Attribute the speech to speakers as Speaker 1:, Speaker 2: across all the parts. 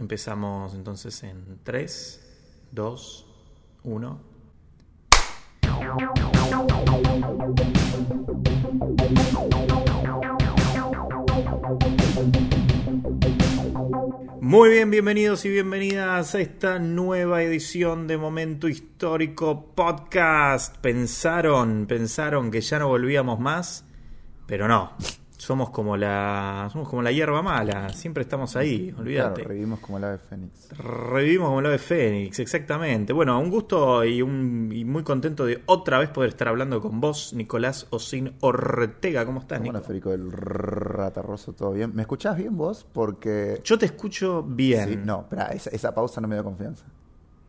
Speaker 1: Empezamos entonces en 3, 2, 1. Muy bien, bienvenidos y bienvenidas a esta nueva edición de Momento Histórico Podcast. Pensaron, pensaron que ya no volvíamos más, pero no. Somos como la, somos como la hierba mala, siempre estamos ahí, olvídate.
Speaker 2: Claro, revivimos como el ave fénix.
Speaker 1: Revivimos como el ave Fénix, exactamente. Bueno, un gusto y, un, y muy contento de otra vez poder estar hablando con vos, Nicolás Osin Ortega. ¿Cómo estás,
Speaker 2: Bueno,
Speaker 1: Nico?
Speaker 2: Federico del Ratarroso, todo bien. ¿Me escuchás bien vos? Porque.
Speaker 1: Yo te escucho bien.
Speaker 2: Sí, no, espera, esa, esa pausa no me dio confianza.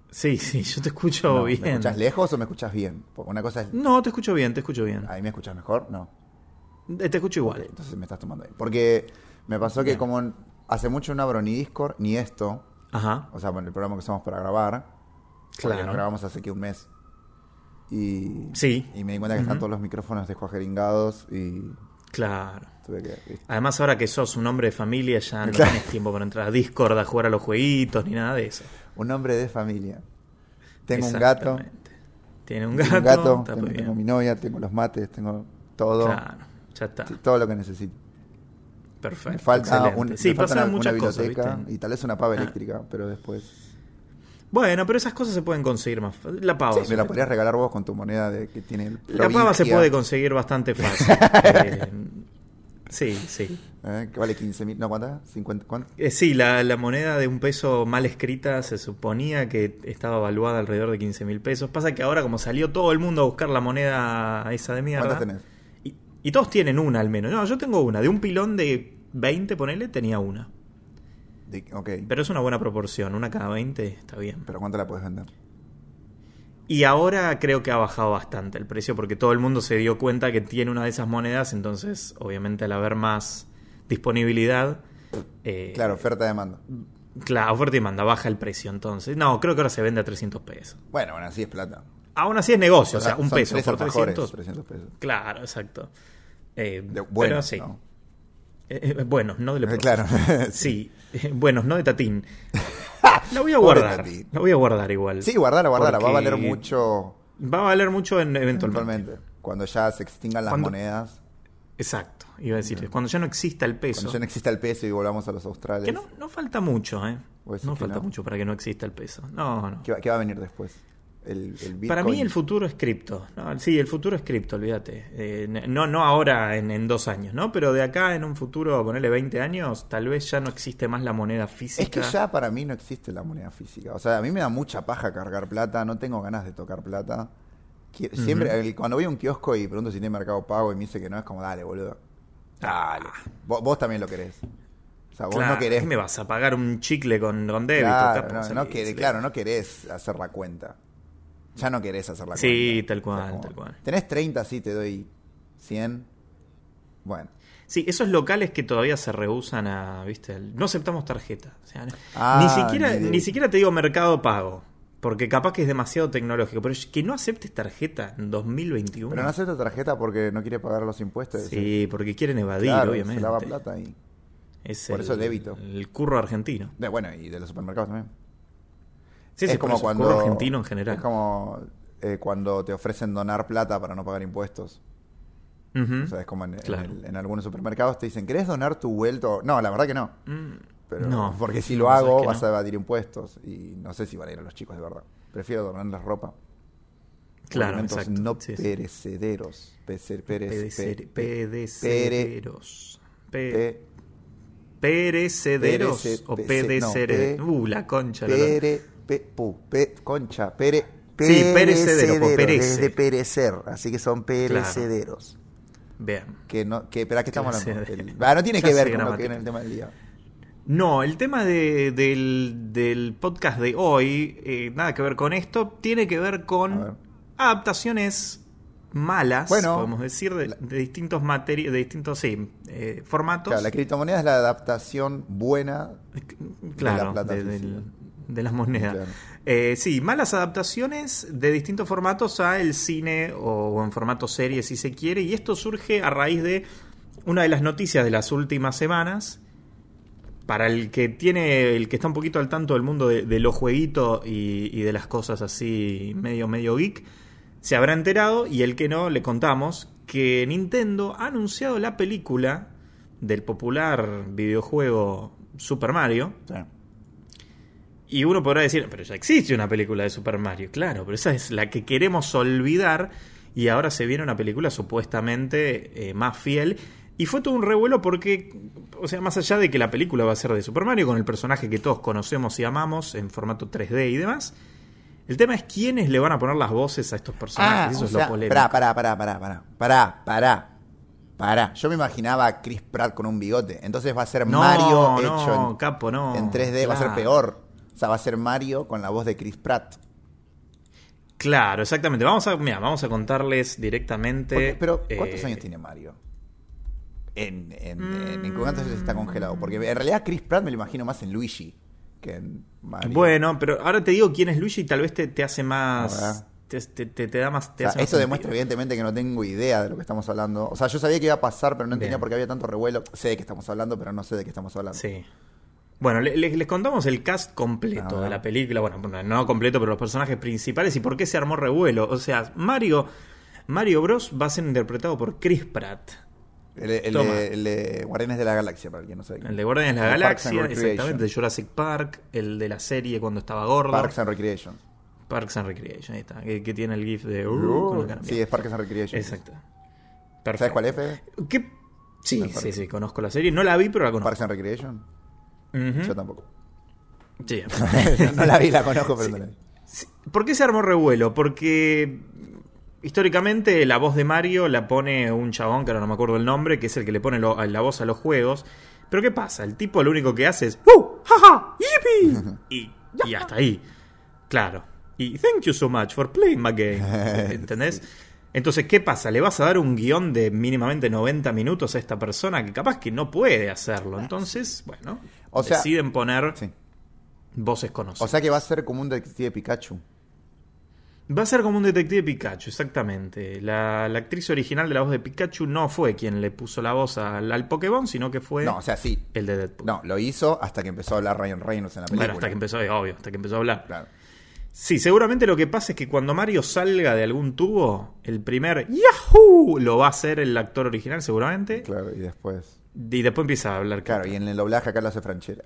Speaker 1: sí, sí, yo te escucho
Speaker 2: No, ¿Me
Speaker 1: bien.
Speaker 2: escuchás lejos o me escuchás bien? Porque una cosa es.
Speaker 1: No, te escucho bien, te escucho bien.
Speaker 2: Ahí me escuchás mejor, no.
Speaker 1: Eh, Te escucho igual.
Speaker 2: Entonces me estás tomando bien. Porque me pasó que,
Speaker 1: Bien.
Speaker 2: como n- hace mucho no abro ni Discord ni esto,
Speaker 1: Ajá.
Speaker 2: o sea, bueno, el programa que somos para grabar, porque no
Speaker 1: Claro.
Speaker 2: grabamos hace que un mes. Y,
Speaker 1: Sí.
Speaker 2: y me di cuenta que están todos los micrófonos descuajeringados y
Speaker 1: Claro.
Speaker 2: tuve que.
Speaker 1: Además, ahora que sos un hombre de familia, ya no tenés tiempo para entrar a Discord a jugar a los jueguitos ni nada de eso.
Speaker 2: Un hombre de familia. Tengo un gato.
Speaker 1: Exactamente. Tiene un gato.
Speaker 2: Tengo un gato,
Speaker 1: está
Speaker 2: tengo,
Speaker 1: muy bien.
Speaker 2: tengo mi novia, tengo los mates, tengo todo,
Speaker 1: Claro, ya está.
Speaker 2: t- todo lo que necesito.
Speaker 1: Perfecto.
Speaker 2: Me falta, ah,
Speaker 1: excelente.
Speaker 2: un,
Speaker 1: sí,
Speaker 2: me falta
Speaker 1: pasan
Speaker 2: una,
Speaker 1: muchas
Speaker 2: una
Speaker 1: cosas,
Speaker 2: biblioteca
Speaker 1: ¿viste?
Speaker 2: y tal vez una pava
Speaker 1: Ah.
Speaker 2: eléctrica, pero después.
Speaker 1: Bueno, pero esas cosas se pueden conseguir más fa- La pava.
Speaker 2: Sí, me la podrías regalar vos con tu moneda de que tiene el
Speaker 1: La pava se
Speaker 2: provincia,
Speaker 1: puede conseguir bastante fácil. Eh, sí, sí.
Speaker 2: ¿eh? que vale 15 mil, ¿no cuántas? 50, ¿cuánto?
Speaker 1: Eh, sí, la, la moneda de un peso mal escrita se suponía que estaba evaluada alrededor de 15 mil pesos. Pasa que ahora como salió todo el mundo a buscar la moneda esa de mierda...
Speaker 2: ¿Cuántas tenés?
Speaker 1: Y, y todos tienen una al menos. No, yo tengo una. De un pilón de 20, ponele, tenía una.
Speaker 2: De- ok, pero,
Speaker 1: Pero es una buena proporción. Una cada 20 está bien.
Speaker 2: ¿cuánto la puedes vender?
Speaker 1: Y ahora creo que ha bajado bastante el precio porque todo el mundo se dio cuenta que tiene una de esas monedas. Entonces, obviamente, al haber más disponibilidad... eh,
Speaker 2: Claro, oferta y demanda.
Speaker 1: Claro, oferta y demanda, baja el precio entonces. No, creo que ahora se vende a 300 pesos.
Speaker 2: Bueno, bueno, así es plata.
Speaker 1: Aún así es negocio, o sea,
Speaker 2: Son-
Speaker 1: un
Speaker 2: son
Speaker 1: peso
Speaker 2: tres
Speaker 1: por
Speaker 2: alfajores,
Speaker 1: 300.
Speaker 2: 300 pesos.
Speaker 1: Claro, exacto. Eh,
Speaker 2: De- bueno,
Speaker 1: pero sí.
Speaker 2: ¿no?
Speaker 1: Eh, eh, buenos, no de Leprosos.
Speaker 2: Claro.
Speaker 1: Sí, eh, buenos, no de Tatín. La voy a
Speaker 2: Pobre
Speaker 1: guardar.
Speaker 2: Tatín.
Speaker 1: La voy a guardar igual.
Speaker 2: Sí, guardala, guardala, va a
Speaker 1: Porque
Speaker 2: valer mucho
Speaker 1: Va a valer mucho en, eventualmente.
Speaker 2: Eventualmente. Cuando ya se extingan las
Speaker 1: Cuando-
Speaker 2: monedas,
Speaker 1: Exacto, iba a decir. Cuando ya no exista el peso.
Speaker 2: cuando ya no exista el peso y volvamos a los australes,
Speaker 1: Que no, no falta mucho, ¿eh?
Speaker 2: ¿Vos decís
Speaker 1: No
Speaker 2: que
Speaker 1: falta
Speaker 2: no?
Speaker 1: mucho para que no exista el peso. No, no.
Speaker 2: ¿qué, va, qué va a venir después? El, el
Speaker 1: Para
Speaker 2: Bitcoin.
Speaker 1: mí el futuro es cripto. No, sí, el futuro es cripto, olvídate. Eh, no, no ahora en, en dos años, ¿no? Pero de acá en un futuro, ponerle 20 años, tal vez ya no existe más la moneda física.
Speaker 2: Es que ya para mí no existe la moneda física. O sea, a mí me da mucha paja cargar plata, no tengo ganas de tocar plata. Qui- Siempre, el- cuando voy a un kiosco y pregunto si tiene mercado pago y me dice que no, es como, dale, boludo. Dale. Vos, vos también lo querés. O sea, vos
Speaker 1: Ah, Claro,
Speaker 2: no querés.
Speaker 1: ¿qué me vas a pagar un chicle con, con débito?
Speaker 2: claro,
Speaker 1: Capo?
Speaker 2: no,
Speaker 1: Sí,
Speaker 2: no querés
Speaker 1: sí.
Speaker 2: claro, no querés hacer la cuenta. Ya no querés hacer la cuenta.
Speaker 1: Sí, tal cual,
Speaker 2: O sea, como,
Speaker 1: tal cual.
Speaker 2: Tenés 30, sí, te doy 100. Bueno.
Speaker 1: Sí, esos locales que todavía se rehusan a, viste, Al- no aceptamos tarjeta. O sea, no-
Speaker 2: Ah,
Speaker 1: ni siquiera,
Speaker 2: ni de-
Speaker 1: ni siquiera te digo mercado pago, porque capaz que es demasiado tecnológico, pero que no aceptes tarjeta en 2021.
Speaker 2: Pero no acepta tarjeta porque no quiere pagar los impuestos. decís,
Speaker 1: Sí, porque quieren evadir,
Speaker 2: claro,
Speaker 1: obviamente.
Speaker 2: Se lava plata y.
Speaker 1: Es el-
Speaker 2: Por eso débito.
Speaker 1: El curro argentino.
Speaker 2: de- bueno, y de los supermercados también.
Speaker 1: Sí, sí,
Speaker 2: es
Speaker 1: por
Speaker 2: como
Speaker 1: eso,
Speaker 2: cuando.
Speaker 1: curro argentino en general.
Speaker 2: Es como eh, cuando te ofrecen donar plata para no pagar impuestos.
Speaker 1: Ujú.
Speaker 2: O sea, es como en, en
Speaker 1: Claro.
Speaker 2: el- en algunos supermercados te dicen, ¿querés donar tu vuelto? No, la verdad que no.
Speaker 1: Mm,
Speaker 2: Pero,
Speaker 1: No,
Speaker 2: porque si
Speaker 1: no,
Speaker 2: lo
Speaker 1: sabes
Speaker 2: hago
Speaker 1: que
Speaker 2: vas
Speaker 1: no.
Speaker 2: a evadir impuestos y no sé si van a ir a los chicos de verdad. Prefiero donar la ropa.
Speaker 1: Claro,
Speaker 2: Alimentos
Speaker 1: exacto.
Speaker 2: no
Speaker 1: Sí, sí.
Speaker 2: perecederos. Pecer- perece-
Speaker 1: Pedecer-
Speaker 2: pe-
Speaker 1: Pedeceros. Pe-
Speaker 2: pe-
Speaker 1: Perecederos
Speaker 2: perece-
Speaker 1: o
Speaker 2: pece-
Speaker 1: pedeceres.
Speaker 2: no, pe-
Speaker 1: uh, la concha. la lora.
Speaker 2: Pere, pe, pu, pe- concha, pere,
Speaker 1: Sí, perecedero, por
Speaker 2: perecederos,
Speaker 1: perece.
Speaker 2: De perecer, así que son perecederos.
Speaker 1: Bien.
Speaker 2: Que no, que, pero aquí estamos hablando.
Speaker 1: Perecedero.
Speaker 2: El- Ah, no tiene
Speaker 1: Ya
Speaker 2: que ver
Speaker 1: sé
Speaker 2: con lo que
Speaker 1: gramática.
Speaker 2: viene el tema del día.
Speaker 1: No, el tema de- del, del podcast de hoy, eh, nada que ver con esto, tiene que ver
Speaker 2: A ver.
Speaker 1: con adaptaciones malas,
Speaker 2: Bueno,
Speaker 1: podemos decir, de,
Speaker 2: la-
Speaker 1: de distintos materi de distintos sí, eh, formatos.
Speaker 2: Claro, la criptomoneda es la adaptación buena.
Speaker 1: Claro,
Speaker 2: la plata
Speaker 1: de, del-
Speaker 2: física.
Speaker 1: de las monedas.
Speaker 2: Claro.
Speaker 1: Eh, sí, malas adaptaciones de distintos formatos a el cine o, o en formato serie si se quiere. Y esto surge a raíz de una de las noticias de las últimas semanas. para el que tiene, el que está un poquito al tanto del mundo de, de los jueguitos y, y, de las cosas así medio, medio geek, se habrá enterado y el que no, le contamos que Nintendo ha anunciado la película del popular videojuego Super Mario. Sí. Y uno podrá decir, pero ya existe una película de Super Mario, claro, pero esa es la que queremos olvidar y ahora se viene una película supuestamente eh, más fiel. Y fue todo un revuelo porque, o sea, más allá de que la película va a ser de Super Mario, con el personaje que todos conocemos y amamos en formato 3D y demás, el tema es quiénes le van a poner las voces a estos personajes. Ah, Eso o es sea, lo polémico.
Speaker 2: Pará, pará, pará, pará, pará, pará, pará. Pará, yo me imaginaba a Chris Pratt con un bigote. Entonces va a ser
Speaker 1: no,
Speaker 2: Mario
Speaker 1: no,
Speaker 2: hecho en,
Speaker 1: capo, no.
Speaker 2: en 3D, claro. va a ser peor. O sea, va a ser Mario con la voz de Chris Pratt.
Speaker 1: Claro, exactamente. Vamos a, mirá, vamos a contarles directamente. Porque,
Speaker 2: pero, ¿cuántos eh, años tiene Mario? En, en, mm, en cuántos años está congelado? Porque en realidad Chris Pratt me lo imagino más en Luigi que en Mario.
Speaker 1: Bueno, pero ahora te digo quién es Luigi y tal vez te, te hace más. Te, te, te, da más. Te
Speaker 2: o sea, hace esto más demuestra evidentemente que no tengo idea de lo que estamos hablando. O sea, yo sabía que iba a pasar, pero no entendía Bien. por qué había tanto revuelo. Sé de qué estamos hablando, pero no sé de qué estamos hablando.
Speaker 1: Sí. Bueno, les, les, contamos el cast completo de la película. Bueno, no completo, pero los personajes principales y por qué se armó revuelo. O sea, Mario, Mario Bros. va a ser interpretado por Chris Pratt.
Speaker 2: El, el, de, el de, Guardianes de la Galaxia, para quien no sabe.
Speaker 1: El de Guardianes de la Galaxia, exactamente, de Jurassic Park, el de la serie cuando estaba gordo.
Speaker 2: Parks and Recreation.
Speaker 1: Uh, Parks and Recreation, ahí está. Que, que tiene el GIF de. Uh,
Speaker 2: sí, es Parks and Recreation.
Speaker 1: Exacto.
Speaker 2: Perfecto. ¿Sabes cuál es? Fede?
Speaker 1: ¿Qué? Sí, sí, sí, sí, conozco la serie. No la vi, pero la conozco.
Speaker 2: Parks and Recreation. Uh -huh. Yo tampoco.
Speaker 1: Sí.
Speaker 2: no la vi, la conozco, pero
Speaker 1: sí.
Speaker 2: no la vi.
Speaker 1: ¿Por qué se armó revuelo? Porque históricamente la voz de Mario la pone un chabón, que ahora no me acuerdo el nombre, que es el que le pone lo, la voz a los juegos. Pero ¿qué pasa? El tipo lo único que hace es ¡Uh! ¡Jaja! ¡Yipi! y, y hasta ahí. Claro. Y thank you so much for playing my game. ¿Entendés? sí. Entonces, ¿qué pasa? ¿Le vas a dar un guión de mínimamente 90 minutos a esta persona que capaz que no puede hacerlo? Entonces, bueno, o sea, deciden poner sí. voces conocidas.
Speaker 2: O sea que va a ser como un detective Pikachu.
Speaker 1: Va a ser como un detective Pikachu, exactamente. La, la actriz original de la voz de Pikachu no fue quien le puso la voz al, al Pokémon, sino que fue
Speaker 2: no, o sea, sí.
Speaker 1: el de Deadpool.
Speaker 2: No, lo hizo hasta que empezó a hablar Ryan Reynolds en la película.
Speaker 1: Bueno, hasta que empezó, obvio, hasta que empezó a hablar.
Speaker 2: Claro.
Speaker 1: Sí, seguramente lo que pasa es que cuando Mario salga de algún tubo, el primer ¡Yahoo! lo va a hacer el actor original, seguramente.
Speaker 2: Claro, y después.
Speaker 1: Y después empieza a hablar.
Speaker 2: Claro, y en el doblaje acá lo hace Franchella.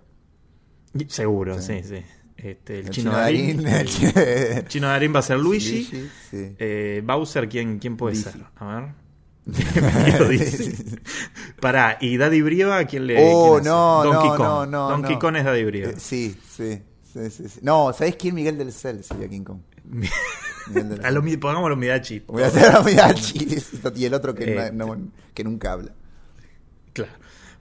Speaker 1: Seguro, sí, sí. sí. Este, el, el, chino, chino Darín. Darín el, el, chino Darín va a ser Luigi. Luigi sí. eh, Bowser, ¿quién, quién puede Dizzy. ser? A ver. Pará, ¿y Daddy Brieva a quién le.?
Speaker 2: Oh,
Speaker 1: quién
Speaker 2: no,
Speaker 1: Donkey
Speaker 2: no,
Speaker 1: Kong.
Speaker 2: no, no,
Speaker 1: Donkey
Speaker 2: no.
Speaker 1: Kong es Daddy Brieva. Eh,
Speaker 2: sí, sí. Sí, sí, sí. No, ¿sabés quién? Miguel del Cel sería King Kong.
Speaker 1: Miguel del Cel. A lo, pongámoslo Midachi.
Speaker 2: Voy a hacer a Midachi. Y el otro que, eh, no, no, que nunca habla.
Speaker 1: Claro.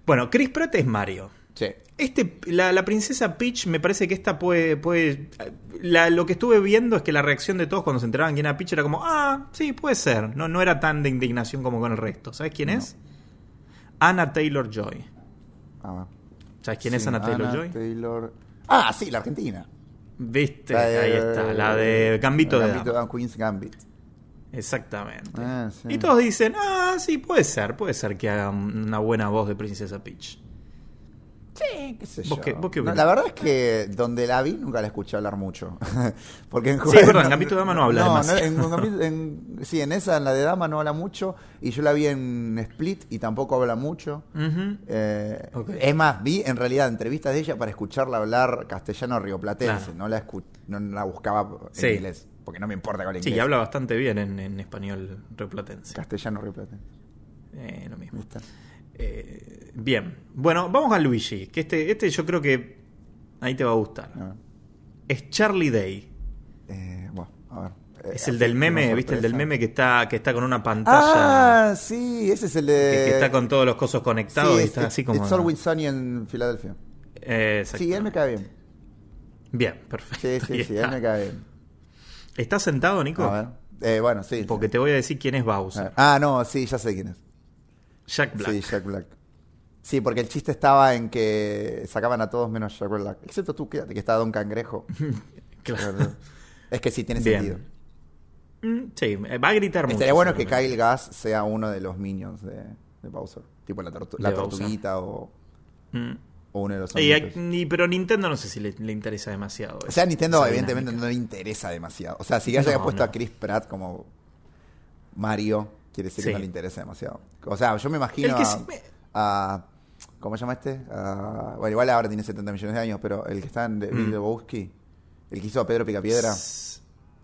Speaker 1: Bueno, Chris Pratt es Mario.
Speaker 2: Sí.
Speaker 1: Este, la, la princesa Peach, me parece que esta puede. puede la, lo que estuve viendo es que la reacción de todos cuando se enteraban quién era Peach era como, ah, sí, puede ser. No, no era tan de indignación como con el resto. ¿Sabes quién no. es? Anna Taylor Joy.
Speaker 2: Ah.
Speaker 1: ¿Sabes quién es Anna Taylor Joy?
Speaker 2: Taylor. Ah, sí, la Argentina.
Speaker 1: Viste, de, ahí está, la de Gambito, de Gambito
Speaker 2: Dama. Queen's Gambit.
Speaker 1: Exactamente. Ah, sí. Y todos dicen, ah, sí, puede ser, puede ser que haga una buena voz de Princesa Peach.
Speaker 2: Sí, qué sé ¿Vos yo. Qué, vos qué no, la verdad es que donde la vi nunca la escuché hablar mucho. Porque en
Speaker 1: Sí, es verdad, en Gambito de Dama no habla.
Speaker 2: No, no en, en, en, sí, en esa, en la de Dama no habla mucho. Y yo la vi en Split y tampoco habla mucho.
Speaker 1: Uh -huh.
Speaker 2: eh, okay. Es más, vi en realidad entrevistas de ella para escucharla hablar castellano rioplatense. Claro. No, la no la buscaba en
Speaker 1: Sí.
Speaker 2: inglés. Porque no me importa con el inglés.
Speaker 1: Sí, y habla bastante bien en, en español rioplatense.
Speaker 2: Castellano rioplatense.
Speaker 1: Eh, lo mismo. ¿Viste? Eh, bien. Bueno, vamos a Luigi. Que este, este yo creo que ahí te va a gustar.
Speaker 2: Ah.
Speaker 1: Es Charlie Day.
Speaker 2: Eh, bueno, a ver. Eh,
Speaker 1: es el del meme, ¿viste? El del meme que está, que está con una pantalla.
Speaker 2: Ah, sí, ese es el de.
Speaker 1: Que, que está con todos los cosos conectados
Speaker 2: sí,
Speaker 1: y está
Speaker 2: es,
Speaker 1: así como. Eh,
Speaker 2: It's always sunny en Filadelfia. Sí, él me cae bien.
Speaker 1: Bien, perfecto.
Speaker 2: Sí, sí, sí, él me cae bien.
Speaker 1: ¿Estás sentado, Nico?
Speaker 2: A ver. Eh, bueno, sí.
Speaker 1: Porque
Speaker 2: sí.
Speaker 1: te voy a decir quién es Bowser.
Speaker 2: Ah, no, sí, ya sé quién es.
Speaker 1: Jack Black.
Speaker 2: Sí, Jack Black. Sí, porque el chiste estaba en que sacaban a todos menos Jack Black. Excepto tú, quédate, que estaba Don Cangrejo.
Speaker 1: claro.
Speaker 2: Es que sí, tiene Bien. sentido.
Speaker 1: Mm, sí, va a gritar mucho.
Speaker 2: Sería Este, bueno que Kyle Gass sea uno de los minions de, de Bowser. Tipo la, tortu la tortuguita o...
Speaker 1: Mm.
Speaker 2: O uno de los
Speaker 1: Y a-
Speaker 2: ámbitos.
Speaker 1: y- pero Nintendo no sé si le, le interesa demasiado.
Speaker 2: O sea, Nintendo
Speaker 1: esa
Speaker 2: evidentemente
Speaker 1: dinámica.
Speaker 2: no le interesa demasiado. O sea, si ya se haya
Speaker 1: No,
Speaker 2: puesto
Speaker 1: no.
Speaker 2: a Chris Pratt como Mario, quiere decir
Speaker 1: Sí.
Speaker 2: que no le interesa demasiado. O sea, yo me imagino
Speaker 1: El que
Speaker 2: a,
Speaker 1: sí me-
Speaker 2: a- ¿Cómo se llama este? A- bueno, igual ahora tiene 70 millones de años, pero el que está en The
Speaker 1: Mm.
Speaker 2: Big Lebowski, el que hizo a Pedro Picapiedra.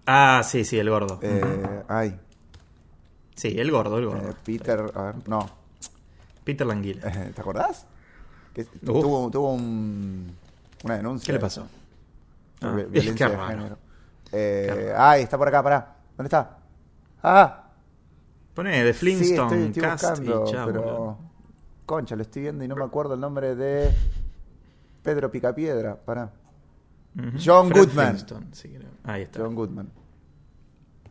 Speaker 1: Ah, sí, sí, el gordo.
Speaker 2: eh, ay,
Speaker 1: sí, el gordo, el gordo.
Speaker 2: eh, Peter... A ver, no.
Speaker 1: Peter Languila.
Speaker 2: Eh, ¿Te acordás? Que
Speaker 1: Uf.
Speaker 2: tuvo tuvo un- una denuncia.
Speaker 1: ¿Qué le pasó?
Speaker 2: Por
Speaker 1: Ah,
Speaker 2: vi-
Speaker 1: es
Speaker 2: eh, violencia
Speaker 1: que
Speaker 2: de
Speaker 1: raro.
Speaker 2: género. Eh,
Speaker 1: Qué
Speaker 2: ay, está por acá, pará. ¿Dónde está? Ah,
Speaker 1: Pone de
Speaker 2: sí,
Speaker 1: Flintstone,
Speaker 2: estoy, estoy
Speaker 1: Cast
Speaker 2: buscando,
Speaker 1: y chao.
Speaker 2: pero...
Speaker 1: boludo.
Speaker 2: Concha, lo estoy viendo y no me acuerdo el nombre de Pedro Picapiedra. Pará.
Speaker 1: Ujú.
Speaker 2: John
Speaker 1: Fred
Speaker 2: Goodman.
Speaker 1: Flintstone, sí, creo. Ahí está.
Speaker 2: John Goodman.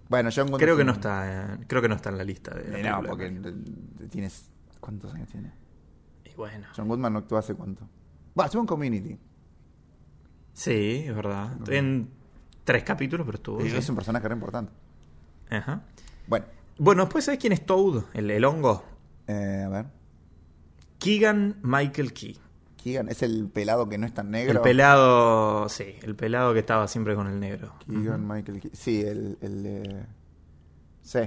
Speaker 2: Bueno, John Goodman.
Speaker 1: Creo que no está, eh, creo que no está en la lista de. la
Speaker 2: Eh, no,
Speaker 1: película.
Speaker 2: porque eh, tienes... ¿Cuántos años tiene?
Speaker 1: Y bueno.
Speaker 2: John Goodman no actúa hace cuánto. Va, estuvo en Community.
Speaker 1: Sí, es verdad. En tres capítulos, pero estuvo.
Speaker 2: Eh,
Speaker 1: sí.
Speaker 2: Es un personaje re importante.
Speaker 1: Ajá.
Speaker 2: Bueno,
Speaker 1: Bueno, después sabes quién es Toad, el, el hongo.
Speaker 2: eh, a ver.
Speaker 1: Keegan Michael Key.
Speaker 2: Keegan es el pelado que no es tan negro.
Speaker 1: El pelado, sí, el pelado que estaba siempre con el negro.
Speaker 2: Keegan Michael Key. Sí, el. el eh, Sí.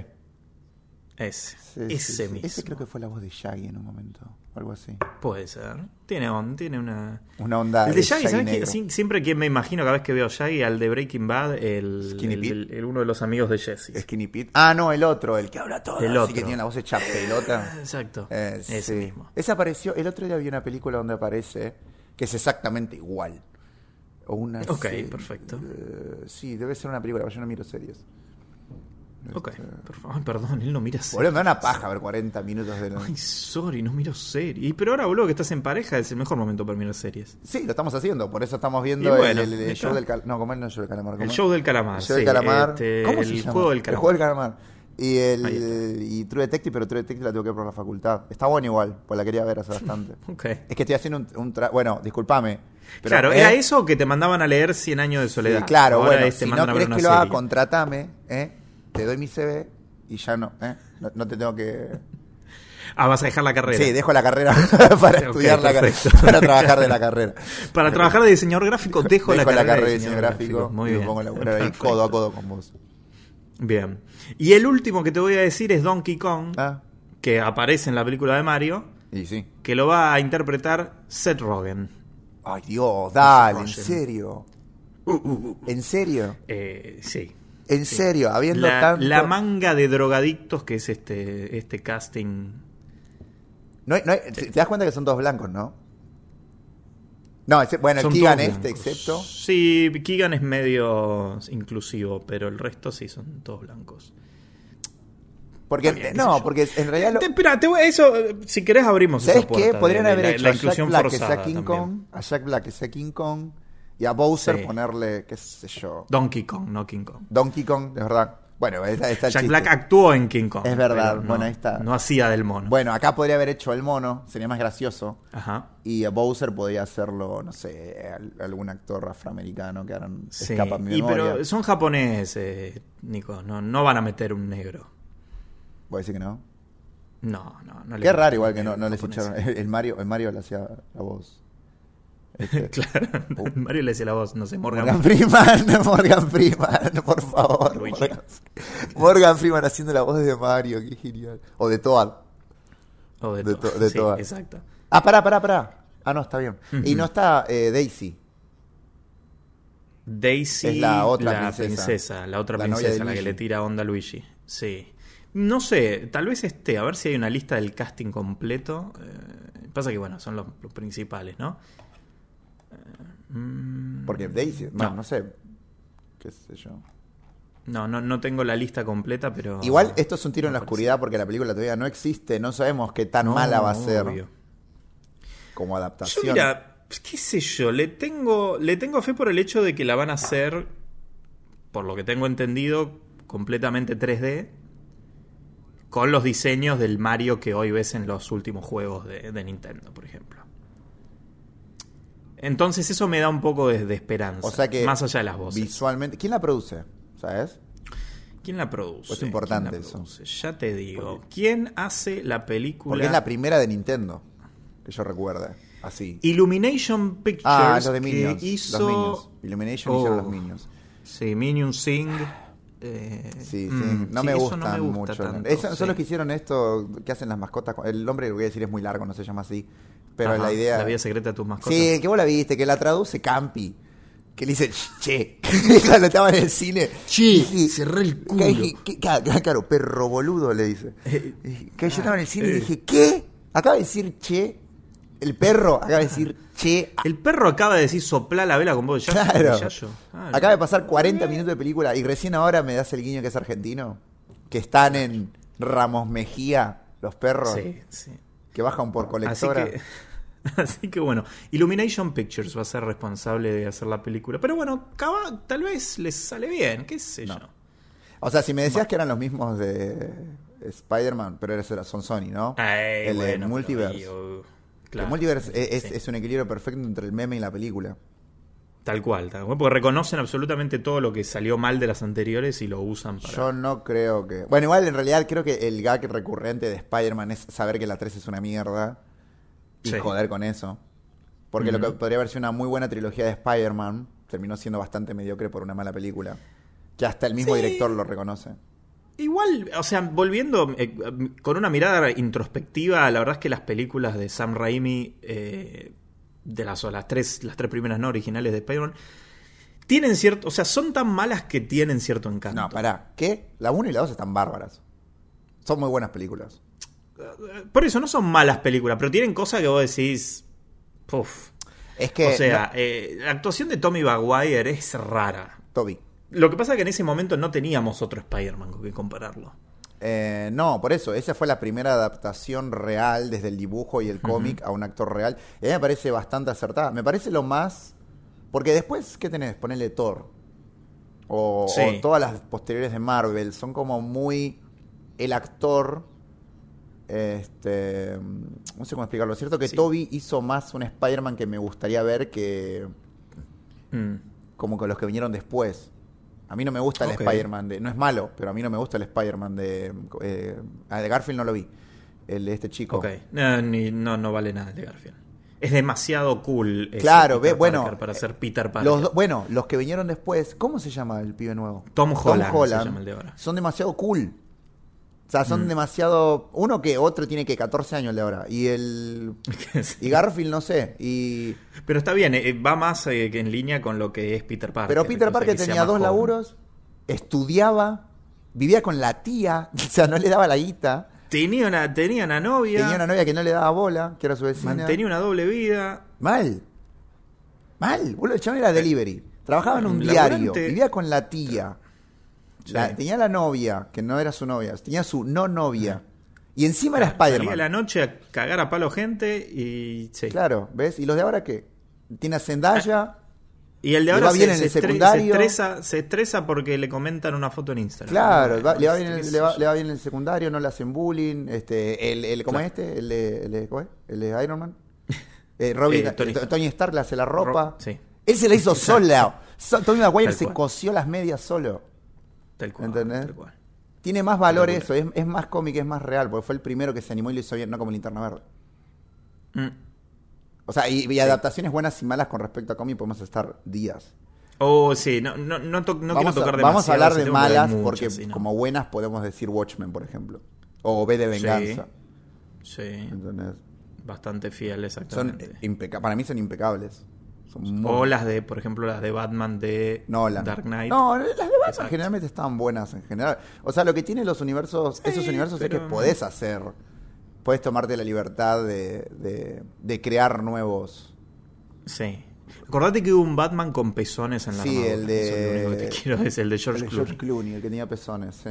Speaker 1: Ese,
Speaker 2: sí, sí,
Speaker 1: ese
Speaker 2: sí.
Speaker 1: mismo.
Speaker 2: Ese creo que fue la voz de Shaggy en un momento. O algo así.
Speaker 1: Puede ser. Tiene, on- tiene una.
Speaker 2: Una onda.
Speaker 1: el de Shaggy, ¿sabes
Speaker 2: Ah, negro.
Speaker 1: qué? Sí, Siempre que me imagino cada vez que veo a Shaggy, al de Breaking Bad, el,
Speaker 2: Skinny
Speaker 1: el-
Speaker 2: Pete.
Speaker 1: el- el- uno de los amigos de Jesse.
Speaker 2: Skinny Pete. Ah, no, el otro, el que habla todo.
Speaker 1: El
Speaker 2: Así
Speaker 1: otro.
Speaker 2: que tiene la voz hecha pelota.
Speaker 1: Exacto.
Speaker 2: Eh,
Speaker 1: ese
Speaker 2: sí.
Speaker 1: mismo.
Speaker 2: Ese apareció. El otro día vi una película donde aparece que es exactamente igual. O una.
Speaker 1: Ok,
Speaker 2: se-
Speaker 1: perfecto.
Speaker 2: eh, sí, debe ser una película, pero yo no miro series.
Speaker 1: Ok, por favor, ay, perdón, él no mira
Speaker 2: Este. Boludo,
Speaker 1: series.
Speaker 2: me da una paja ver 40 minutos de.
Speaker 1: Ay, sorry, no miro series. Y Pero ahora, boludo, que estás en pareja, es el mejor momento para mirar series.
Speaker 2: Sí, lo estamos haciendo, por eso estamos viendo
Speaker 1: Y bueno,
Speaker 2: el, el- el
Speaker 1: ahí
Speaker 2: show
Speaker 1: está.
Speaker 2: del calamar. No, como el no show del calamar. ¿cómo
Speaker 1: El
Speaker 2: es?
Speaker 1: show del calamar.
Speaker 2: El show del
Speaker 1: sí,
Speaker 2: calamar.
Speaker 1: este,
Speaker 2: ¿Cómo
Speaker 1: el
Speaker 2: se llama?
Speaker 1: juego del
Speaker 2: El juego
Speaker 1: calamar.
Speaker 2: del calamar.
Speaker 1: Ahí
Speaker 2: Y el y True Detective, pero True Detective la tengo que ver por la facultad. Está bueno igual, pues la quería ver hace bastante.
Speaker 1: Ok.
Speaker 2: es que estoy haciendo un, un tra- Bueno, discúlpame. pero,
Speaker 1: claro,
Speaker 2: ¿eh?
Speaker 1: era eso que te mandaban a leer 100 años de
Speaker 2: Sí,
Speaker 1: soledad.
Speaker 2: claro,
Speaker 1: Ahora este
Speaker 2: bueno,
Speaker 1: es, te
Speaker 2: si no
Speaker 1: mandan a ver
Speaker 2: querés que
Speaker 1: una
Speaker 2: lo haga,
Speaker 1: serie.
Speaker 2: contratame, ¿eh? te doy mi CV y ya no, ¿eh? no, no te tengo que...
Speaker 1: Ah, vas a dejar la carrera.
Speaker 2: Sí, dejo la carrera para
Speaker 1: Ok,
Speaker 2: estudiar la carrera,
Speaker 1: perfecto.
Speaker 2: para trabajar de la carrera.
Speaker 1: Para trabajar de diseñador gráfico, dejo,
Speaker 2: Dejo
Speaker 1: la carrera,
Speaker 2: de diseño gráfico
Speaker 1: Muy
Speaker 2: y
Speaker 1: bien.
Speaker 2: me pongo a laburar ahí
Speaker 1: Perfecto.
Speaker 2: codo a codo con vos.
Speaker 1: Bien. Y el último que te voy a decir es Donkey Kong,
Speaker 2: Ah,
Speaker 1: que aparece en la película de Mario,
Speaker 2: y sí.
Speaker 1: que lo va a interpretar Seth Rogen.
Speaker 2: Ay, Dios, dale, en
Speaker 1: Rogen.
Speaker 2: serio. En serio,
Speaker 1: Eh, sí.
Speaker 2: en serio, habiendo
Speaker 1: La,
Speaker 2: tanto...
Speaker 1: la manga de drogadictos que es este, este casting.
Speaker 2: No hay- no hay- te te das cuenta que son dos blancos, ¿no? No, ese- bueno, el
Speaker 1: Son
Speaker 2: Keegan
Speaker 1: todos
Speaker 2: este,
Speaker 1: blancos.
Speaker 2: excepto...
Speaker 1: Sí, Keegan es medio inclusivo, pero el resto sí son todos blancos.
Speaker 2: Porque,
Speaker 1: Está bien, qué sé
Speaker 2: no,
Speaker 1: yo.
Speaker 2: porque en realidad... lo-
Speaker 1: Te- Espera, te voy- eso, eh, si querés abrimos
Speaker 2: ¿Sabes
Speaker 1: esa puerta.
Speaker 2: qué?
Speaker 1: de-
Speaker 2: Podrían
Speaker 1: de
Speaker 2: haber
Speaker 1: la-
Speaker 2: hecho
Speaker 1: la
Speaker 2: a Jack
Speaker 1: inclusión
Speaker 2: Black que
Speaker 1: forzada
Speaker 2: sea King
Speaker 1: también.
Speaker 2: Kong, a Jack Black que sea King Kong, y a Bowser
Speaker 1: Sí.
Speaker 2: ponerle, qué sé yo,
Speaker 1: Donkey Kong, no King Kong.
Speaker 2: Donkey Kong, es verdad. Bueno, ahí está, ahí está el
Speaker 1: Jack
Speaker 2: chiste.
Speaker 1: Black actuó en King Kong.
Speaker 2: Es verdad,
Speaker 1: pero no-
Speaker 2: bueno, ahí está.
Speaker 1: No hacía del mono.
Speaker 2: Bueno, acá podría haber hecho el mono, sería más gracioso.
Speaker 1: Ajá.
Speaker 2: Y a Bowser podría hacerlo, no sé, al- algún actor afroamericano que ahora no-
Speaker 1: Sí.
Speaker 2: escapa a mi
Speaker 1: Y
Speaker 2: memoria.
Speaker 1: pero son japoneses, eh, Nico. No, no van a meter un negro.
Speaker 2: Voy a decir que no.
Speaker 1: No, no, no. le
Speaker 2: Qué
Speaker 1: meten
Speaker 2: raro
Speaker 1: un
Speaker 2: igual que no,
Speaker 1: negro
Speaker 2: no les
Speaker 1: japonés.
Speaker 2: echaron. El, el Mario, el Mario le hacía la voz. Este,
Speaker 1: claro. Mario le decía la voz, no sé, Morgan.
Speaker 2: Morgan Freeman, Morgan Freeman, por favor.
Speaker 1: Luigi.
Speaker 2: Morgan, Morgan Freeman haciendo la voz de Mario, qué genial. O de Toad.
Speaker 1: O de,
Speaker 2: de
Speaker 1: todo.
Speaker 2: to- de
Speaker 1: Sí,
Speaker 2: todas.
Speaker 1: Exacto.
Speaker 2: Ah, pará, pará, pará. Ah, no, está bien. Y no está eh, Daisy.
Speaker 1: Daisy,
Speaker 2: Es la otra princesa.
Speaker 1: princesa. La otra
Speaker 2: La novia de
Speaker 1: princesa, la que
Speaker 2: Luigi.
Speaker 1: le tira onda a Luigi. Sí. No sé, tal vez esté. A ver si hay una lista del casting completo. Eh, pasa que, bueno, son los, los principales, ¿no? Eh, mm,
Speaker 2: Porque Daisy, bueno, no.
Speaker 1: No.
Speaker 2: sé. Qué sé yo.
Speaker 1: No, no, no tengo la lista completa, pero.
Speaker 2: Igual esto es un tiro
Speaker 1: no
Speaker 2: en la
Speaker 1: parece.
Speaker 2: oscuridad porque la película todavía no existe. No sabemos qué tan
Speaker 1: No,
Speaker 2: mala va a ser
Speaker 1: obvio.
Speaker 2: como
Speaker 1: Yo,
Speaker 2: adaptación.
Speaker 1: mira, qué sé yo, le tengo, le tengo fe por el hecho de que la van a hacer, por lo que tengo entendido, completamente 3D. Con los diseños del Mario que hoy ves en los últimos juegos de, de Nintendo, por ejemplo. Entonces eso me da un poco de, de esperanza.
Speaker 2: o sea que
Speaker 1: más allá de las voces.
Speaker 2: Visualmente, ¿quién la produce? ¿Sabes?
Speaker 1: ¿Quién la produce?
Speaker 2: Es importante
Speaker 1: ¿Quién la
Speaker 2: eso.
Speaker 1: produce? Ya te digo. ¿Quién hace la película? ah.
Speaker 2: Porque es la primera de Nintendo que yo recuerde. Así.
Speaker 1: Illumination Pictures
Speaker 2: Ah, los de Minions.
Speaker 1: que
Speaker 2: Los
Speaker 1: hizo
Speaker 2: Minions. Illumination hicieron los
Speaker 1: Oh.
Speaker 2: Minions.
Speaker 1: sí, Minion Sing. eh,
Speaker 2: Sí, sí.
Speaker 1: mm,
Speaker 2: no me
Speaker 1: eso
Speaker 2: gustan
Speaker 1: me gusta
Speaker 2: mucho.
Speaker 1: tanto,
Speaker 2: Eso- Son
Speaker 1: sí.
Speaker 2: los que hicieron esto, que hacen las mascotas. con- El nombre, lo voy a decir, es muy largo, no se llama así. Pero
Speaker 1: Ajá,
Speaker 2: la idea.
Speaker 1: La vida secreta de tus mascotas.
Speaker 2: Sí, que vos la viste, que la traduce Campi. Que le dice, che, cuando estaba en el cine.
Speaker 3: Che,
Speaker 2: Y-
Speaker 3: cerrá el culo.
Speaker 2: que dije, "¿Qué? Claro, claro, perro boludo, le dice. Y Que yo estaba en el cine y
Speaker 1: eh.
Speaker 2: dije, ¿qué? Acaba de decir che. El perro acaba de decir che.
Speaker 1: El perro acaba de decir sopla la vela con vos de Yayo.
Speaker 2: ah. Claro.
Speaker 1: de Yayo. Ah, Claro.
Speaker 2: Acaba de pasar 40 minutos de película y recién ahora me das el guiño que es argentino. Que están en Ramos Mejía, los perros,
Speaker 1: Sí, sí.
Speaker 2: que bajan por
Speaker 1: Así
Speaker 2: colectora.
Speaker 1: que, así que bueno, Illumination Pictures va a ser responsable de hacer la película. Pero bueno, cava- tal vez les sale bien, qué sé yo.
Speaker 2: O sea, si me decías que eran los mismos de Spider-Man, pero eso era- son Sony, ¿no?
Speaker 1: Ay,
Speaker 2: el de
Speaker 1: bueno, pero
Speaker 2: Multiverse.
Speaker 1: ahí, oh,
Speaker 2: el
Speaker 1: Ah, claro.
Speaker 2: Multiverse e, es, es-
Speaker 1: Sí.
Speaker 2: es un equilibrio perfecto entre el meme y la película.
Speaker 1: Tal cual, tal cual. Porque reconocen absolutamente todo lo que salió mal de las anteriores y lo usan para.
Speaker 2: Yo no creo que. Bueno, igual en realidad creo que el gag recurrente de Spider-Man es saber que la 3 es una mierda y
Speaker 1: Sí.
Speaker 2: joder con eso. Porque lo que podría haber sido una muy buena trilogía de Spider-Man terminó siendo bastante mediocre por una mala película. Que hasta el mismo
Speaker 1: Sí.
Speaker 2: director lo reconoce.
Speaker 1: Igual, o sea, volviendo eh, con una mirada introspectiva, la verdad es que las películas de Sam Raimi, eh, de las, o las, tres, las tres primeras no originales de Spider-Man, tienen cierto, o sea, son tan malas que tienen cierto encanto.
Speaker 2: No, pará. ¿Qué? La 1 y la 2 están bárbaras. Son muy buenas películas.
Speaker 1: Por eso no son malas películas, pero tienen cosas que vos decís, puf.
Speaker 2: Es que.
Speaker 1: o sea, eh, la actuación de Tommy Maguire es rara.
Speaker 2: no- Toby.
Speaker 1: Lo que pasa es que en ese momento no teníamos otro Spider-Man con que compararlo.
Speaker 2: Eh, no, por eso, esa fue la primera adaptación real desde el dibujo y el cómic a un actor real. Y a mí me parece bastante acertada. Me parece lo más. Porque después, ¿qué tenés? Ponele Thor. O, o
Speaker 1: Sí.
Speaker 2: todas las posteriores de Marvel. Son como muy. El actor. Este. No sé cómo explicarlo. Cierto que
Speaker 1: Sí.
Speaker 2: Toby hizo más un Spider-Man que me gustaría ver que.
Speaker 1: Mm.
Speaker 2: Como que los que vinieron después. A mí no me gusta el
Speaker 1: Ok.
Speaker 2: Spider-Man de. No es malo, pero a mí no me gusta el Spider-Man de. eh, ah, de Garfield no lo vi. El de este chico.
Speaker 1: Ok, no, ni- no, no vale nada el de Garfield. Es demasiado cool. ese
Speaker 2: Claro,
Speaker 1: Peter
Speaker 2: ve- bueno, eh,
Speaker 1: Parker para ser Peter Parker.
Speaker 2: Los do- bueno, los que vinieron después. ¿Cómo se llama el pibe nuevo?
Speaker 1: Tom Holland se llama el de ahora. Mm.
Speaker 2: Son demasiado cool. O sea, son demasiado. Uno que otro tiene que 14 años el de ahora. Y el. Y Garfield, no sé. Y.
Speaker 1: Pero está bien, eh, va más eh, que en línea con lo que es Peter Parker.
Speaker 2: Pero Peter
Speaker 1: Ah, cosa
Speaker 2: Parker
Speaker 1: que sea
Speaker 2: tenía
Speaker 1: más
Speaker 2: dos
Speaker 1: joven.
Speaker 2: laburos, estudiaba, vivía con la tía, o sea, no le daba la guita.
Speaker 1: Tenía una, tenía una novia,
Speaker 2: Tenía una novia que no le daba bola, que era su vecina.
Speaker 1: mantenía una doble vida.
Speaker 2: Mal. Mal. Boludo, el chabón era delivery. Trabajaba en un
Speaker 1: Eh, Laburante.
Speaker 2: diario. Vivía con la tía. La-
Speaker 1: Sí.
Speaker 2: tenía la novia, que no era su novia. Tenía su no novia. Y encima era
Speaker 1: Ah. Salía a
Speaker 2: Spider-Man.
Speaker 1: la noche a cagar a palo gente y... sí.
Speaker 2: Claro, ¿ves? ¿Y los de ahora qué? Tiene a
Speaker 1: Ah,
Speaker 2: Zendaya.
Speaker 1: Y el de
Speaker 2: Le
Speaker 1: ahora
Speaker 2: va
Speaker 1: se,
Speaker 2: bien en
Speaker 1: se
Speaker 2: el
Speaker 1: estre- se
Speaker 2: secundario.
Speaker 1: estresa, se estresa porque le comentan una foto en Instagram.
Speaker 2: Claro,
Speaker 1: Bueno,
Speaker 2: va- le, va bien,
Speaker 1: qué
Speaker 2: en-
Speaker 1: sé
Speaker 2: le, va,
Speaker 1: yo.
Speaker 2: le va bien en el secundario, no le hacen bullying. Este, el, el, ¿Cómo
Speaker 1: Claro.
Speaker 2: es este? El de, el de- ¿cómo es? El de Iron Man. Eh, Robin-
Speaker 1: Eh, Tony
Speaker 2: eh,
Speaker 1: Stark.
Speaker 2: Tony Stark le hace la ropa.
Speaker 1: Ro- sí.
Speaker 2: Él se la hizo sola. So- Tony Maguire
Speaker 1: Tal
Speaker 2: se
Speaker 1: cual.
Speaker 2: cosió las medias solo.
Speaker 1: Tal cual,
Speaker 2: ¿Entendés?
Speaker 1: tal cual.
Speaker 2: Tiene más valor
Speaker 1: Locura.
Speaker 2: eso, es, es más cómic, es más real, porque fue el primero que se animó y lo hizo bien, no como Linterna Verde.
Speaker 1: Mm.
Speaker 2: O sea, y, y adaptaciones buenas y malas con respecto a cómic podemos estar días.
Speaker 1: Oh, sí, no, no, no, to- no quiero
Speaker 2: vamos, a,
Speaker 1: tocar demasiado.
Speaker 2: vamos a hablar
Speaker 1: ese
Speaker 2: de
Speaker 1: tema, pero hay
Speaker 2: malas,
Speaker 1: muchas,
Speaker 2: porque
Speaker 1: sí, no.
Speaker 2: como buenas podemos decir Watchmen, por ejemplo. O B de Venganza.
Speaker 1: Sí,
Speaker 2: ¿entendés?
Speaker 1: bastante fiel,
Speaker 2: Son eh,
Speaker 1: exactamente.
Speaker 2: impeca- para mí son impecables. Son muy-
Speaker 1: o las de, por ejemplo, las de Batman de
Speaker 2: Nolan.
Speaker 1: Dark Knight.
Speaker 2: No, las de Batman
Speaker 1: Exacto.
Speaker 2: generalmente están buenas en general. O sea, lo que tienen los universos, esos universos es
Speaker 1: pero-
Speaker 2: que podés hacer. Podés tomarte la libertad de, de- de crear nuevos.
Speaker 1: Sí. Acordate que hubo un Batman con pezones en la
Speaker 2: Sí,
Speaker 1: armadura,
Speaker 2: el de-
Speaker 1: Eso es lo único que te quiero decir, el de
Speaker 2: El
Speaker 1: George
Speaker 2: de
Speaker 1: Clooney.
Speaker 2: George Clooney, el que tenía pezones, sí.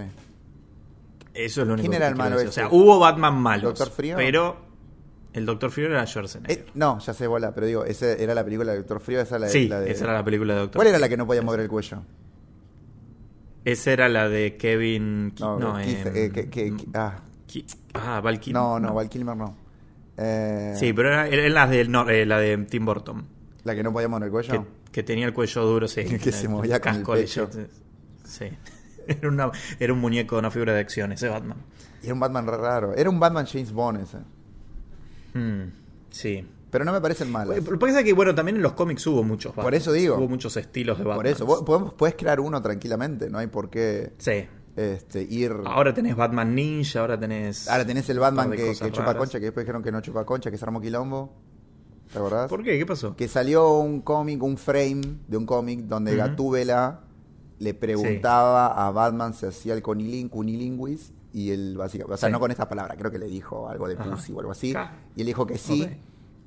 Speaker 1: Eso es lo único
Speaker 2: ¿Quién
Speaker 1: que
Speaker 2: era
Speaker 1: te
Speaker 2: el
Speaker 1: quiero
Speaker 2: malo
Speaker 1: decir.
Speaker 2: ese?
Speaker 1: O sea, hubo Batman malos.
Speaker 2: ¿Doctor Frío?
Speaker 1: Pero el Doctor Frío era Schwarzenegger.
Speaker 2: Eh, no, ya sé, bola, pero digo, esa era la película de Doctor Frío, esa la,
Speaker 1: sí,
Speaker 2: la de.
Speaker 1: esa era la película de Doctor
Speaker 2: ¿Cuál era
Speaker 1: Frío.
Speaker 2: la que no podía mover el cuello?
Speaker 1: Esa era la de Kevin... Ki-
Speaker 2: No,
Speaker 1: No,
Speaker 2: Keith,
Speaker 1: em,
Speaker 2: eh, que- que- que- ah,
Speaker 1: Ki- Ah, Val Kilmer.
Speaker 2: no, no, Val Kilmer no. Eh,
Speaker 1: Sí, pero era, era la, de, no, eh, la de Tim Burton.
Speaker 2: La que no podía mover el cuello.
Speaker 1: que, que tenía el cuello duro, sí.
Speaker 2: Que se movía con el
Speaker 1: de-
Speaker 2: pecho.
Speaker 1: Sí. Era, una- era un muñeco, una figura de acción, ese Batman.
Speaker 2: Y era un Batman re raro. Era un Batman James Bond ese.
Speaker 1: Mm, Hmm, sí.
Speaker 2: Pero no me parecen malas.
Speaker 1: Lo que pasa es que, bueno, también en los cómics hubo muchos
Speaker 2: Por
Speaker 1: Batmans,
Speaker 2: eso digo.
Speaker 1: Hubo muchos estilos de Batman.
Speaker 2: Por eso, vos- podemos- podés crear uno tranquilamente, no hay por qué
Speaker 1: Sí.
Speaker 2: este, ir...
Speaker 1: Ahora tenés Batman Ninja, ahora tenés.
Speaker 2: Ahora tenés el
Speaker 1: Un
Speaker 2: Batman
Speaker 1: par de
Speaker 2: que,
Speaker 1: cosas
Speaker 2: que chupa
Speaker 1: raras.
Speaker 2: concha, que después dijeron que no chupa concha, que se armó quilombo. ¿Te acordás?
Speaker 1: ¿Por qué? ¿Qué pasó?
Speaker 2: Que salió un cómic, un frame de un cómic donde
Speaker 1: Ujú.
Speaker 2: Gatúbela le preguntaba a Batman si hacía el conilin- cunilingüis y él básicamente, o sea,
Speaker 1: Sí.
Speaker 2: no con esta palabra, creo que le dijo algo de
Speaker 1: Ajá.
Speaker 2: pussy o algo así,
Speaker 1: Ca-
Speaker 2: y él dijo que sí.
Speaker 1: Ok.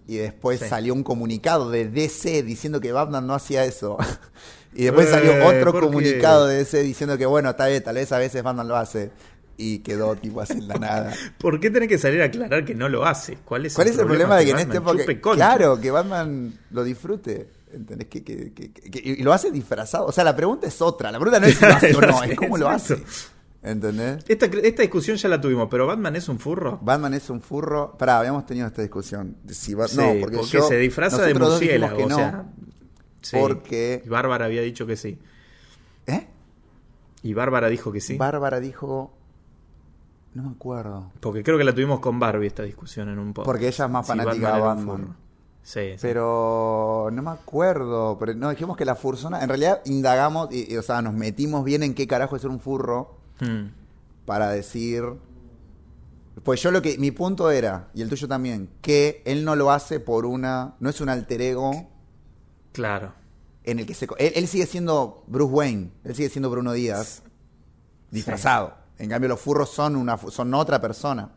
Speaker 2: Y después
Speaker 1: Sí.
Speaker 2: salió un comunicado de DC diciendo que Batman no hacía eso. y después
Speaker 1: Eh,
Speaker 2: salió otro
Speaker 1: ¿por qué?
Speaker 2: comunicado de DC diciendo que bueno, está bien, tal vez a veces Batman lo hace. Y quedó tipo así en la nada.
Speaker 1: ¿Por qué tenés que salir a aclarar que no lo hace? ¿Cuál es,
Speaker 2: ¿Cuál es el problema de que en este
Speaker 1: Batman
Speaker 2: época.
Speaker 1: chupe concha?
Speaker 2: Claro, que Batman lo disfrute. ¿Entendés? Que, que- que- que- y y lo hace disfrazado. O sea, la pregunta es otra. La pregunta no es si lo hace o no, es cómo lo hace. ¿Entendés?
Speaker 1: Esta, esta discusión ya la tuvimos, pero Batman es un furro.
Speaker 2: Batman es un furro. Pará, habíamos tenido esta discusión. de Si Bat-
Speaker 1: Sí,
Speaker 2: no, porque, yo-
Speaker 1: se disfraza de
Speaker 2: nosotros dos dijimos
Speaker 1: murciélago.
Speaker 2: que
Speaker 1: o
Speaker 2: no.
Speaker 1: sea, sí.
Speaker 2: porque-
Speaker 1: Y Bárbara había dicho que sí.
Speaker 2: ¿Eh?
Speaker 1: Y Bárbara dijo que sí.
Speaker 2: Bárbara dijo. No me acuerdo.
Speaker 1: porque creo que la tuvimos con Barbie esta discusión en un podcast.
Speaker 2: Porque ella es más
Speaker 1: Sí,
Speaker 2: fanática
Speaker 1: era
Speaker 2: de
Speaker 1: un
Speaker 2: Batman.
Speaker 1: furro. Sí, sí.
Speaker 2: Pero no me acuerdo. Pero no, dijimos que la fursona. En realidad indagamos, y, y, o sea, nos metimos bien en qué carajo es ser un furro.
Speaker 1: Mm.
Speaker 2: para decir. Pues yo lo que. Mi punto era, y el tuyo también, que él no lo hace por una. No es un alter ego
Speaker 1: Claro.
Speaker 2: en el que se. co- Él, él sigue siendo Bruce Wayne, él sigue siendo Bruno Díaz, disfrazado. En cambio, los furros son, una, fu- son otra persona.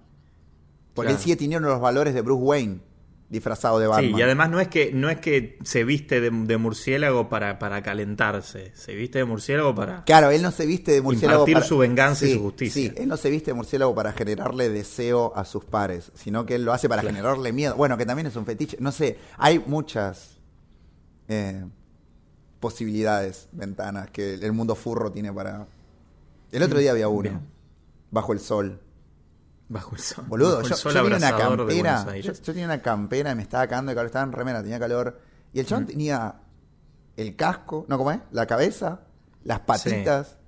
Speaker 2: Porque él
Speaker 1: Claro.
Speaker 2: sigue teniendo los valores de Bruce Wayne, disfrazado de Batman.
Speaker 1: Sí, y además no es que, no es que se viste de, de murciélago para, para calentarse. Se viste de murciélago para.
Speaker 2: Claro, él no se viste de murciélago
Speaker 1: Impartir su venganza y
Speaker 2: Sí,
Speaker 1: su justicia.
Speaker 2: Sí, él no se viste de murciélago para generarle deseo a sus pares, sino que él lo hace para generarle miedo. Bueno, que también es un fetiche. No sé, hay muchas eh, posibilidades, ventanas que el mundo furro tiene para. El otro día había uno,
Speaker 1: Mm. bien.
Speaker 2: bajo el sol.
Speaker 1: Bajo el sol.
Speaker 2: Boludo,
Speaker 1: Bajo el
Speaker 2: yo,
Speaker 1: sol
Speaker 2: yo tenía una
Speaker 1: abrasador de
Speaker 2: campera.
Speaker 1: Buenos
Speaker 2: Yo,
Speaker 1: Aires.
Speaker 2: yo tenía una campera y me estaba cagando de calor, estaba en remera, tenía calor. Y el chabón tenía el casco, no, ¿cómo es? La cabeza, las patitas,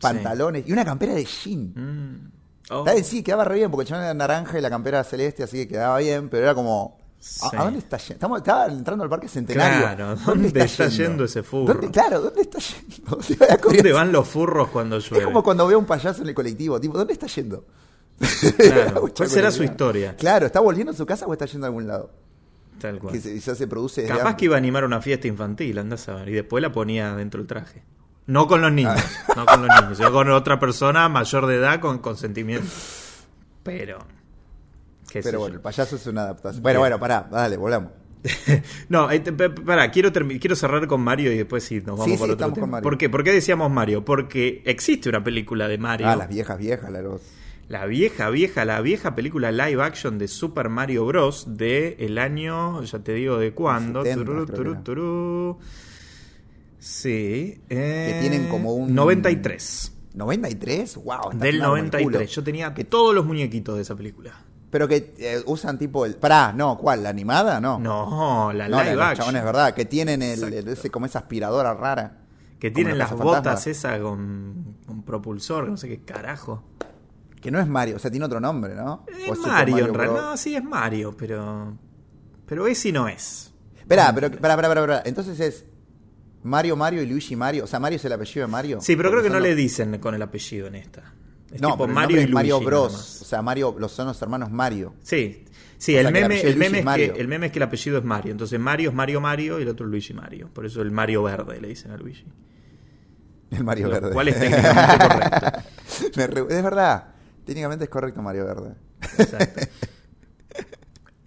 Speaker 2: pantalones y una campera de jean.
Speaker 1: Mm. Oh.
Speaker 2: Está bien, sí, quedaba re bien porque el chabón era naranja y la campera celeste, así que quedaba bien, pero era como. ¿a-
Speaker 1: Sí.
Speaker 2: ¿A, dónde está yendo? Estamos, estaba entrando al parque centenario.
Speaker 1: Claro, ¿dónde está yendo ese furro?
Speaker 2: ¿Dónde- claro, ¿dónde está yendo? ¿Dónde va con
Speaker 1: ¿Dónde
Speaker 2: eso?
Speaker 1: van los furros cuando llueve?
Speaker 2: Es como cuando veo a un payaso en el colectivo, tipo, ¿dónde está yendo?
Speaker 1: Claro. ¿Cuál será
Speaker 2: Mucha curiosidad.
Speaker 1: su historia?
Speaker 2: Claro, ¿está volviendo a su casa o está yendo a algún lado?
Speaker 1: Tal cual.
Speaker 2: Que se- ya se produce desde
Speaker 1: Capaz
Speaker 2: antes.
Speaker 1: que iba a animar una fiesta infantil, andás a ver. Y después la ponía dentro del traje. No con los niños,
Speaker 2: Ah.
Speaker 1: no con los niños, sino con otra persona mayor de edad con consentimiento. Pero. qué sé
Speaker 2: Pero bueno,
Speaker 1: yo.
Speaker 2: el payaso es una adaptación. Bueno,
Speaker 1: Bien.
Speaker 2: bueno, pará, dale, volvamos.
Speaker 1: No, eh, te- pe- pe- pará, quiero, termi- quiero cerrar con Mario y después sí nos vamos
Speaker 2: Sí,
Speaker 1: por otro
Speaker 2: sí, estamos
Speaker 1: tema.
Speaker 2: con Mario.
Speaker 1: ¿Por qué? ¿Por qué decíamos Mario? Porque existe una película de Mario.
Speaker 2: Ah, las viejas, viejas, la los-
Speaker 1: La vieja, vieja, la vieja película live action de Super Mario Bros. de el año, ya te digo de cuándo.
Speaker 2: 70,
Speaker 1: tururú,
Speaker 2: creo que
Speaker 1: tururú,
Speaker 2: era.
Speaker 1: tururú. Sí. eh,
Speaker 2: Que tienen como un-
Speaker 1: 93.
Speaker 2: 93, wow. está
Speaker 1: Del
Speaker 2: filmado como el
Speaker 1: 93.
Speaker 2: culo.
Speaker 1: Yo tenía todos los muñequitos de esa película.
Speaker 2: Pero que eh, usan tipo el. Pará, no, ¿cuál? ¿La animada? No.
Speaker 1: No, la
Speaker 2: No, la de
Speaker 1: live
Speaker 2: los
Speaker 1: action.
Speaker 2: chabones, ¿verdad? Que tienen el, el-
Speaker 1: Exacto.
Speaker 2: ese, como esa aspiradora rara.
Speaker 1: Que
Speaker 2: Como
Speaker 1: tienen
Speaker 2: los
Speaker 1: las
Speaker 2: cazafantasmas.
Speaker 1: botas esas con, con propulsor, no sé qué carajo.
Speaker 2: Que no es Mario, o sea, tiene otro nombre, ¿no?
Speaker 1: Es
Speaker 2: O Super
Speaker 1: Mario, en
Speaker 2: Bros.
Speaker 1: realidad. No, sí, es Mario, pero. Pero es y no es.
Speaker 2: Esperá, pero, pará, pará, pará, pará. Entonces es Mario, Mario y Luigi Mario. O sea, Mario es el apellido de Mario.
Speaker 1: Sí, pero creo
Speaker 2: Porque
Speaker 1: que no
Speaker 2: son
Speaker 1: le
Speaker 2: los-
Speaker 1: dicen con el apellido en esta. Es
Speaker 2: No,
Speaker 1: tipo
Speaker 2: pero el
Speaker 1: Mario
Speaker 2: nombre
Speaker 1: y
Speaker 2: es Mario
Speaker 1: Luigi,
Speaker 2: Bros.
Speaker 1: nada más.
Speaker 2: O sea, Mario, los son los hermanos Mario.
Speaker 1: Sí, sí,
Speaker 2: O
Speaker 1: el,
Speaker 2: sea, que el
Speaker 1: meme,
Speaker 2: apellido
Speaker 1: el,
Speaker 2: de Luigi
Speaker 1: meme
Speaker 2: es
Speaker 1: es
Speaker 2: Mario.
Speaker 1: que, el meme es que el apellido es Mario. Entonces Mario es Mario Mario y el otro es Luigi Mario. Por eso el Mario verde le dicen a Luigi.
Speaker 2: El Mario
Speaker 1: Lo
Speaker 2: Verde.
Speaker 1: cual es técnicamente correcto.
Speaker 2: Me re- Es verdad. Técnicamente es correcto Mario Verde.
Speaker 1: Exacto.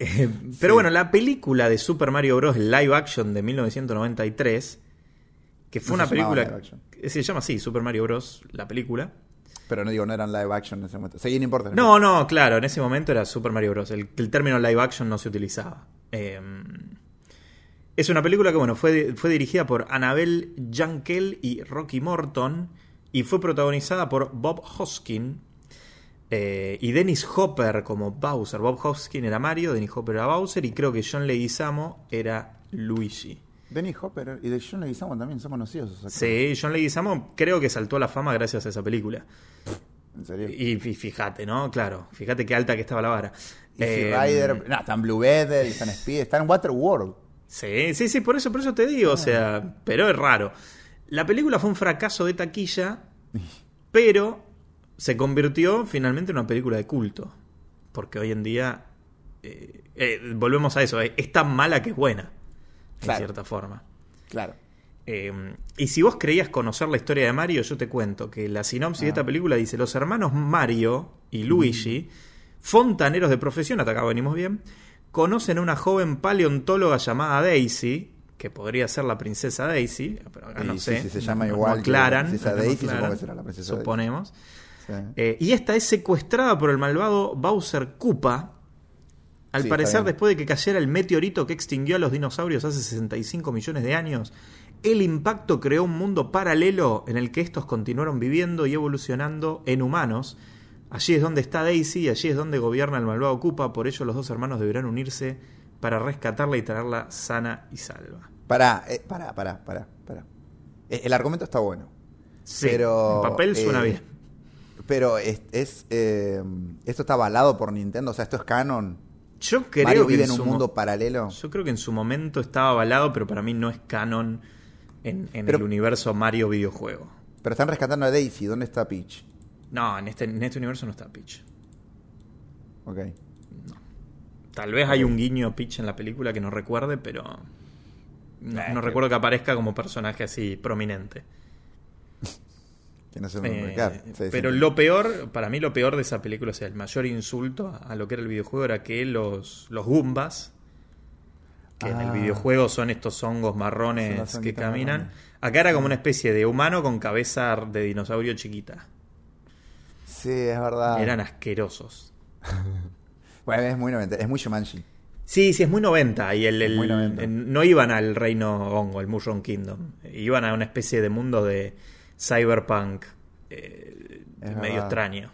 Speaker 1: Eh, pero bueno, la película de Super Mario Bros. live action de 1993, que fue
Speaker 2: No
Speaker 1: una
Speaker 2: se llamaba live
Speaker 1: película...
Speaker 2: action.
Speaker 1: Se llama así, Super Mario Bros. la película.
Speaker 2: Pero no digo, no eran live action en ese momento. Seguí, no importa.
Speaker 1: No, no, claro, en ese momento era Super Mario Bros. El, el término live action no se utilizaba. Eh, es una película que, bueno, fue, fue dirigida por Annabelle Jankel y Rocky Morton y fue protagonizada por Bob Hoskin eh, y Dennis Hopper como Bowser. Bob Hoskin era Mario, Dennis Hopper era Bowser y creo que John Leguizamo era Luigi.
Speaker 2: Benny Hopper ¿eh? y de John Leguizamo también son conocidos. esos actores.
Speaker 1: Sí, John Leguizamo creo que saltó a la fama gracias a esa película.
Speaker 2: En serio.
Speaker 1: Y, y fíjate, ¿no? Claro, fíjate qué alta que estaba la vara.
Speaker 2: Easy
Speaker 1: Eh,
Speaker 2: Rider, no, están Blue Beetle, están Speed, están Waterworld.
Speaker 1: Sí, sí, sí, por eso, por eso te digo, o sea, pero es raro. La película fue un fracaso de taquilla, pero se convirtió finalmente en una película de culto. Porque hoy en día, eh, eh, volvemos a eso, eh, es tan mala que es buena,
Speaker 2: Claro.
Speaker 1: en cierta forma.
Speaker 2: Claro.
Speaker 1: Eh, y si vos creías conocer la historia de Mario, yo te cuento que la
Speaker 2: Ah.
Speaker 1: sinopsis de esta película dice: Los hermanos Mario y Luigi, fontaneros de profesión, hasta acá venimos bien, conocen a una joven paleontóloga llamada Daisy, que podría ser la princesa Daisy, pero acá
Speaker 2: Sí,
Speaker 1: no
Speaker 2: sí,
Speaker 1: sé.
Speaker 2: sí, se llama
Speaker 1: no- no
Speaker 2: igual que la
Speaker 1: aclaran,
Speaker 2: princesa
Speaker 1: no
Speaker 2: Daisy,
Speaker 1: aclaran,
Speaker 2: supongo que será la princesa Daisy.
Speaker 1: Suponemos.
Speaker 2: Sí.
Speaker 1: Eh, y esta es secuestrada por el malvado Bowser Koopa. Al
Speaker 2: Sí, está
Speaker 1: parecer,
Speaker 2: bien.
Speaker 1: después de que cayera el meteorito que extinguió a los dinosaurios hace 65 millones de años, el impacto creó un mundo paralelo en el que estos continuaron viviendo y evolucionando en humanos. Allí es donde está Daisy y allí es donde gobierna el malvado Koopa. Por ello, los dos hermanos deberán unirse para rescatarla y traerla sana y salva.
Speaker 2: Pará, eh, pará, pará, pará, pará. Eh, El argumento está bueno,
Speaker 1: Sí,
Speaker 2: Pero,
Speaker 1: en papel suena
Speaker 2: eh,
Speaker 1: bien.
Speaker 2: pero es, es, eh, esto está avalado por Nintendo, o sea, esto es canon.
Speaker 1: Yo creo
Speaker 2: Mario
Speaker 1: que
Speaker 2: vive
Speaker 1: en
Speaker 2: en un
Speaker 1: su mo-
Speaker 2: mundo paralelo.
Speaker 1: Yo creo que en su momento estaba avalado, pero para mí no es canon en, en
Speaker 2: Pero-
Speaker 1: el universo Mario videojuego.
Speaker 2: Pero están rescatando a Daisy, ¿dónde está Peach?
Speaker 1: No, en este, en este universo no está Peach.
Speaker 2: Ok.
Speaker 1: Tal vez hay un guiño a Peach en la película que no recuerde, pero no, no recuerdo que aparezca como personaje así prominente.
Speaker 2: Que no se
Speaker 1: Eh,
Speaker 2: me marcar. Sí, sí,
Speaker 1: pero
Speaker 2: sí.
Speaker 1: lo peor, para mí lo peor de esa película, o sea, el mayor insulto a, a lo que era el videojuego era que los, los Goombas, que en el
Speaker 2: Ah.
Speaker 1: videojuego son estos hongos
Speaker 2: Son
Speaker 1: marrones
Speaker 2: las
Speaker 1: que
Speaker 2: honguitas
Speaker 1: caminan,
Speaker 2: marrones.
Speaker 1: acá era como una especie de humano con cabeza de dinosaurio chiquita.
Speaker 2: Sí, es verdad.
Speaker 1: Eran asquerosos.
Speaker 2: Bueno, es muy noventa, es muy Shumanji.
Speaker 1: Sí, sí, es muy 90. Y el, el-
Speaker 2: Muy 90.
Speaker 1: en- no iban al reino hongo, el Mushroom Kingdom. Iban a una especie de mundo de cyberpunk eh,
Speaker 2: Es
Speaker 1: medio
Speaker 2: verdad.
Speaker 1: extraño.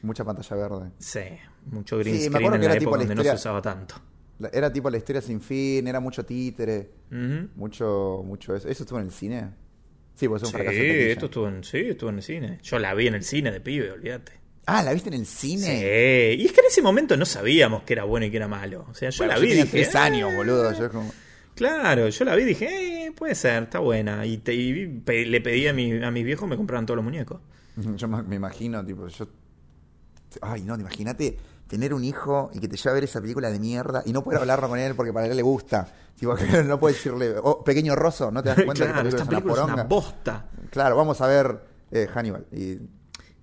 Speaker 2: Mucha pantalla verde.
Speaker 1: Sí, mucho green
Speaker 2: Sí, me
Speaker 1: screen
Speaker 2: acuerdo
Speaker 1: en
Speaker 2: que
Speaker 1: la
Speaker 2: era
Speaker 1: época
Speaker 2: tipo la
Speaker 1: donde no se
Speaker 2: historia-
Speaker 1: usaba tanto.
Speaker 2: La- Era tipo la historia sin fin, era mucho títere,
Speaker 1: Ujú.
Speaker 2: mucho, mucho eso. ¿Eso estuvo en el cine? Sí, pues es un
Speaker 1: Sí,
Speaker 2: fracaso. de taquilla.
Speaker 1: esto estuvo en, sí, estuvo en el cine. Yo la vi en el cine de pibe, olvídate.
Speaker 2: Ah, ¿la viste en el
Speaker 1: Sí.
Speaker 2: cine?
Speaker 1: Y es que en ese momento no sabíamos que era bueno y que era malo. O sea, yo
Speaker 2: Bueno,
Speaker 1: la vi y
Speaker 2: tenía
Speaker 1: dije,
Speaker 2: tres años,
Speaker 1: "Ah,
Speaker 2: boludo. Yo como...
Speaker 1: Claro, yo la vi y dije, eh, puede ser, está buena. Y, te- y pe- le pedí a, mi- a mis viejos me compraran todos los muñecos.
Speaker 2: Yo ma- me imagino, tipo, yo. Ay, no, imagínate tener un hijo y que te lleve a ver esa película de mierda y no poder hablarlo con él porque para él le gusta. Tipo, que no puede decirle, oh, pequeño roso, no te das cuenta
Speaker 1: claro,
Speaker 2: que esta
Speaker 1: esta película es una
Speaker 2: poronga.
Speaker 1: bosta.
Speaker 2: claro, vamos a ver eh, Hannibal. Y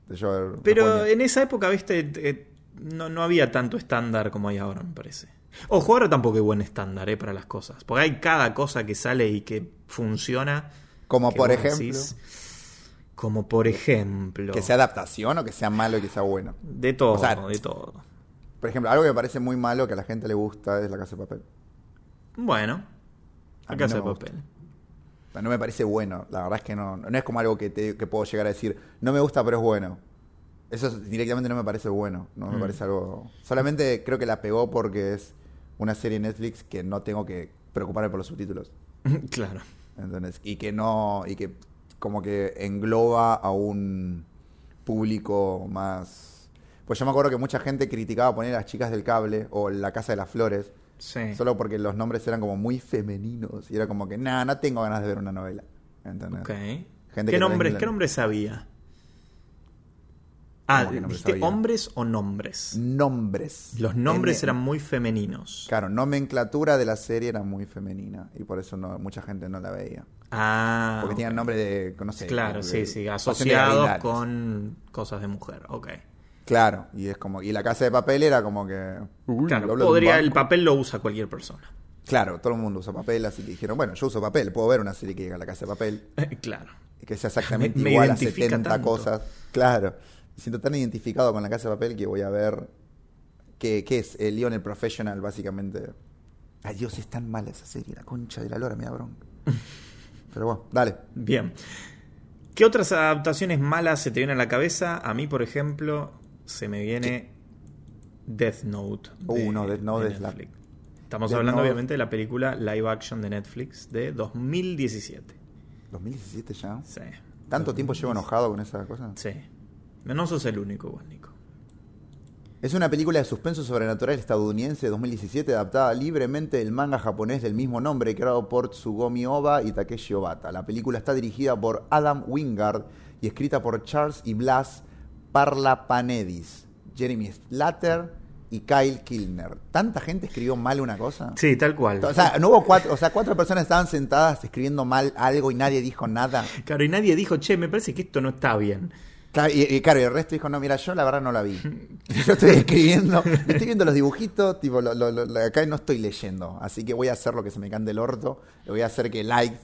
Speaker 2: te llevo a ver
Speaker 1: Pero
Speaker 2: Napoleón.
Speaker 1: en esa época, viste, eh, no, no había tanto estándar como hay ahora, me parece. Ojo, ahora tampoco hay buen estándar eh, para las cosas. Porque hay cada cosa que sale y que funciona.
Speaker 2: Como
Speaker 1: que
Speaker 2: por
Speaker 1: vos
Speaker 2: ejemplo.
Speaker 1: como por ejemplo.
Speaker 2: Que sea adaptación o que sea malo y que sea bueno.
Speaker 1: de todo,
Speaker 2: o sea,
Speaker 1: de todo.
Speaker 2: Por ejemplo, algo que me parece muy malo que a la gente le gusta es la casa de papel.
Speaker 1: Bueno,
Speaker 2: A
Speaker 1: la
Speaker 2: mí
Speaker 1: casa
Speaker 2: no
Speaker 1: de
Speaker 2: me gusta.
Speaker 1: papel.
Speaker 2: O sea, no me parece bueno. La verdad es que no. No es como algo que, te- que puedo llegar a decir, no me gusta, pero es bueno. Eso es- directamente no me parece bueno. No me parece algo. Solamente creo que la pegó porque es una serie Netflix que no tengo que preocuparme por los subtítulos.
Speaker 1: claro.
Speaker 2: ¿Entendés? Y que no. Y que como que engloba a un público más. Pues yo me acuerdo que mucha gente criticaba poner a las chicas del cable o la casa de las flores.
Speaker 1: Sí.
Speaker 2: Solo porque los nombres eran como muy femeninos. Y era como que, nada, no tengo ganas de ver una novela. ¿Entendés?
Speaker 1: Ok.
Speaker 2: Gente
Speaker 1: ¿Qué,
Speaker 2: que
Speaker 1: nombres,
Speaker 2: también-
Speaker 1: ¿Qué nombres había? Ah,
Speaker 2: ¿Cómo que nombres
Speaker 1: ¿viste
Speaker 2: había?
Speaker 1: hombres o nombres?
Speaker 2: Nombres.
Speaker 1: Los nombres
Speaker 2: N-
Speaker 1: eran muy femeninos.
Speaker 2: Claro, nomenclatura de la serie era muy femenina. Y por eso no, mucha gente no la veía.
Speaker 1: Ah.
Speaker 2: Porque tenían
Speaker 1: ok.
Speaker 2: nombre de, no sé.
Speaker 1: Claro,
Speaker 2: de-
Speaker 1: sí, sí.
Speaker 2: de-
Speaker 1: Asociados
Speaker 2: Gavilanes.
Speaker 1: con cosas de mujer. Ok.
Speaker 2: Claro, y es como. Y la casa de papel era como que. uy,
Speaker 1: Claro,
Speaker 2: habla de un
Speaker 1: podría,
Speaker 2: banco.
Speaker 1: el papel lo usa cualquier persona.
Speaker 2: Claro, todo el mundo usa papel, así que dijeron, bueno, yo uso papel, puedo ver una serie que llega a la casa de papel.
Speaker 1: claro.
Speaker 2: que sea exactamente
Speaker 1: Me- me
Speaker 2: igual a
Speaker 1: identifica
Speaker 2: 70
Speaker 1: tanto.
Speaker 2: cosas. Claro. Me siento tan identificado con la casa de papel que voy a ver qué, qué es el Lionel Professional, básicamente. Adiós, es tan mala esa serie, la concha de la lora, me da bronca. Pero bueno, dale.
Speaker 1: Bien. ¿Qué otras adaptaciones malas se te vienen a la cabeza? A mí, por ejemplo, se me viene Death Note.
Speaker 2: Uh, no, Death Note es la-
Speaker 1: Netflix. Estamos
Speaker 2: Death
Speaker 1: hablando,
Speaker 2: Note-
Speaker 1: obviamente, de la película live action de Netflix de 2017.
Speaker 2: 2017 ya.
Speaker 1: Sí.
Speaker 2: ¿Tanto tiempo llevo enojado con esa cosa?
Speaker 1: Sí. No sos el único, igual, Nico.
Speaker 2: ¿Es Es una película de suspenso sobrenatural estadounidense de 2017 adaptada libremente del manga japonés del mismo nombre creado por Tsugomi Oba y Takeshi Obata. La película está dirigida por Adam Wingard y escrita por Charles y Blas Parlapanedis, Jeremy Slater y Kyle Kilner. ¿Tanta gente escribió mal una cosa?
Speaker 1: Sí, tal cual.
Speaker 2: O sea, no hubo cuatro, o sea, cuatro personas estaban sentadas escribiendo mal algo y nadie dijo nada.
Speaker 1: Claro, y nadie dijo, che, me parece que esto no está bien.
Speaker 2: Claro, y, y, claro, y el resto dijo, no, mira, yo la verdad no la vi. Yo estoy escribiendo, estoy viendo los dibujitos, tipo, lo, lo, lo, acá no estoy leyendo, así que voy a hacer lo que se me cante el orto, le voy a hacer que like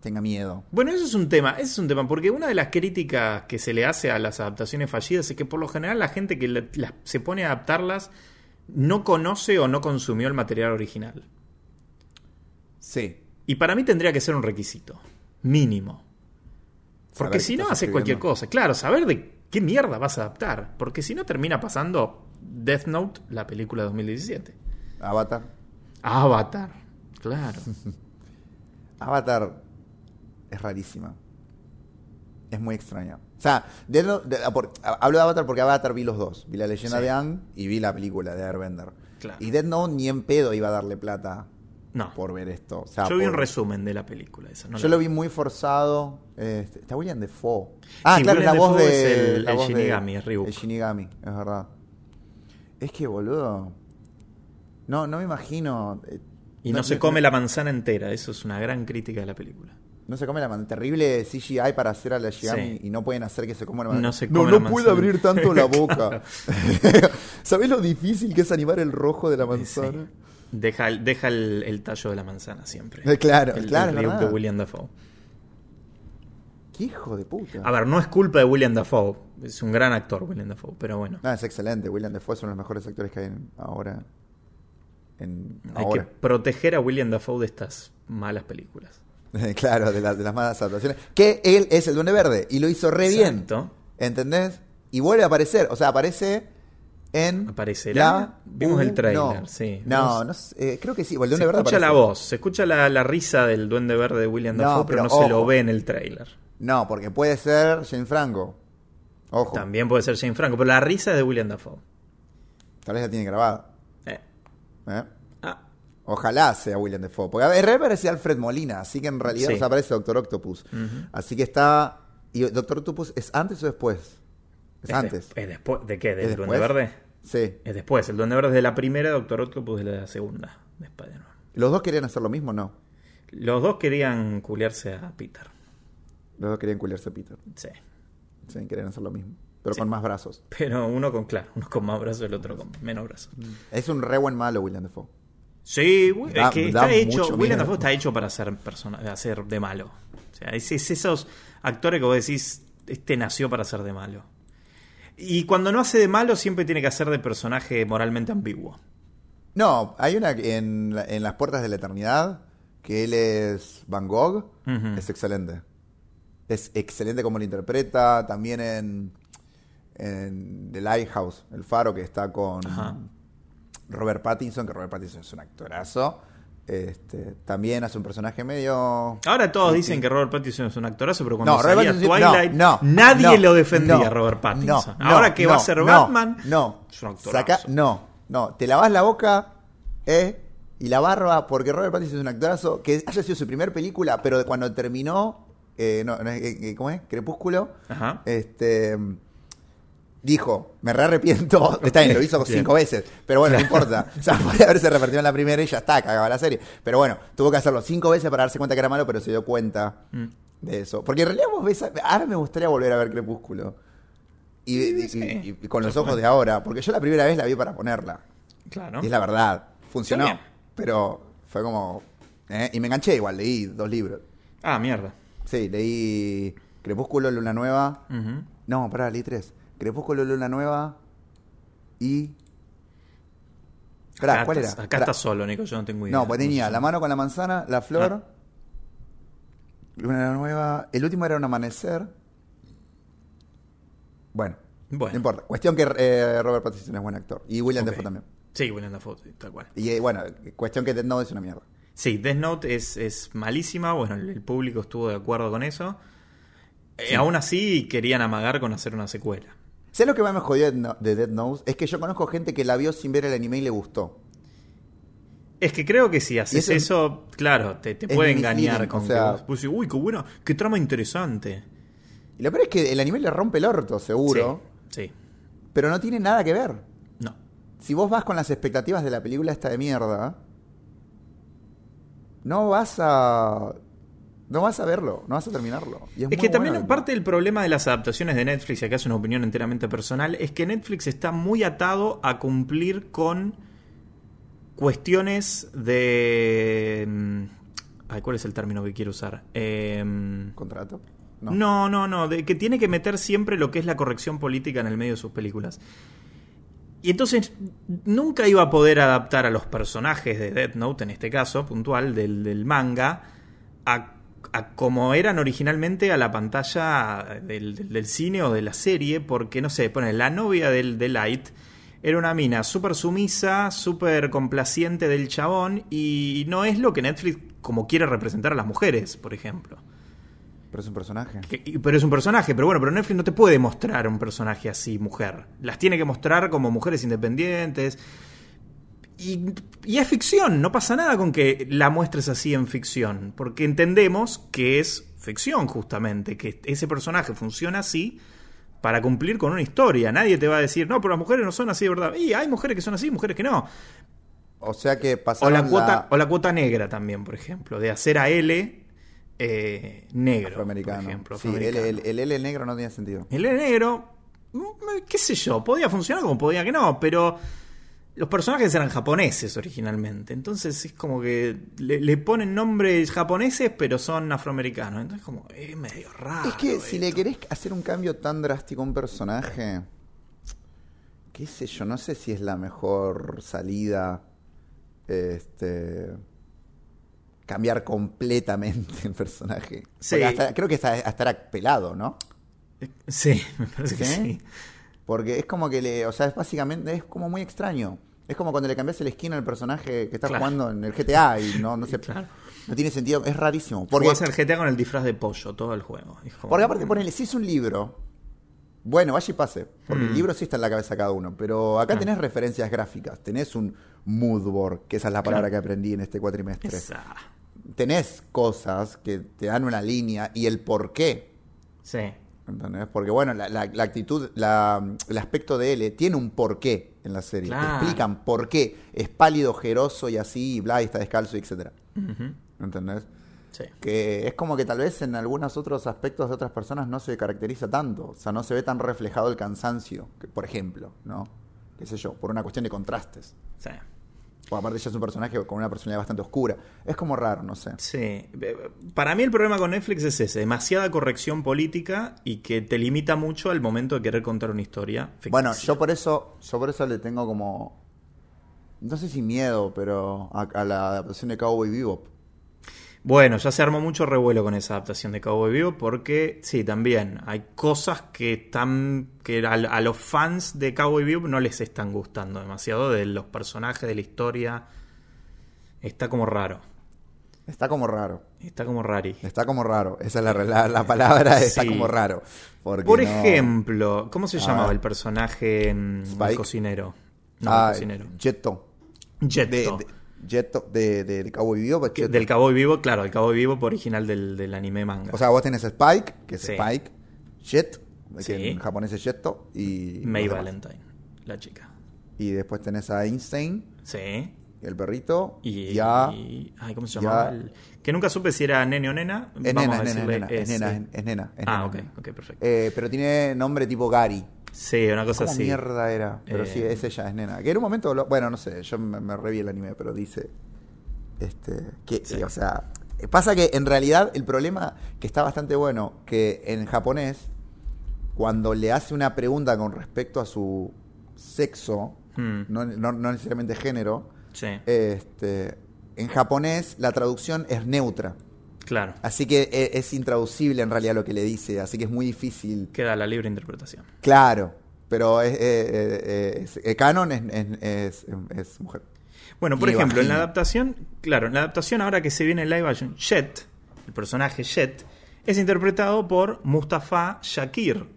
Speaker 2: tenga miedo.
Speaker 1: Bueno, eso es un tema, eso es un tema, porque una de las críticas que se le hace a las adaptaciones fallidas es que por lo general la gente que la, la, se pone a adaptarlas no conoce o no consumió el material original.
Speaker 2: Sí.
Speaker 1: Y para mí tendría que ser un requisito, mínimo. Porque si no, haces cualquier cosa. Claro, saber de qué mierda vas a adaptar. Porque si no, termina pasando Death Note, la película de 2017.
Speaker 2: Avatar.
Speaker 1: Avatar, claro.
Speaker 2: Avatar es rarísima. Es muy extraña. O sea, de, de, de, ah, por, hablo de Avatar porque Avatar vi los dos. Vi la leyenda
Speaker 1: Sí.
Speaker 2: de Aang y vi la película de Airbender.
Speaker 1: Claro.
Speaker 2: Y Dead Note ni en pedo iba a darle plata
Speaker 1: No.
Speaker 2: por ver esto. O sea,
Speaker 1: Yo vi un
Speaker 2: por-
Speaker 1: resumen de la película esa. no
Speaker 2: yo
Speaker 1: la-
Speaker 2: lo vi muy forzado. Eh, está William Defoe. Ah,
Speaker 1: Sí,
Speaker 2: claro,
Speaker 1: Willem
Speaker 2: la voz
Speaker 1: Dafoe
Speaker 2: de.
Speaker 1: es el-
Speaker 2: la
Speaker 1: el
Speaker 2: voz de-
Speaker 1: Shinigami, es Ryuk.
Speaker 2: El Shinigami, es verdad. Es que, boludo. No, no me imagino. eh,
Speaker 1: Y no, se come la manzana entera. Eso es una gran crítica de la película.
Speaker 2: No se come la man- Terrible CGI para hacer a la Shinigami
Speaker 1: Sí.
Speaker 2: y no pueden hacer que se coma la
Speaker 1: No se
Speaker 2: no,
Speaker 1: come
Speaker 2: no
Speaker 1: la manzana.
Speaker 2: puede abrir tanto la boca. ¿Sabés lo difícil que es animar el rojo de la manzana?
Speaker 1: Sí. Deja, el- deja el, el tallo de la manzana siempre.
Speaker 2: Eh, claro,
Speaker 1: El- el
Speaker 2: claro, es
Speaker 1: Ryuk
Speaker 2: verdad.
Speaker 1: de William Dafoe.
Speaker 2: Qué hijo de puta.
Speaker 1: A ver, no es culpa de William Dafoe. Es un gran actor, William Dafoe, pero bueno.
Speaker 2: No, Ah, es excelente. William Defoe es uno de los mejores actores que hay en- ahora. En,
Speaker 1: Hay
Speaker 2: ahora.
Speaker 1: que proteger a William Dafoe de estas malas películas.
Speaker 2: claro, de, la- de las malas adaptaciones. Que él es el Duende Verde y lo hizo re
Speaker 1: Exacto.
Speaker 2: bien. ¿Entendés? Y vuelve a aparecer. O sea, aparece en.
Speaker 1: ¿Aparecerá? Vimos el tráiler,
Speaker 2: no.
Speaker 1: sí.
Speaker 2: No,
Speaker 1: Vemos-
Speaker 2: no sé, eh, creo que sí. o El
Speaker 1: Se
Speaker 2: Duende Verde
Speaker 1: escucha la
Speaker 2: aparece.
Speaker 1: voz, se escucha la, la risa del duende verde de William
Speaker 2: No,
Speaker 1: Dafoe, pero,
Speaker 2: pero
Speaker 1: no se lo
Speaker 2: ojo.
Speaker 1: ve en el tráiler.
Speaker 2: No, porque puede ser Jane Franco. Ojo.
Speaker 1: También puede ser Jane Franco, pero la risa es de William Dafoe.
Speaker 2: Tal vez la tiene grabada.
Speaker 1: Eh,
Speaker 2: ¿eh?
Speaker 1: ah,
Speaker 2: Ojalá sea William Defoe. Porque a ver, en realidad parece Alfred Molina, así que en realidad
Speaker 1: Sí.
Speaker 2: nos aparece Doctor Octopus. Así que está. ¿Y Doctor Octopus es antes o después? Es,
Speaker 1: de-
Speaker 2: antes.
Speaker 1: este es después, ¿De qué?
Speaker 2: ¿Es
Speaker 1: ¿Del duende
Speaker 2: después?
Speaker 1: verde?
Speaker 2: Sí.
Speaker 1: Es después. El duende verde es de la primera, Doctor Octopus es de la segunda de Spider-Man.
Speaker 2: ¿Los dos querían hacer lo mismo no?
Speaker 1: Los dos querían culiarse a Peter.
Speaker 2: Los dos querían culiarse a Peter.
Speaker 1: Sí.
Speaker 2: Sí, querían hacer lo mismo. Pero
Speaker 1: Sí.
Speaker 2: con más brazos.
Speaker 1: Pero uno con, claro, uno con más brazos, el otro con menos brazos.
Speaker 2: Mm. Es un re buen malo William Defoe.
Speaker 1: Sí, wi-
Speaker 2: Da-
Speaker 1: es que
Speaker 2: da
Speaker 1: está hecho,
Speaker 2: mucho
Speaker 1: William
Speaker 2: miedo.
Speaker 1: Dafoe está hecho para ser persona, hacer de malo. O sea, es, es esos actores que vos decís, este nació para ser de malo. Y cuando no hace de malo, siempre tiene que hacer de personaje moralmente ambiguo.
Speaker 2: No, hay una que- en, la- en Las Puertas de la Eternidad que él es Van Gogh.
Speaker 1: Ujú.
Speaker 2: Es excelente. Es excelente como lo interpreta. También en, en The Lighthouse, El Faro, que está con
Speaker 1: Ajá.
Speaker 2: Robert Pattinson, que Robert Pattinson es un actorazo. Este, también hace un personaje medio.
Speaker 1: Ahora todos dicen que Robert Pattinson es un actorazo, pero cuando
Speaker 2: No, Robert
Speaker 1: salía
Speaker 2: Pattinson-
Speaker 1: Twilight,
Speaker 2: no, no,
Speaker 1: nadie
Speaker 2: no,
Speaker 1: lo defendía
Speaker 2: no,
Speaker 1: a Robert Pattinson.
Speaker 2: no,
Speaker 1: Ahora
Speaker 2: no,
Speaker 1: que va a
Speaker 2: no,
Speaker 1: ser
Speaker 2: no,
Speaker 1: Batman,
Speaker 2: no,
Speaker 1: es un actorazo.
Speaker 2: Saca- no, no, te lavas la boca eh, y la barba porque Robert Pattinson es un actorazo que haya sido su primer película, pero de cuando terminó, eh, no, no, eh, eh, ¿cómo es? Crepúsculo,
Speaker 1: Ajá.
Speaker 2: este, dijo, me re arrepiento, está bien, lo hizo
Speaker 1: Bien.
Speaker 2: cinco veces, pero bueno, no importa, o sea, puede haberse revertido en la primera y ya está, cagaba la serie, pero bueno, tuvo que hacerlo cinco veces para darse cuenta que era malo, pero se dio cuenta
Speaker 1: Mm.
Speaker 2: de eso. Porque en realidad vos ves. a- Ahora me gustaría volver a ver Crepúsculo. Y,
Speaker 1: Sí,
Speaker 2: y-
Speaker 1: sí.
Speaker 2: y- y con los ojos de ahora. Porque yo la primera vez la vi para ponerla.
Speaker 1: Claro.
Speaker 2: Y es la verdad. Funcionó.
Speaker 1: Está bien.
Speaker 2: Pero fue como. ¿eh? Y me enganché igual. Leí dos libros.
Speaker 1: Ah, mierda.
Speaker 2: Sí, leí Crepúsculo, Luna Nueva.
Speaker 1: Ujú.
Speaker 2: No, pará, leí tres. Crepúsculo, Luna Nueva. Y. Pará,
Speaker 1: acá
Speaker 2: ¿cuál
Speaker 1: estás,
Speaker 2: era?
Speaker 1: acá
Speaker 2: Pará.
Speaker 1: estás solo, Nico, yo no tengo idea.
Speaker 2: No, pues tenía
Speaker 1: sé.
Speaker 2: la mano con la manzana, la
Speaker 1: Ah.
Speaker 2: flor, una nueva. El último era un amanecer. Bueno,
Speaker 1: Bueno.
Speaker 2: no importa. Cuestión que eh, Robert Pattinson es buen actor. Y William
Speaker 1: Ok.
Speaker 2: Defoe también.
Speaker 1: Sí, William Dafoe, tal cual.
Speaker 2: Y eh, bueno, cuestión que Death Note es una mierda.
Speaker 1: Sí, Death Note es, es malísima. Bueno, el, el público estuvo de acuerdo con eso. Eh, aún así, querían amagar con hacer una secuela.
Speaker 2: ¿Sabes lo que más me jodió de, de Dead Note? Es que yo conozco gente que la vio sin ver el anime y le gustó.
Speaker 1: Es que creo que si haces
Speaker 2: Y es-
Speaker 1: eso, claro, te, te
Speaker 2: es
Speaker 1: puede
Speaker 2: misleading,
Speaker 1: engañar
Speaker 2: o
Speaker 1: con
Speaker 2: sea-
Speaker 1: que vos- vos decís, uy, qué buena, qué trama interesante.
Speaker 2: Y lo peor es que el anime le rompe el orto, seguro.
Speaker 1: Sí, sí.
Speaker 2: Pero no tiene nada que ver.
Speaker 1: No.
Speaker 2: Si vos vas con las expectativas de la película esta de mierda, no vas a. No vas a verlo, no vas a terminarlo. Y
Speaker 1: Es,
Speaker 2: muy
Speaker 1: que también
Speaker 2: buena la
Speaker 1: parte del problema de las adaptaciones de Netflix, y acá es una opinión enteramente personal, es que Netflix está muy atado a cumplir con cuestiones de... mm, Ay, ¿cuál es el término que quiero usar? Em,
Speaker 2: película. ¿Contrato?
Speaker 1: No. no, no, de que tiene que meter siempre lo que es la corrección política en el medio de sus películas. Y entonces nunca iba a poder adaptar a los personajes de Death Note, en este caso puntual, del, del manga, a, a como eran originalmente a la pantalla del, del- del cine o de la serie, porque no sé, pone la novia del, de Light. Era una mina súper sumisa, súper complaciente del chabón, y no es lo que Netflix como quiere representar a las mujeres, por ejemplo.
Speaker 2: Pero es un personaje.
Speaker 1: Que- y- pero es un personaje, pero bueno, pero Netflix no te puede mostrar un personaje así, mujer. Las tiene que mostrar como mujeres independientes. Y, y es ficción, no pasa nada con que la muestres así en ficción, porque entendemos que es ficción justamente, que ese personaje funciona así para cumplir con una historia. Nadie te va a decir, no, pero las mujeres no son así de verdad. Y hay mujeres que son así, mujeres que no.
Speaker 2: O sea que
Speaker 1: O
Speaker 2: pasaron
Speaker 1: la, cuota, o la cuota negra también, por ejemplo, de hacer a L eh, negro.
Speaker 2: afroamericano.
Speaker 1: Por ejemplo,
Speaker 2: sí, el,
Speaker 1: afroamericano.
Speaker 2: el- el L negro no tenía sentido.
Speaker 1: El héroe negro, mm, qué sé yo, podía funcionar como podía que no, pero los personajes eran japoneses originalmente. Entonces es como que le, le ponen nombres japoneses, pero son afroamericanos. Entonces como, es medio raro.
Speaker 2: es que si le
Speaker 1: esto.
Speaker 2: querés hacer un cambio tan drástico a un personaje, qué sé yo, no sé si es la mejor salida. Este. Cambiar completamente el personaje.
Speaker 1: Sí.
Speaker 2: Porque hasta- creo que hasta, hasta era pelado, ¿no?
Speaker 1: Sí, me parece que
Speaker 2: ¿Sí?
Speaker 1: sí.
Speaker 2: Porque es como que le. O sea, es básicamente. Es como muy extraño. Es como cuando le cambias el skin al personaje que está
Speaker 1: Claro.
Speaker 2: jugando en el GTA y no, no se-
Speaker 1: Claro.
Speaker 2: No tiene sentido. Es rarísimo.
Speaker 1: Porque
Speaker 2: Porque
Speaker 1: es el GTA con el disfraz de pollo todo el juego. Es como-
Speaker 2: Porque aparte, ponele, si es un libro, bueno, vaya y pase, porque el libro sí está en la cabeza de cada uno, pero acá tenés referencias gráficas, tenés un mood board, que esa es la palabra que aprendí en este cuatrimestre.
Speaker 1: Esa.
Speaker 2: Tenés cosas que te dan una línea y el por qué,
Speaker 1: Sí.
Speaker 2: ¿entendés? Porque bueno, la, la- la actitud, la- el aspecto de L tiene un porqué en la serie, Te
Speaker 1: Claro.
Speaker 2: explican por qué, es pálido, ojeroso y así, y bla, y está descalzo, y etcétera,
Speaker 1: Ujú.
Speaker 2: ¿entendés?
Speaker 1: Sí.
Speaker 2: que es como que tal vez en algunos otros aspectos de otras personas no se caracteriza tanto, o sea, no se ve tan reflejado el cansancio, que, por ejemplo, ¿no? ¿Qué sé yo? Por una cuestión de contrastes.
Speaker 1: Sí.
Speaker 2: O aparte ya es un personaje con una personalidad bastante oscura. Es como raro, no sé.
Speaker 1: Sí. Eh, Para mí el problema con Netflix es ese, demasiada corrección política y que te limita mucho al momento de querer contar una historia. ficticia.
Speaker 2: Bueno, yo por eso, yo por eso le tengo como no sé si miedo, pero a, a la adaptación de Cowboy Bebop.
Speaker 1: Bueno, ya se armó mucho revuelo con esa adaptación de Cowboy Vivo porque sí, también hay cosas que están que a, a los fans de Cowboy Vivo no les están gustando demasiado de los personajes, de la historia. Está como raro.
Speaker 2: Está como raro.
Speaker 1: Está como rari.
Speaker 2: Está como raro. Esa es la, la- la palabra, está
Speaker 1: Sí.
Speaker 2: como raro. Porque
Speaker 1: Por
Speaker 2: no-
Speaker 1: ejemplo, ¿cómo se
Speaker 2: A
Speaker 1: llamaba
Speaker 2: ver.
Speaker 1: el personaje mm,
Speaker 2: Spike.
Speaker 1: el cocinero? No,
Speaker 2: Ah,
Speaker 1: el cocinero.
Speaker 2: Jetto.
Speaker 1: Jetto.
Speaker 2: De, de, Jetto, de, de, de Cowboy Bebop, es
Speaker 1: Que-
Speaker 2: Jetto.
Speaker 1: del Cowboy Vivo, claro, el Cowboy Vivo original del, del anime manga.
Speaker 2: O sea, vos tenés Spike, que es
Speaker 1: Sí.
Speaker 2: Spike, Jet, que
Speaker 1: Sí.
Speaker 2: en japonés es Jetto, y.
Speaker 1: May
Speaker 2: los demás.
Speaker 1: Valentine, la chica.
Speaker 2: Y después tenés a Einstein,
Speaker 1: Sí.
Speaker 2: el perrito,
Speaker 1: Y,
Speaker 2: y, a.
Speaker 1: y- ay, ¿cómo se
Speaker 2: ya-
Speaker 1: llamaba? El- que nunca supe si era nene o nena.
Speaker 2: Es
Speaker 1: Vamos
Speaker 2: nena,
Speaker 1: a
Speaker 2: es nena, es
Speaker 1: decirle
Speaker 2: nena, es
Speaker 1: ese.
Speaker 2: nena, es- es nena. es
Speaker 1: ah,
Speaker 2: nena,
Speaker 1: ok,
Speaker 2: es nena.
Speaker 1: ok, perfecto.
Speaker 2: Eh, pero tiene nombre tipo Gary.
Speaker 1: sí, una cosa
Speaker 2: ¿Cómo
Speaker 1: así.
Speaker 2: mierda era? Pero
Speaker 1: Eh.
Speaker 2: sí, es ella, es nena. Que en un momento, lo- bueno, no sé, yo me, me reví el anime, pero dice. Este, que,
Speaker 1: Sí.
Speaker 2: o sea, pasa que en realidad el problema que está bastante bueno, que en japonés, cuando le hace una pregunta con respecto a su sexo,
Speaker 1: Hmm,
Speaker 2: no, no- no necesariamente género,
Speaker 1: sí,
Speaker 2: este, en japonés la traducción es neutra.
Speaker 1: claro.
Speaker 2: Así que e- es intraducible en realidad lo que le dice, así que es muy difícil
Speaker 1: Queda la libre interpretación.
Speaker 2: Claro, pero es, eh, eh, eh, es- eh, canon es, es- es- es mujer.
Speaker 1: Bueno, por
Speaker 2: Y
Speaker 1: ejemplo, en la
Speaker 2: vagina.
Speaker 1: adaptación, claro, en la adaptación ahora que se viene el live action, Jet, el personaje Jet, es interpretado por Mustafa Shakir,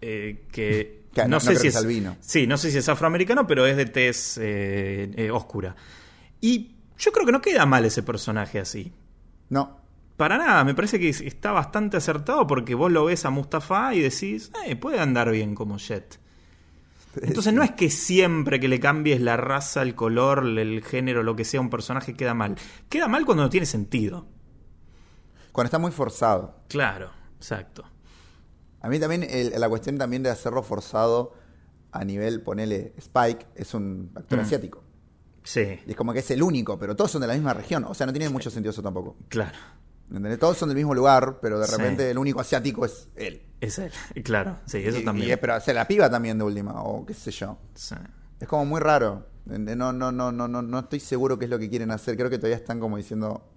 Speaker 1: eh, que
Speaker 2: Claro,
Speaker 1: no,
Speaker 2: no
Speaker 1: sé
Speaker 2: creo
Speaker 1: si
Speaker 2: que
Speaker 1: es
Speaker 2: sea albino.
Speaker 1: Sí, no sé si es afroamericano, pero es de tez eh, eh, oscura. Y yo creo que no queda mal ese personaje así.
Speaker 2: No.
Speaker 1: Para nada, me parece que es- está bastante acertado porque vos lo ves a Mustafa y decís, eh, puede andar bien como Jet. Entonces no es que siempre que le cambies la raza, el color, el género, lo que sea, un personaje queda mal. Queda mal cuando no tiene sentido.
Speaker 2: Cuando está muy forzado.
Speaker 1: Claro, exacto.
Speaker 2: A mí también el- la cuestión también de hacerlo forzado a nivel, ponele, Spike es un actor
Speaker 1: Mm.
Speaker 2: asiático.
Speaker 1: Sí,
Speaker 2: Y es como que es el único, pero todos son de la misma región. O sea, no tiene mucho sentido eso tampoco.
Speaker 1: claro.
Speaker 2: ¿Entendés? Todos son del mismo lugar, pero de
Speaker 1: Sí.
Speaker 2: repente el único asiático es él.
Speaker 1: Es él. Claro, sí, eso
Speaker 2: Y-
Speaker 1: también.
Speaker 2: y es- pero o sea, la piba también de última, o qué sé yo.
Speaker 1: Sí.
Speaker 2: Es como muy raro. ¿entendés? No, no, no, no, no, no estoy seguro qué es lo que quieren hacer. Creo que todavía están como diciendo,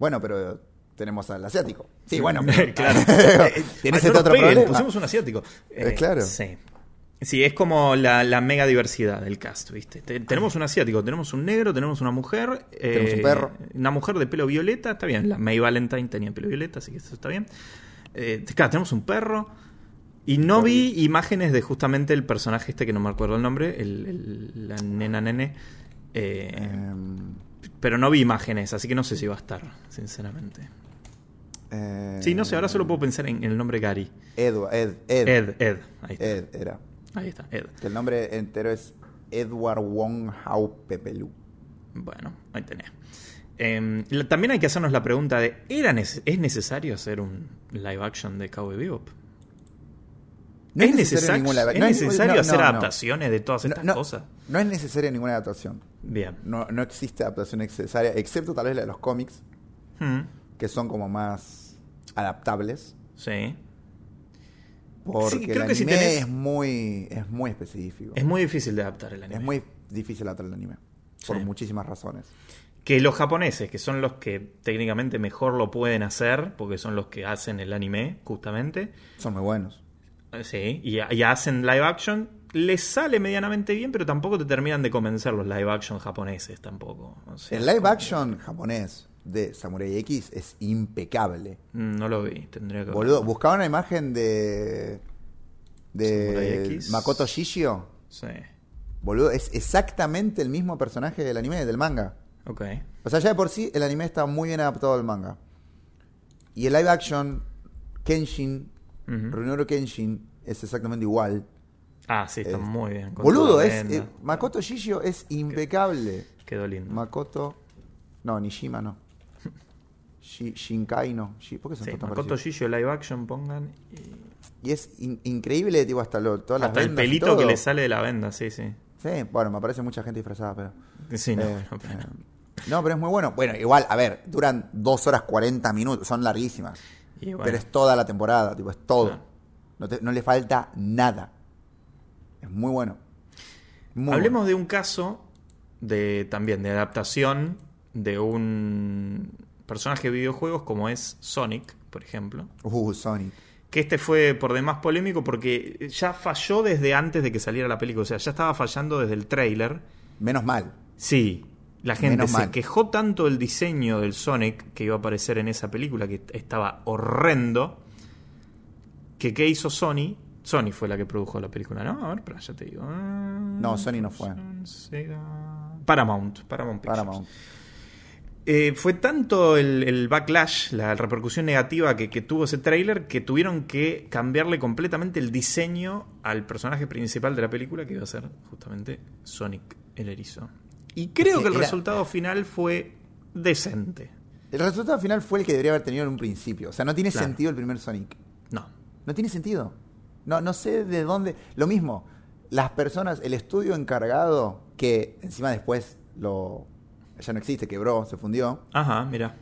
Speaker 2: bueno, pero tenemos al asiático. Sí, bueno, pero-
Speaker 1: claro. Eh,
Speaker 2: Tenés
Speaker 1: Ay,
Speaker 2: este
Speaker 1: no nos
Speaker 2: otro
Speaker 1: peguen,
Speaker 2: problema.
Speaker 1: Pusimos un asiático.
Speaker 2: Eh, claro.
Speaker 1: Sí. Sí, es como la, la mega diversidad del cast, ¿viste? Te- tenemos un asiático, tenemos un negro, tenemos una mujer. eh,
Speaker 2: Tenemos un perro.
Speaker 1: Una mujer de pelo violeta, está bien. La May Valentine tenía pelo violeta, así que eso está bien. Eh, claro, tenemos un perro. Y no vi imágenes de justamente el personaje este que no me acuerdo el nombre, el, el- la nena nene. Eh,
Speaker 2: Em,
Speaker 1: Pero no vi imágenes, así que no sé si va a estar, sinceramente.
Speaker 2: eh,
Speaker 1: Sí, no sé, ahora solo puedo pensar en, en el nombre Gary.
Speaker 2: Edwa- Ed, Ed, Ed.
Speaker 1: Ed, Ed. Ahí está,
Speaker 2: era.
Speaker 1: ahí está, Ed.
Speaker 2: Que el nombre entero es Edward Wong Hau Pepelu.
Speaker 1: Bueno, ahí tenés. Em, la- también hay que hacernos la pregunta de, ¿era nece- ¿es necesario hacer un live action de Cowboy Bebop?
Speaker 2: No es
Speaker 1: neces-
Speaker 2: necesario ningún live-
Speaker 1: ¿es
Speaker 2: no es-
Speaker 1: necesario
Speaker 2: no,
Speaker 1: hacer
Speaker 2: no, no.
Speaker 1: adaptaciones de todas estas
Speaker 2: no,
Speaker 1: cosas?
Speaker 2: no es necesaria ninguna adaptación.
Speaker 1: Bien.
Speaker 2: No, no existe adaptación necesaria, excepto tal vez la de los cómics,
Speaker 1: Hmm,
Speaker 2: que son como más adaptables.
Speaker 1: sí.
Speaker 2: Porque
Speaker 1: Sí, creo
Speaker 2: el
Speaker 1: que si
Speaker 2: anime
Speaker 1: tenés-
Speaker 2: es muy es muy específico.
Speaker 1: Es muy difícil de adaptar el anime.
Speaker 2: Es muy difícil adaptar el anime. Por
Speaker 1: Sí.
Speaker 2: muchísimas razones.
Speaker 1: Que los japoneses, que son los que técnicamente mejor lo pueden hacer, porque son los que hacen el anime, justamente,
Speaker 2: Son muy buenos.
Speaker 1: Ah, Sí, y, y hacen live action. Les sale medianamente bien, pero tampoco te terminan de convencer los live action japoneses tampoco. O sea,
Speaker 2: El live action japonés de Samurai X es impecable.
Speaker 1: mm, No lo vi, tendría que
Speaker 2: Boludo,
Speaker 1: verlo.
Speaker 2: buscaba una imagen de.
Speaker 1: Samurai
Speaker 2: de
Speaker 1: X.
Speaker 2: Makoto Shishio.
Speaker 1: Sí,
Speaker 2: Boludo, es exactamente el mismo personaje del anime, del manga.
Speaker 1: ok.
Speaker 2: O sea, ya de por sí el anime está muy bien adaptado al manga. Y el live action, Kenshin,
Speaker 1: Ujú.
Speaker 2: Runoro Kenshin, es exactamente igual.
Speaker 1: Ah, sí, está
Speaker 2: Eh,
Speaker 1: muy bien. con
Speaker 2: Boludo,
Speaker 1: toda
Speaker 2: es,
Speaker 1: la
Speaker 2: eh,
Speaker 1: venda.
Speaker 2: Makoto Shishio es impecable.
Speaker 1: Quedó lindo.
Speaker 2: Makoto. No, Nishima no. Shi- Shinkai no. Shi- ¿Por qué son
Speaker 1: Sí,
Speaker 2: todos tan
Speaker 1: Makoto
Speaker 2: parecidos?
Speaker 1: Shishio live action pongan. y-
Speaker 2: Y es in- increíble, tipo, hasta, lo, todas las
Speaker 1: Hasta el
Speaker 2: vendas y
Speaker 1: pelito que
Speaker 2: todo.
Speaker 1: le sale de la venda, sí, sí.
Speaker 2: Sí, bueno, me aparece mucha gente disfrazada, pero.
Speaker 1: Sí, no,
Speaker 2: eh,
Speaker 1: no, pero-
Speaker 2: eh, no, pero es muy bueno. Bueno, igual, a ver, duran 2 horas 40 minutos, son larguísimas.
Speaker 1: y bueno,
Speaker 2: Pero es toda la temporada, tipo, es todo.
Speaker 1: Claro.
Speaker 2: No, te- no le falta nada. Es muy bueno. Muy
Speaker 1: Hablemos
Speaker 2: bueno.
Speaker 1: de un caso de también de adaptación de un personaje de videojuegos como es Sonic, por ejemplo.
Speaker 2: Uh, Sonic.
Speaker 1: Que este fue por demás polémico porque ya falló desde antes de que saliera la película. O sea, ya estaba fallando desde el tráiler.
Speaker 2: Menos mal.
Speaker 1: Sí, la gente
Speaker 2: Menos
Speaker 1: se
Speaker 2: mal.
Speaker 1: quejó tanto del diseño del Sonic que iba a aparecer en esa película que estaba horrendo. Que qué hizo Sony. Sony fue la que produjo la película, ¿no? A ver, pero ya te digo. eh, No,
Speaker 2: Sony no fue.
Speaker 1: Paramount, Paramount Pictures.
Speaker 2: Paramount.
Speaker 1: Eh, fue tanto el, el backlash, la repercusión negativa que, que tuvo ese tráiler, que tuvieron que cambiarle completamente el diseño al personaje principal de la película, que iba a ser justamente Sonic el Erizo. Y creo que el
Speaker 2: Era-
Speaker 1: resultado final fue decente.
Speaker 2: El resultado final fue el que debería haber tenido en un principio. O sea, no tiene
Speaker 1: Claro.
Speaker 2: sentido el primer Sonic.
Speaker 1: No.
Speaker 2: No tiene sentido. No, no sé de dónde. Lo mismo, las personas, el estudio encargado, que encima después lo. ya no existe, quebró, se fundió.
Speaker 1: Ajá, mira.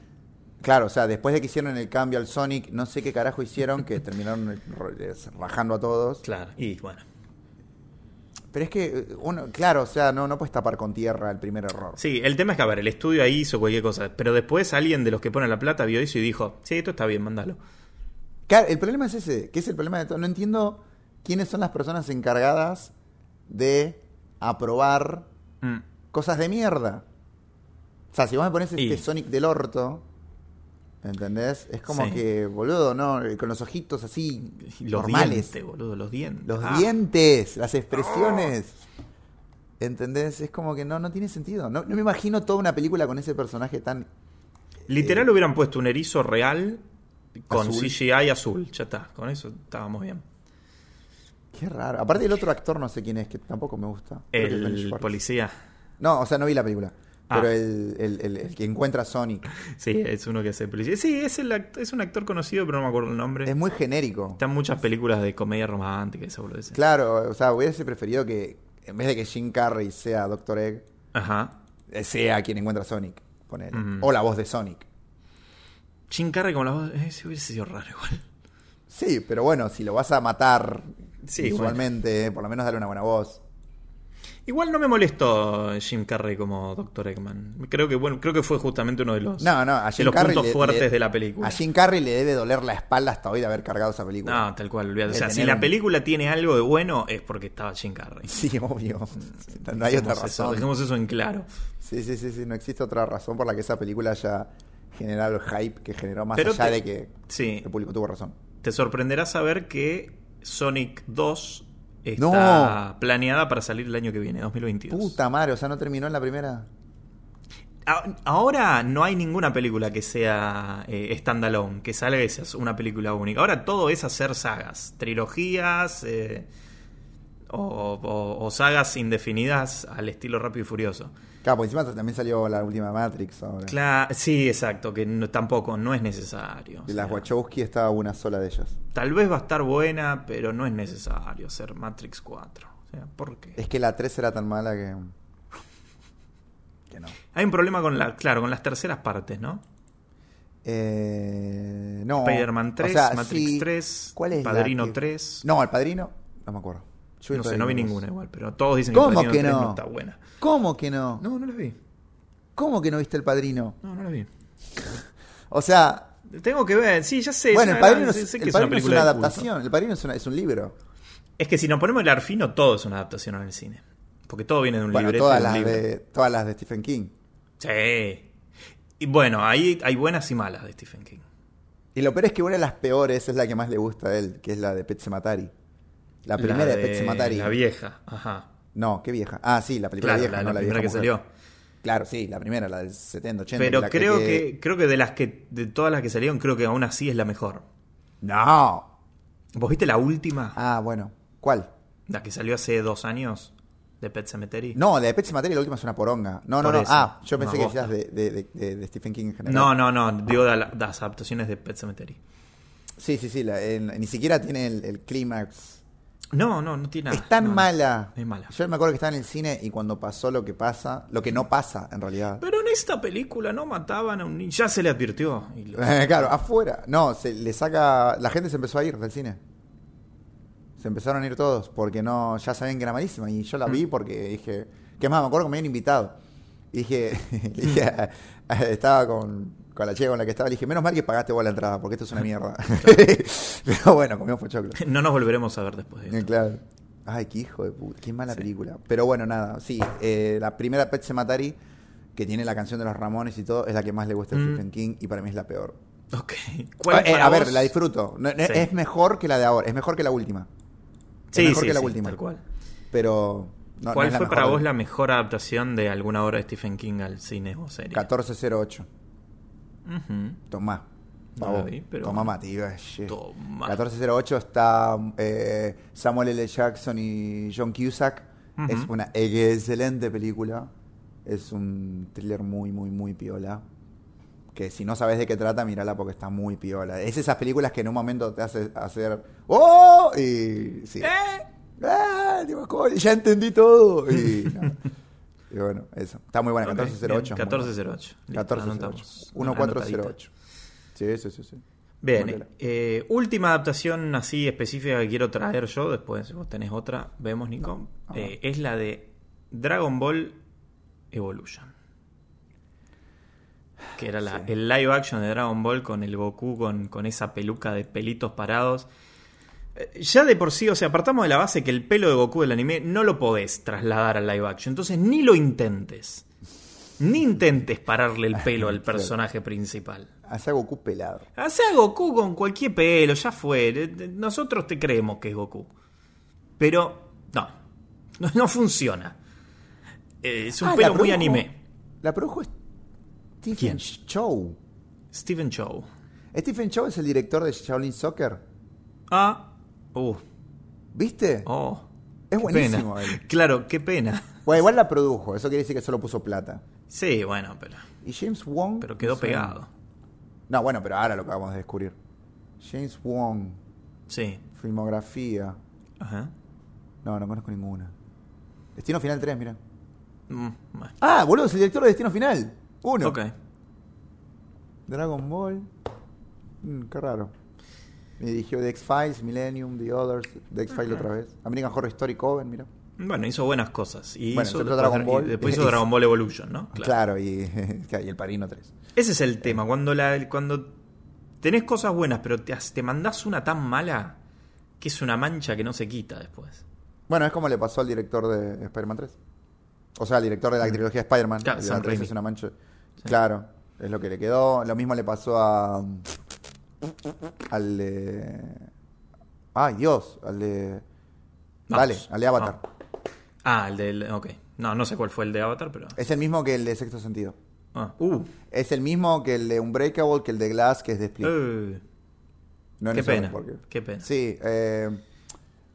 Speaker 2: Claro, o sea, después de que hicieron el cambio al Sonic, no sé qué carajo hicieron, que terminaron eh, ro- eh, rajando a todos.
Speaker 1: Claro. Y bueno.
Speaker 2: Pero es que, eh, uno, claro, o sea, no, no puedes tapar con tierra el primer error.
Speaker 1: Sí, el tema es que, a ver, el estudio ahí hizo cualquier cosa, pero después alguien de los que pone la plata vio eso y dijo, sí, esto está bien, mándalo.
Speaker 2: Claro, el problema es ese, que es el problema de todo. No entiendo quiénes son las personas encargadas de aprobar
Speaker 1: Mm.
Speaker 2: cosas de mierda. O sea, si vos me pones
Speaker 1: Y-
Speaker 2: este Sonic del orto, ¿Entendés? Es como
Speaker 1: Sí.
Speaker 2: que, boludo, ¿no? Con los ojitos así,
Speaker 1: Los
Speaker 2: normales.
Speaker 1: dientes, boludo, los dientes.
Speaker 2: Los
Speaker 1: Ah,
Speaker 2: dientes, las expresiones. ¿Entendés? Es como que no, no tiene sentido. No, no me imagino toda una película con ese personaje tan.
Speaker 1: Literal hubieran puesto un erizo real con
Speaker 2: Eh, Azul.
Speaker 1: CGI azul. Ya está, con eso estábamos bien.
Speaker 2: Qué raro. Aparte el otro actor, no sé quién es, que tampoco me gusta. Creo que es Ben
Speaker 1: El
Speaker 2: Schwartz.
Speaker 1: policía.
Speaker 2: No, o sea, no vi la película.
Speaker 1: Ah.
Speaker 2: Pero el, el- el- el que encuentra a Sonic
Speaker 1: Sí, es uno que hace el policía. Sí, es, el act- es un actor conocido, pero no me acuerdo el nombre.
Speaker 2: es muy genérico.
Speaker 1: Están muchas películas de comedia romántica, esa boludez.
Speaker 2: Claro, o sea, hubiese preferido que en vez de que Jim Carrey sea Doctor Egg,
Speaker 1: Ajá.
Speaker 2: eh, sea quien encuentra a Sonic. ponele.
Speaker 1: Ujú.
Speaker 2: O la voz de Sonic.
Speaker 1: Jim Carrey con la voz. eh, sí, hubiese sido raro igual.
Speaker 2: Sí, pero bueno, si lo vas a matar
Speaker 1: Sí,
Speaker 2: visualmente, por lo menos dale una buena voz.
Speaker 1: Igual no me molestó Jim Carrey como Dr. Eggman. Creo que bueno, creo que fue justamente uno de los,
Speaker 2: No, no, a
Speaker 1: de
Speaker 2: Jim
Speaker 1: los
Speaker 2: Carrey
Speaker 1: puntos
Speaker 2: le-
Speaker 1: fuertes
Speaker 2: le-
Speaker 1: de la película.
Speaker 2: A Jim Carrey le debe doler la espalda hasta hoy de haber cargado esa película.
Speaker 1: No, tal cual, olvídate. O
Speaker 2: De
Speaker 1: sea, si
Speaker 2: tener
Speaker 1: la
Speaker 2: un-
Speaker 1: película tiene algo de bueno es porque estaba Jim Carrey.
Speaker 2: Sí, obvio. No hay
Speaker 1: Dejemos
Speaker 2: otra
Speaker 1: eso-
Speaker 2: razón.
Speaker 1: dejemos eso en claro.
Speaker 2: Sí, sí, sí, sí, no existe otra razón por la que esa película haya generado el hype que generó más
Speaker 1: Pero
Speaker 2: allá
Speaker 1: te-
Speaker 2: de que
Speaker 1: Sí,
Speaker 2: el público tuvo razón.
Speaker 1: te sorprenderá saber que Sonic 2 está
Speaker 2: No.
Speaker 1: planeada para salir el año que viene, 2022.
Speaker 2: Puta madre, o sea, no terminó en la primera.
Speaker 1: A- Ahora no hay ninguna película que sea eh, standalone, que salga y sea una película única. Ahora todo es hacer sagas, trilogías eh, o, o- o sagas indefinidas al estilo Rápido y Furioso.
Speaker 2: Claro, porque encima también salió la última Matrix ahora.
Speaker 1: Cla- sí, exacto, que no- tampoco no es necesario.
Speaker 2: De
Speaker 1: O
Speaker 2: las
Speaker 1: sea,
Speaker 2: Wachowski estaba una sola de ellas.
Speaker 1: tal vez va a estar buena, pero no es necesario hacer Matrix 4. O sea, ¿por qué?
Speaker 2: Es que la 3 era tan mala que. Que no.
Speaker 1: Hay un problema con la, claro, con las terceras partes, ¿no?
Speaker 2: Eh, no.
Speaker 1: Spider-Man
Speaker 2: O
Speaker 1: 3,
Speaker 2: sea,
Speaker 1: Matrix
Speaker 2: sí.
Speaker 1: 3,
Speaker 2: ¿Cuál es la
Speaker 1: Padrino
Speaker 2: que-
Speaker 1: 3.
Speaker 2: No, el Padrino. No me acuerdo. Yo
Speaker 1: No sé, no vi
Speaker 2: Padrino
Speaker 1: ninguna
Speaker 2: 2.
Speaker 1: igual, pero todos dicen que
Speaker 2: ¿Cómo
Speaker 1: Padrino
Speaker 2: que
Speaker 1: 3
Speaker 2: no?
Speaker 1: está buena.
Speaker 2: ¿Cómo que no?
Speaker 1: No, no las vi.
Speaker 2: ¿Cómo que no viste el Padrino?
Speaker 1: No, no las vi.
Speaker 2: O sea,
Speaker 1: Tengo que ver, sí, ya sé. es
Speaker 2: bueno,
Speaker 1: una
Speaker 2: el Padrino,
Speaker 1: gran-
Speaker 2: es,
Speaker 1: sé
Speaker 2: el
Speaker 1: que es
Speaker 2: Padrino es una,
Speaker 1: película de culto.
Speaker 2: adaptación. El Padrino es, una- es un libro.
Speaker 1: Es que si nos ponemos el arfino, todo es una adaptación en el cine. Porque todo viene de un
Speaker 2: Bueno,
Speaker 1: libreto.
Speaker 2: todas
Speaker 1: de un
Speaker 2: las,
Speaker 1: libro.
Speaker 2: de, todas las de Stephen King.
Speaker 1: Sí. Y bueno, ahí hay buenas y malas de Stephen King.
Speaker 2: Y lo peor es que una de las peores es la que más le gusta a él, que es la de Pet Sematari. La primera de, Pet Sematari.
Speaker 1: La vieja, ajá.
Speaker 2: No, qué vieja. Ah, sí, la película
Speaker 1: Claro,
Speaker 2: vieja,
Speaker 1: la,
Speaker 2: no
Speaker 1: la
Speaker 2: la,
Speaker 1: primera que
Speaker 2: vieja mujer.
Speaker 1: salió.
Speaker 2: Claro, sí, la primera, la del 70, 80.
Speaker 1: Pero
Speaker 2: la
Speaker 1: creo que... creo que de las que de todas las que salieron, creo que aún así es la mejor.
Speaker 2: No.
Speaker 1: ¿Vos viste la última?
Speaker 2: Ah, bueno. ¿Cuál?
Speaker 1: La que salió hace dos años de Pet Cemetery.
Speaker 2: No, la de Pet Sematari la última es una poronga. No, no,
Speaker 1: Por
Speaker 2: no.
Speaker 1: eso,
Speaker 2: Ah, yo
Speaker 1: una
Speaker 2: pensé que
Speaker 1: bosta.
Speaker 2: decías de, de- de- de- de Stephen King en general.
Speaker 1: no, no, no, digo de la- las adaptaciones de Pet Cemetery.
Speaker 2: Sí, sí, sí. la- en- ni siquiera tiene el, el clímax.
Speaker 1: No, no, no tiene nada.
Speaker 2: es tan
Speaker 1: no, no.
Speaker 2: mala.
Speaker 1: Es mala.
Speaker 2: Yo me acuerdo que estaba en el cine y cuando pasó lo que pasa, lo que no pasa en realidad.
Speaker 1: Pero en esta película no mataban a un niño. Ya se le advirtió. Y lo-
Speaker 2: claro, afuera. No, se le saca. La gente se empezó a ir del cine. Se empezaron a ir todos porque no, ya sabían que era malísima. Y yo la
Speaker 1: Mm.
Speaker 2: vi porque dije. Que más, me acuerdo que me habían invitado. Y dije. le dije a- a- estaba con, con la chica con la que estaba. Le dije, menos mal que pagaste vos la entrada porque esto es una mierda. Pero bueno, comimos pochoclo.
Speaker 1: No nos volveremos a ver después de
Speaker 2: Eh,
Speaker 1: esto.
Speaker 2: Claro. Ay, qué hijo de puta, qué mala película. Pero bueno, nada, sí, eh, la primera Pet Sematari, que tiene la canción de los Ramones y todo, es la que más le gusta a
Speaker 1: Mm.
Speaker 2: Stephen King y para mí es la peor.
Speaker 1: Ok. ¿Cuál
Speaker 2: Eh,
Speaker 1: para
Speaker 2: a ver,
Speaker 1: vos?
Speaker 2: la disfruto. No, no,
Speaker 1: Sí.
Speaker 2: Es mejor que la de ahora, es mejor que la última. es
Speaker 1: Sí,
Speaker 2: mejor
Speaker 1: sí,
Speaker 2: que la
Speaker 1: sí,
Speaker 2: última.
Speaker 1: Tal cual.
Speaker 2: Pero. no- no
Speaker 1: ¿Cuál
Speaker 2: es la
Speaker 1: fue
Speaker 2: mejor
Speaker 1: para
Speaker 2: de-
Speaker 1: vos la mejor adaptación de alguna obra de Stephen King al cine o serie?
Speaker 2: 1408.
Speaker 1: Ujú.
Speaker 2: Tomá.
Speaker 1: No
Speaker 2: Pa'
Speaker 1: la
Speaker 2: vos.
Speaker 1: vi, pero
Speaker 2: Tomá,
Speaker 1: bueno.
Speaker 2: Mati. ay, shit.
Speaker 1: Tomá.
Speaker 2: 1408 está eh, Samuel L. Jackson y John Cusack.
Speaker 1: Ujú.
Speaker 2: Es una excelente película. Es un thriller muy, muy, muy piola. Que si no sabes de qué trata, mírala porque está muy piola. Es esas películas que en un momento te hace hacer ¡Oh! Y sí.
Speaker 1: ¿Eh?
Speaker 2: ¡Ah! Digo, "¿Cómo? Ya entendí todo. Y, no. Y bueno, eso. Está muy buena.
Speaker 1: Ok,
Speaker 2: 1408. es muy buena.
Speaker 1: 1408. Listo,
Speaker 2: 1408.
Speaker 1: anotamos.
Speaker 2: 1408. Sí, sí, sí, sí.
Speaker 1: Bien,
Speaker 2: Ponela.
Speaker 1: eh, última adaptación así específica que quiero traer yo, después si vos tenés otra, vemos Nico,
Speaker 2: ajá.
Speaker 1: Eh, es la de Dragon Ball Evolution. Que era la-
Speaker 2: Sí.
Speaker 1: el live action de Dragon Ball con el Goku con, con esa peluca de pelitos parados. Eh, Ya de por sí, o sea, apartamos de la base que el pelo de Goku del anime no lo podés trasladar al live action, entonces ni lo intentes. Ni intentes pararle el pelo al
Speaker 2: Claro.
Speaker 1: personaje principal.
Speaker 2: Hace a Goku pelado.
Speaker 1: Hace a Goku con cualquier pelo, ya fue. Nosotros te creemos que es Goku. Pero no, no, no funciona. Eh, es un
Speaker 2: Ah, la
Speaker 1: pelo muy
Speaker 2: produjo-
Speaker 1: anime.
Speaker 2: La produjo Stephen
Speaker 1: ¿Quién?
Speaker 2: Chow.
Speaker 1: Steven Chow.
Speaker 2: Stephen Chow es el director de Shaolin Soccer.
Speaker 1: Ah, uh,
Speaker 2: ¿Viste?
Speaker 1: oh.
Speaker 2: Es
Speaker 1: qué
Speaker 2: buenísimo
Speaker 1: pena.
Speaker 2: él.
Speaker 1: Claro, qué pena.
Speaker 2: Bueno, igual la produjo. Eso quiere decir que solo puso plata.
Speaker 1: Sí, bueno, pero,
Speaker 2: Y James Wong.
Speaker 1: pero quedó
Speaker 2: no sé.
Speaker 1: pegado.
Speaker 2: No, bueno, pero ahora lo acabamos de descubrir. James Wong,
Speaker 1: Sí.
Speaker 2: filmografía.
Speaker 1: Ajá.
Speaker 2: No, no conozco ninguna. Destino Final 3, mira.
Speaker 1: Mm, bueno.
Speaker 2: Ah, boludo, es el director de Destino Final. Uno.
Speaker 1: Ok.
Speaker 2: Dragon Ball. Mm, qué raro. Me dirigió The X-Files, Millennium, The Others, The X-Files otra vez. American Horror Story Coven, mira.
Speaker 1: Bueno, hizo buenas cosas. Y
Speaker 2: Bueno,
Speaker 1: hizo después,
Speaker 2: excepto Dragon
Speaker 1: y
Speaker 2: Ball.
Speaker 1: después hizo Dragon Ball Evolution, ¿no?
Speaker 2: Claro, y, claro, y El Padrino 3.
Speaker 1: Ese es el tema. Cuando, la, cuando tenés cosas buenas, pero te, te mandás una tan mala que es una mancha que no se quita después.
Speaker 2: Bueno, es como le pasó al director de Spider-Man 3. O sea, al director de la trilogía Spider-Man.
Speaker 1: Mm. Claro,
Speaker 2: El
Speaker 1: Sam
Speaker 2: Spider-Man 3
Speaker 1: Raimi.
Speaker 2: es una mancha. Claro, es lo que le quedó. Lo mismo le pasó a. Al de. Ay, Dios, al de. Vale,
Speaker 1: Vamos.
Speaker 2: al de Avatar.
Speaker 1: Ah, el del. Ok. No, no sé cuál fue el de Avatar, pero.
Speaker 2: Es el mismo que el de Sexto Sentido.
Speaker 1: Ah. Uh,
Speaker 2: Es el mismo que el de Unbreakable, que el de Glass, que es de Split.
Speaker 1: eh,
Speaker 2: No en
Speaker 1: qué
Speaker 2: ese orden,
Speaker 1: pena, qué pena.
Speaker 2: Sí, eh,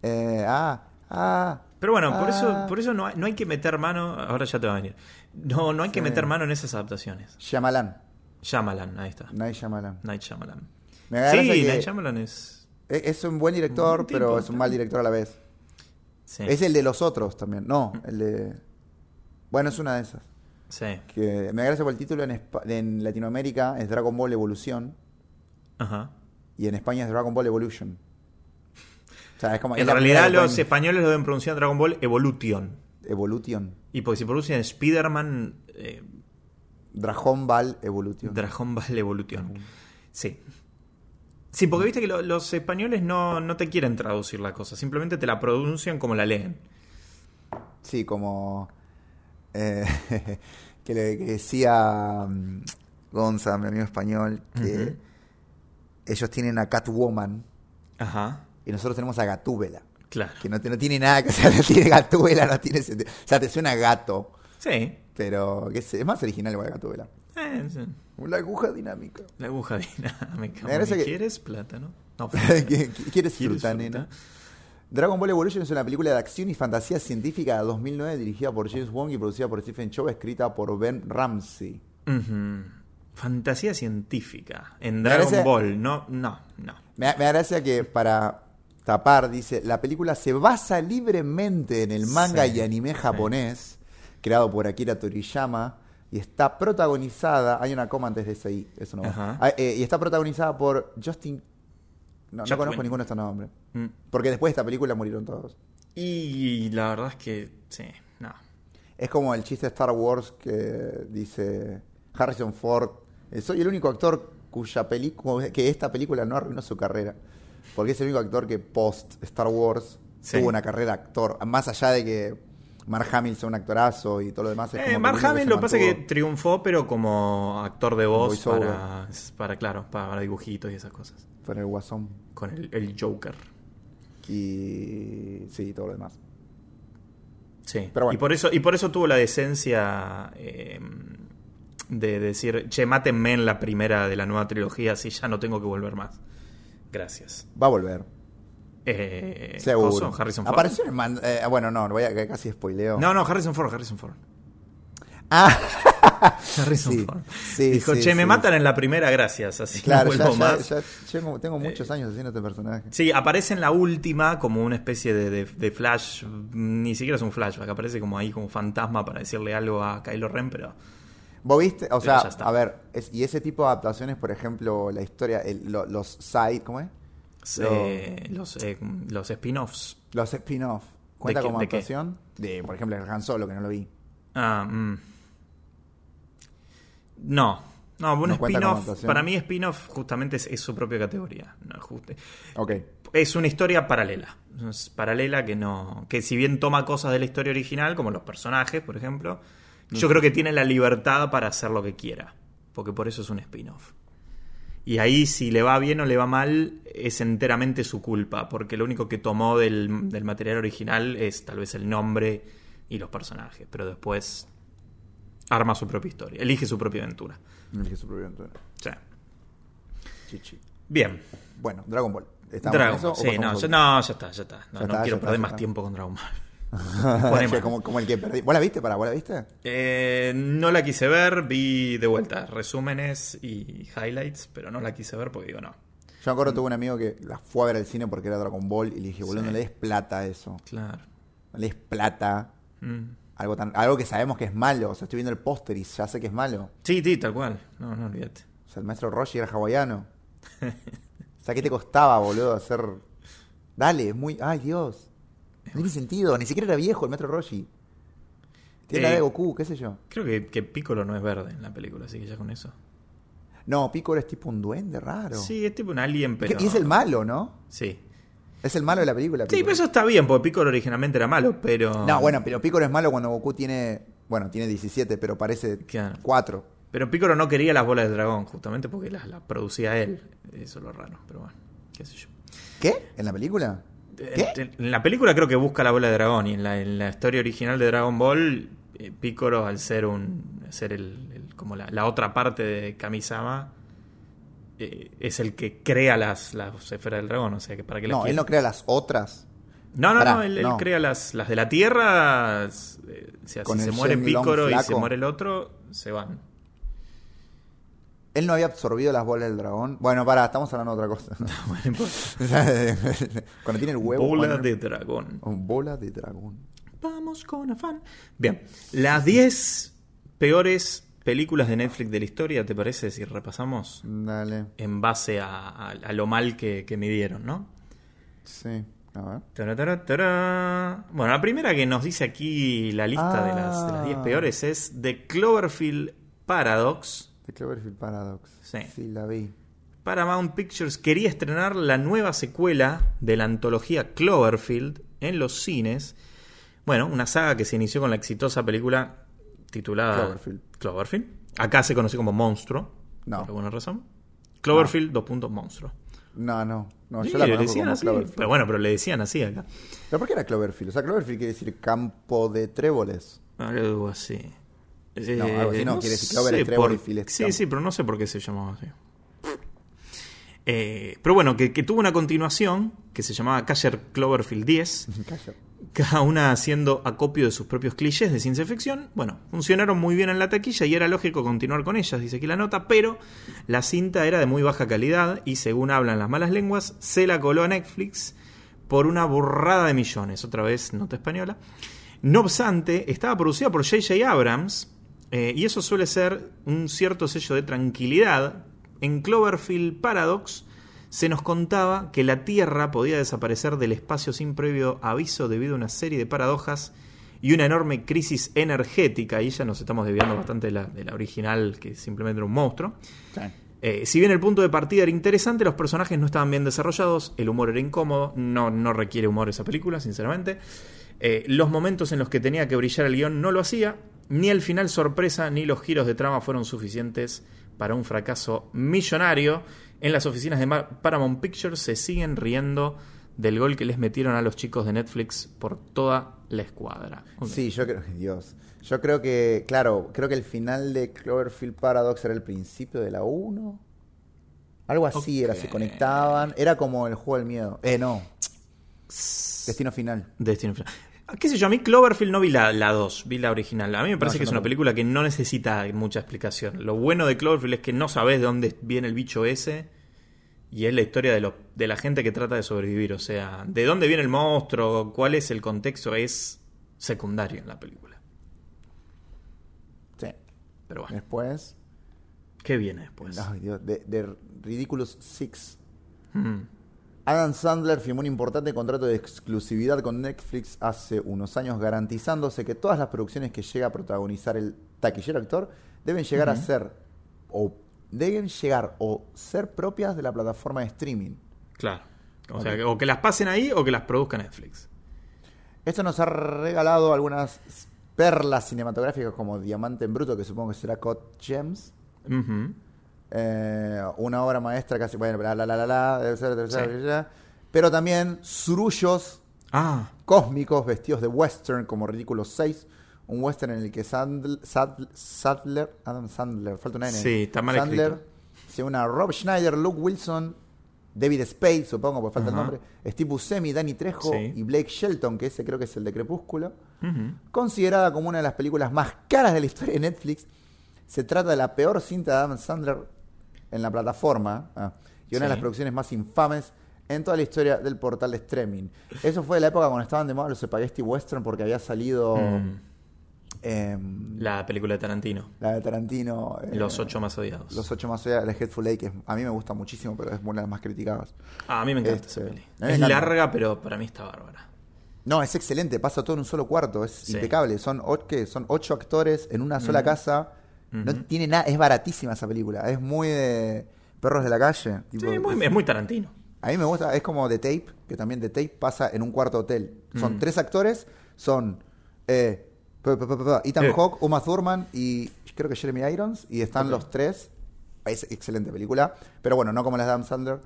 Speaker 2: eh, ah, ah.
Speaker 1: Pero bueno, por
Speaker 2: ah.
Speaker 1: eso, por eso no, hay, no hay que meter mano. Ahora ya te va a venir. No, no hay que meter mano en esas adaptaciones.
Speaker 2: Shyamalan.
Speaker 1: Shyamalan, ahí está.
Speaker 2: Night Shyamalan.
Speaker 1: Night Shyamalan.
Speaker 2: Me da gracia
Speaker 1: sí,
Speaker 2: que-
Speaker 1: Night Shyamalan es.
Speaker 2: E- Es un buen director,
Speaker 1: Un tipo,
Speaker 2: pero es un mal director a la vez.
Speaker 1: Sí. Mm.
Speaker 2: Es el de los otros también. No, el de. Bueno, es una de esas.
Speaker 1: Sí.
Speaker 2: Que me da gracia por el título en, Espa- en Latinoamérica es Dragon Ball Evolución
Speaker 1: Ajá.
Speaker 2: y en España es Dragon Ball Evolution. O sea, es como. es
Speaker 1: En
Speaker 2: la primera
Speaker 1: realidad,
Speaker 2: que
Speaker 1: los
Speaker 2: ponen
Speaker 1: españoles lo deben pronunciar Dragon Ball Evolution.
Speaker 2: Evolution.
Speaker 1: Y porque si pronuncian Spider-Man, eh,
Speaker 2: Dragon Ball Evolution.
Speaker 1: Dragon Ball Evolution. Sí. Sí, porque viste que lo- los españoles no, no te quieren traducir la cosa, simplemente te la pronuncian como la leen.
Speaker 2: sí, como. eh, que le que decía mm, Gonza, mi amigo español, que
Speaker 1: Ujú.
Speaker 2: ellos tienen a Catwoman
Speaker 1: Ajá.
Speaker 2: y nosotros tenemos a Gatúbela.
Speaker 1: Claro.
Speaker 2: Que no, te- no tiene nada que hacer, no tiene gatúbela, no tiene sentido. O sea, te suena gato,
Speaker 1: Sí. Eh,
Speaker 2: pero qué sé, es más original igual gatúbela.
Speaker 1: sí.
Speaker 2: La aguja dinámica.
Speaker 1: La aguja dinámica.
Speaker 2: Me parece
Speaker 1: Bueno,
Speaker 2: que-
Speaker 1: ¿Quieres plátano? No,
Speaker 2: ¿Qué-
Speaker 1: fruta.
Speaker 2: qué- ¿Quieres
Speaker 1: ¿Quieres
Speaker 2: fruta,
Speaker 1: fruta?
Speaker 2: nena? Dragon Ball Evolution es una película de acción y fantasía científica de 2009 dirigida por James Wong y producida por Stephen Chow, escrita por Ben Ramsey.
Speaker 1: Ujú. Fantasía científica. En
Speaker 2: Me
Speaker 1: Dragon
Speaker 2: parece-
Speaker 1: Ball. No, no, no.
Speaker 2: Me, da- me da gracia que para tapar, dice, la película se basa libremente en el manga
Speaker 1: Sí,
Speaker 2: y anime
Speaker 1: sí.
Speaker 2: japonés, creado por Akira Toriyama, y está protagonizada, hay una coma antes de eso ahí, eso no va.
Speaker 1: Ajá.
Speaker 2: Ah, eh, y está protagonizada por Justin... No,
Speaker 1: Chadwick.
Speaker 2: no conozco ninguno de estos nombres.
Speaker 1: Mm.
Speaker 2: Porque después de esta película murieron todos.
Speaker 1: Y la verdad es que, sí, no.
Speaker 2: Es como el chiste de Star Wars que dice Harrison Ford. eh, Soy el único actor cuya película que esta película no arruinó su carrera. Porque es el único actor que post Star Wars
Speaker 1: Sí.
Speaker 2: tuvo una carrera actor. Más allá de que Mark Hamill sea un actorazo y todo lo demás. es
Speaker 1: Eh,
Speaker 2: como que
Speaker 1: Mark
Speaker 2: el único
Speaker 1: Hamill
Speaker 2: se
Speaker 1: lo que pasa es que
Speaker 2: mantuvo.
Speaker 1: triunfó, pero como actor de voz
Speaker 2: Voiceover.
Speaker 1: para, para, claro, para dibujitos y esas cosas.
Speaker 2: Fue en el Guasón.
Speaker 1: Con el, el Joker.
Speaker 2: Y. Sí, todo lo demás.
Speaker 1: Sí.
Speaker 2: Pero
Speaker 1: y,
Speaker 2: bueno.
Speaker 1: por eso, y por eso tuvo la decencia eh, de decir, che, mátenme en la primera de la nueva trilogía, así ya no tengo que volver más. Gracias.
Speaker 2: Va a volver.
Speaker 1: Eh,
Speaker 2: Seguro.
Speaker 1: coso, Harrison Ford.
Speaker 2: Apareció en el man- eh, bueno, no, voy a, casi spoileo.
Speaker 1: No, no, Harrison Ford, Harrison Ford.
Speaker 2: Ah,
Speaker 1: Harrison
Speaker 2: Sí,
Speaker 1: Ford.
Speaker 2: sí,
Speaker 1: Dijo,
Speaker 2: sí,
Speaker 1: che, me
Speaker 2: sí.
Speaker 1: matan en la primera, gracias. Así
Speaker 2: claro,
Speaker 1: no
Speaker 2: ya,
Speaker 1: vuelvo
Speaker 2: ya,
Speaker 1: más. Eh.
Speaker 2: ya- yo tengo muchos años haciendo este personaje.
Speaker 1: Sí, aparece en la última como una especie de, de- de flash, ni siquiera es un flashback, aparece como ahí como fantasma para decirle algo a Kylo Ren, pero
Speaker 2: Vos viste, o
Speaker 1: Pero
Speaker 2: sea,
Speaker 1: ya está.
Speaker 2: a ver, es- y ese tipo de adaptaciones, por ejemplo, la historia, el- lo- los side, ¿cómo es?
Speaker 1: eh, los, eh, los spin-offs.
Speaker 2: Los spin-off. ¿Cuenta
Speaker 1: qué-
Speaker 2: como
Speaker 1: de qué?
Speaker 2: adaptación? De, por ejemplo, el Han Solo, que no lo vi.
Speaker 1: Ah, mm. No, no, un
Speaker 2: No cuenta como
Speaker 1: spin-off,
Speaker 2: adaptación.
Speaker 1: para mí spin-off justamente es, es su propia categoría. No, juste-
Speaker 2: Ok.
Speaker 1: es una historia paralela. Es paralela que no. que si bien toma cosas de la historia original, como los personajes, por ejemplo, yo creo que tiene la libertad para hacer lo que quiera. Porque por eso es un spin-off. Y ahí si le va bien o le va mal es enteramente su culpa, porque lo único que tomó del, del material original es tal vez el nombre y los personajes, pero después arma su propia historia, elige su propia aventura.
Speaker 2: Elige su propia aventura.
Speaker 1: Sí.
Speaker 2: Chichi.
Speaker 1: Bien.
Speaker 2: Bueno, Dragon Ball. ¿Estamos
Speaker 1: Dragon
Speaker 2: en eso
Speaker 1: Ball.
Speaker 2: o
Speaker 1: Sí, no,
Speaker 2: pasamos
Speaker 1: ya,
Speaker 2: a
Speaker 1: no, ya está, ya está. No,
Speaker 2: Ya
Speaker 1: no
Speaker 2: está,
Speaker 1: quiero
Speaker 2: ya
Speaker 1: perder más
Speaker 2: está, ya está.
Speaker 1: tiempo con Dragon Ball.
Speaker 2: otro?
Speaker 1: Pone
Speaker 2: Che,
Speaker 1: mal.
Speaker 2: como, como el que perdí. ¿Vos la viste? Pará, ¿vos la viste?
Speaker 1: Eh, no la quise ver, vi de vuelta resúmenes y highlights, pero no la quise ver porque digo no.
Speaker 2: Yo me acuerdo tuve un amigo que la fue a ver al cine porque era Dragon Ball y le dije, boludo,
Speaker 1: Sí.
Speaker 2: no le des plata a eso.
Speaker 1: Claro.
Speaker 2: No le des plata.
Speaker 1: Mm.
Speaker 2: Algo, tan, algo que sabemos que es malo. O sea, estoy viendo el póster y ya sé que es malo.
Speaker 1: Sí, sí, tal cual. No, no olvídate.
Speaker 2: O sea, el maestro Roshi era hawaiano. O sea, ¿qué te costaba, boludo, hacer. Dale, es muy. Ay, Dios. No tiene sentido. Ni siquiera era viejo el maestro Roshi. Tiene la
Speaker 1: Eh.
Speaker 2: de Goku, qué sé yo.
Speaker 1: Creo que, que Piccolo no es verde en la película, así que ya con eso.
Speaker 2: No, Piccolo es tipo un duende raro.
Speaker 1: Sí, es tipo un alien, pero.
Speaker 2: Y es el malo, ¿no?
Speaker 1: Sí.
Speaker 2: Es el malo de la película.
Speaker 1: Sí,
Speaker 2: Piccolo.
Speaker 1: pero eso está bien, porque Piccolo originalmente era malo, pero.
Speaker 2: No, bueno, pero Piccolo es malo cuando Goku tiene. Bueno, tiene 17, pero parece
Speaker 1: Claro.
Speaker 2: 4.
Speaker 1: Pero Piccolo no quería las bolas de dragón, justamente porque las, las producía él. Eso es lo raro, pero bueno, qué sé yo.
Speaker 2: ¿Qué? ¿En la película? ¿Qué?
Speaker 1: Eh, En, en la película creo que busca la bola de dragón y en la, en la historia original de Dragon Ball, eh, Piccolo al ser un al ser el, el- como la, la otra parte de Kamisama eh, es el que crea las, las esferas del dragón, o sea que para que las
Speaker 2: No, él
Speaker 1: quiere.
Speaker 2: no crea las otras.
Speaker 1: no, no,
Speaker 2: Pará,
Speaker 1: no, él, él
Speaker 2: no.
Speaker 1: crea las, las de la tierra, s- eh, o sea,
Speaker 2: Con
Speaker 1: si se
Speaker 2: el
Speaker 1: muere
Speaker 2: Shenlong
Speaker 1: Piccolo y se
Speaker 2: flaco.
Speaker 1: muere el otro, se van.
Speaker 2: Él no había absorbido las bolas del dragón. Bueno, pará, estamos hablando de otra cosa.
Speaker 1: Bueno, no importa.
Speaker 2: cuando tiene el huevo.
Speaker 1: bola
Speaker 2: cuando-
Speaker 1: de dragón.
Speaker 2: Oh, Bola de dragón.
Speaker 1: Vamos con afán. Bien, las 10 peores películas de Netflix de la historia, ¿te parece si repasamos?
Speaker 2: Dale.
Speaker 1: En base a, a- a lo mal que, que midieron, ¿no?
Speaker 2: Sí. A ver.
Speaker 1: Tará, tará, tará. Bueno, la primera que nos dice aquí la lista de las de las 10
Speaker 2: Ah.
Speaker 1: peores es The Cloverfield Paradox.
Speaker 2: The Cloverfield Paradox.
Speaker 1: Sí.
Speaker 2: la vi.
Speaker 1: Paramount Pictures quería estrenar la nueva secuela de la antología Cloverfield en los cines. Bueno, una saga que se inició con la exitosa película titulada
Speaker 2: Cloverfield.
Speaker 1: Cloverfield. Acá se conoce como Monstruo,
Speaker 2: No.
Speaker 1: por alguna razón. Cloverfield, dos puntos, Monstruo.
Speaker 2: No, no. No,
Speaker 1: Sí,
Speaker 2: yo la
Speaker 1: le
Speaker 2: conozco
Speaker 1: decían
Speaker 2: como
Speaker 1: así,
Speaker 2: Cloverfield.
Speaker 1: pero bueno, pero le decían así acá.
Speaker 2: ¿Pero por qué era Cloverfield? O sea, Cloverfield quiere decir campo de tréboles.
Speaker 1: Algo así. Eh,
Speaker 2: No, algo así no, quiere decir Clover
Speaker 1: sé
Speaker 2: es trébol y
Speaker 1: por-
Speaker 2: Phil es
Speaker 1: Sí,
Speaker 2: campo.
Speaker 1: sí, pero no sé por qué se llamaba así. Eh, pero bueno, que, que tuvo una continuación que se llamaba Cayer Cloverfield 10,
Speaker 2: Calla.
Speaker 1: cada una haciendo acopio de sus propios clichés de ciencia ficción. Bueno, funcionaron muy bien en la taquilla y era lógico continuar con ellas, dice aquí la nota, pero la cinta era de muy baja calidad y según hablan las malas lenguas, se la coló a Netflix por una burrada de millones, otra vez nota española. No obstante, estaba producida por J.J. Abrams eh, y eso suele ser un cierto sello de tranquilidad. En Cloverfield Paradox, se nos contaba que la Tierra podía desaparecer del espacio sin previo aviso debido a una serie de paradojas y una enorme crisis energética, y ya nos estamos desviando bastante de la, de la original, que simplemente era un monstruo. Eh, si bien el punto de partida era interesante, los personajes no estaban bien desarrollados, el humor era incómodo, no, no requiere humor esa película, sinceramente. Eh, los momentos en los que tenía que brillar el guión no lo hacía, ni el final sorpresa ni los giros de trama fueron suficientes para un fracaso millonario. En las oficinas de Ma- Paramount Pictures se siguen riendo del gol que les metieron a los chicos de Netflix por toda la escuadra. Ok.
Speaker 2: Sí, yo creo que Dios. Yo creo que, claro, creo que el final de Cloverfield Paradox era el principio de la 1. Algo así era, se
Speaker 1: Ok.
Speaker 2: conectaban. Era como el juego del miedo. Eh, no. Destino final.
Speaker 1: Destino Final. Ah, ¿Qué sé yo? A mí Cloverfield no vi la, la 2, vi la original. A mí me parece
Speaker 2: yo
Speaker 1: que es una
Speaker 2: tampoco.
Speaker 1: película que no necesita mucha explicación. Lo bueno de Cloverfield es que no sabes de dónde viene el bicho ese. Y es la historia de, lo- de la gente que trata de sobrevivir. O sea, de dónde viene el monstruo, cuál es el contexto, es secundario en la película.
Speaker 2: Sí.
Speaker 1: Pero bueno, Pues.
Speaker 2: Después.
Speaker 1: ¿qué viene después?
Speaker 2: Ay, Dios. De, de Ridiculous Six.
Speaker 1: Mm.
Speaker 2: Adam Sandler firmó un importante contrato de exclusividad con Netflix hace unos años, garantizándose que todas las producciones que llega a protagonizar el taquillero actor deben llegar a ser o deben llegar o ser propias de la plataforma de streaming.
Speaker 1: Claro. O sea,
Speaker 2: Ok.
Speaker 1: que- o que las pasen ahí o que las produzca Netflix.
Speaker 2: Esto nos ha regalado algunas perlas cinematográficas como Diamante en Bruto, que supongo que será Cod Gems,
Speaker 1: Ujú.
Speaker 2: eh, una obra maestra casi, bueno, bla, bla, bla, bla, bla, debe ser, debe ser,
Speaker 1: Sí.
Speaker 2: bla, bla, bla. pero también surullos
Speaker 1: Ah,
Speaker 2: cósmicos vestidos de western como Ridículo 6, un western en el que Sandl- Sadl- Sadler, Adam Sandler, falta una N.
Speaker 1: Sí, está mal
Speaker 2: Sandler,
Speaker 1: escrito.
Speaker 2: sí, una Rob Schneider, Luke Wilson, David Spade, supongo, porque falta
Speaker 1: Ajá.
Speaker 2: el nombre, Steve Buscemi, Danny Trejo
Speaker 1: Sí.
Speaker 2: y Blake Shelton, que ese creo que es el de Crepúsculo.
Speaker 1: ujú.
Speaker 2: Considerada como una de las películas más caras de la historia de Netflix, se trata de la peor cinta de Adam Sandler en la plataforma ah, y una de
Speaker 1: Sí.
Speaker 2: las producciones más infames en toda la historia del portal de streaming. Eso fue de la época cuando estaban de moda los spaghetti western porque había salido
Speaker 1: Mm,
Speaker 2: em,
Speaker 1: la película de Tarantino.
Speaker 2: la de Tarantino. eh,
Speaker 1: Los ocho más odiados.
Speaker 2: Los ocho más allá de Hateful Eight, que es- a mí me gusta muchísimo, pero es una de las más criticadas.
Speaker 1: Ah, a mí me encanta
Speaker 2: Este,
Speaker 1: esa peli.
Speaker 2: a mí me
Speaker 1: Es
Speaker 2: encanta.
Speaker 1: larga, pero para mí está bárbara.
Speaker 2: No, es excelente, pasa todo en un solo cuarto, es
Speaker 1: Sí.
Speaker 2: impecable. Son, o- ¿qué? Son ocho actores en una sola casa. No tiene nada, es baratísima esa película. Es muy de perros de la calle. tipo,
Speaker 1: Sí, muy- es muy Tarantino.
Speaker 2: A mí me gusta, es como The Tape, que también The Tape pasa en un cuarto hotel.
Speaker 1: Mm.
Speaker 2: Son tres actores, son eh, pa, pa, pa, pa, pa, Ethan
Speaker 1: Eh.
Speaker 2: Hawke, Uma Thurman y creo que Jeremy Irons, y están
Speaker 1: Ok.
Speaker 2: los tres. Es excelente película, pero bueno, no como las de Adam Sandler.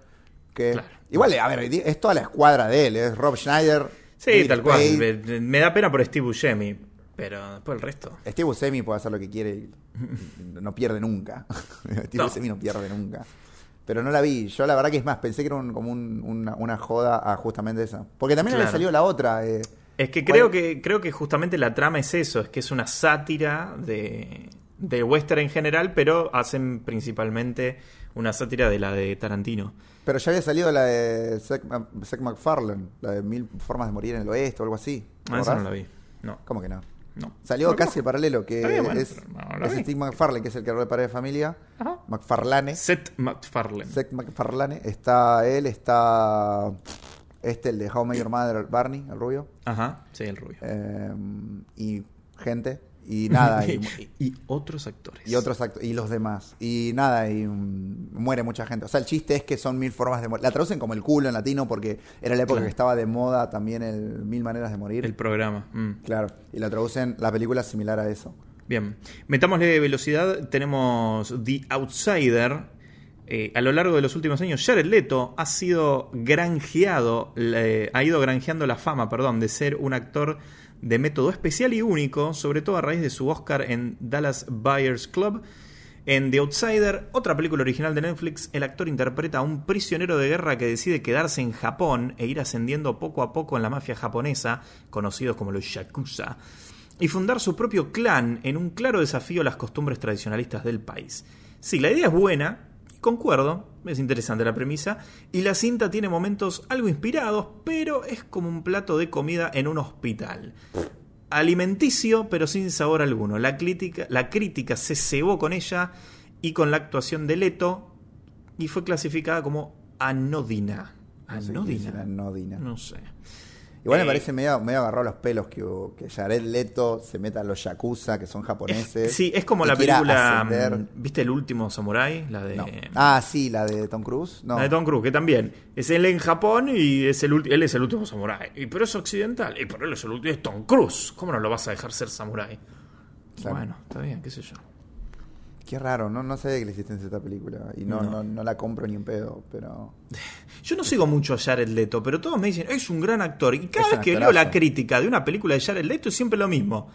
Speaker 2: Que...
Speaker 1: Claro.
Speaker 2: Igual, a ver, es toda la escuadra de él, es Rob Schneider.
Speaker 1: Sí,
Speaker 2: David
Speaker 1: tal cual.
Speaker 2: Spade,
Speaker 1: Me, me da pena por Steve Buscemi, pero después el resto.
Speaker 2: Steve Buscemi puede hacer lo que quiere y no pierde nunca. Steve
Speaker 1: No.
Speaker 2: Buscemi no pierde nunca. Pero no la vi. Yo la verdad que es más, pensé que era un- como un- una, una joda a justamente esa. Porque también había
Speaker 1: Claro.
Speaker 2: salido la otra. eh,
Speaker 1: Es que
Speaker 2: ¿Cuál?
Speaker 1: creo, que creo que justamente la trama es eso, es que es una sátira de, de western en general, pero hacen principalmente una sátira de la de Tarantino.
Speaker 2: Pero ya había salido la de Zac, Ma- Zac McFarlane, la de Mil Formas de Morir en el Oeste o algo así. ¿Te
Speaker 1: Ah, esa no
Speaker 2: acordás?
Speaker 1: la vi. No,
Speaker 2: ¿Cómo que no?
Speaker 1: no.
Speaker 2: Salió
Speaker 1: No,
Speaker 2: casi
Speaker 1: no.
Speaker 2: paralelo, que
Speaker 1: Está bien, bueno,
Speaker 2: es,
Speaker 1: pero no la
Speaker 2: es
Speaker 1: vi.
Speaker 2: Steve McFarlane, que es el creador de Padre de Familia.
Speaker 1: Ajá.
Speaker 2: McFarlane.
Speaker 1: Seth MacFarlane.
Speaker 2: Zac McFarlane. Está él, está este, el de How I Met Your Mother, Barney, el rubio.
Speaker 1: Ajá, sí, el rubio.
Speaker 2: eh, y gente y nada y,
Speaker 1: y otros actores.
Speaker 2: y otros acto- y los demás y nada y mm, muere mucha gente o sea el chiste es que son mil formas de morir la traducen como el culo en latino porque era la época
Speaker 1: Claro.
Speaker 2: que estaba de moda también el mil maneras de morir
Speaker 1: El programa. mm.
Speaker 2: claro y la traducen la película es similar a eso
Speaker 1: Bien, metámosle velocidad. Tenemos The Outsider. Eh, a lo largo de los últimos años, Jared Leto ha sido granjeado, le- ha ido granjeando la fama, perdón, de ser un actor de método especial y único, sobre todo a raíz de su Oscar en Dallas Buyers Club. En The Outsider, otra película original de Netflix, el actor interpreta a un prisionero de guerra que decide quedarse en Japón e ir ascendiendo poco a poco en la mafia japonesa, conocidos como los Yakuza, y fundar su propio clan en un claro desafío a las costumbres tradicionalistas del país. Sí, la idea es buena, y concuerdo, es interesante la premisa, y la cinta tiene momentos algo inspirados, pero es como un plato de comida en un hospital alimenticio, pero sin sabor alguno. La crítica, la crítica se cebó con ella y con la actuación de Leto y fue clasificada como anodina.
Speaker 2: No sé qué
Speaker 1: Anodina.
Speaker 2: dicen, anodina.
Speaker 1: No sé.
Speaker 2: igual
Speaker 1: Eh,
Speaker 2: me parece medio, medio agarrado los pelos que, que Jared Leto se meta a los yakuza que son japoneses
Speaker 1: Sí, es como
Speaker 2: y
Speaker 1: la
Speaker 2: quiera
Speaker 1: película.
Speaker 2: ascender.
Speaker 1: mm, ¿Viste el último Samurai? La de. mm,
Speaker 2: No. ah sí la de Tom Cruise no
Speaker 1: La de Tom Cruise, que también. Es él en Japón y es el ulti- él es el último samurái. Y pero es occidental. Y pero él es el último. Es Tom Cruise. ¿Cómo no lo vas a dejar ser samurái?
Speaker 2: Claro.
Speaker 1: Bueno, está bien, qué sé yo.
Speaker 2: Qué raro, no, no sabía que la existencia de esta película. Y no,
Speaker 1: No.
Speaker 2: no. no la compro ni en pedo, pero.
Speaker 1: Yo no sigo mucho a Jared Leto, pero todos me dicen, es un gran actor. Y cada
Speaker 2: Es
Speaker 1: vez
Speaker 2: un
Speaker 1: que leo
Speaker 2: actorazo.
Speaker 1: la crítica de una película de Jared Leto es siempre lo mismo.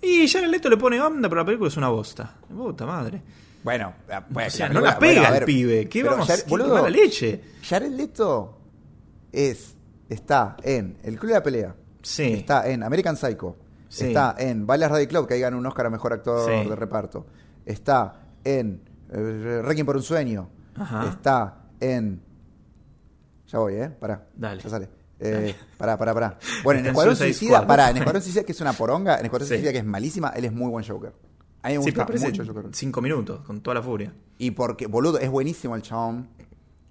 Speaker 1: Y Jared Leto le pone onda, pero la película es una bosta. Puta madre.
Speaker 2: Bueno, eh, pues,
Speaker 1: o sea, no
Speaker 2: película-
Speaker 1: la pega
Speaker 2: bueno, a ver,
Speaker 1: el pibe. ¿Qué
Speaker 2: pero
Speaker 1: vamos
Speaker 2: Jared-
Speaker 1: a la leche?
Speaker 2: Jared Leto es, está en El Club de la Pelea,
Speaker 1: Sí.
Speaker 2: está en American Psycho,
Speaker 1: Sí.
Speaker 2: está en Ballas Radio Club, que gana un Oscar a mejor actor
Speaker 1: Sí.
Speaker 2: de reparto, está en eh, Requiem por un sueño,
Speaker 1: Ajá.
Speaker 2: está en. Ya voy, ¿eh? Pará.
Speaker 1: Dale.
Speaker 2: Ya sale. Eh, pará, pará, pará. Bueno,
Speaker 1: Está en
Speaker 2: en Escuadrón
Speaker 1: Suicide
Speaker 2: Suicida,
Speaker 1: Squad.
Speaker 2: pará, en Escuadrón Suicida que es una poronga, en Escuadrón
Speaker 1: Sí.
Speaker 2: Suicida que es malísima, él es muy buen Joker. A mí
Speaker 1: Sí, pero
Speaker 2: me gusta
Speaker 1: aparece
Speaker 2: mucho Joker.
Speaker 1: cinco minutos, con toda la furia.
Speaker 2: Y porque, boludo, es buenísimo el chabón.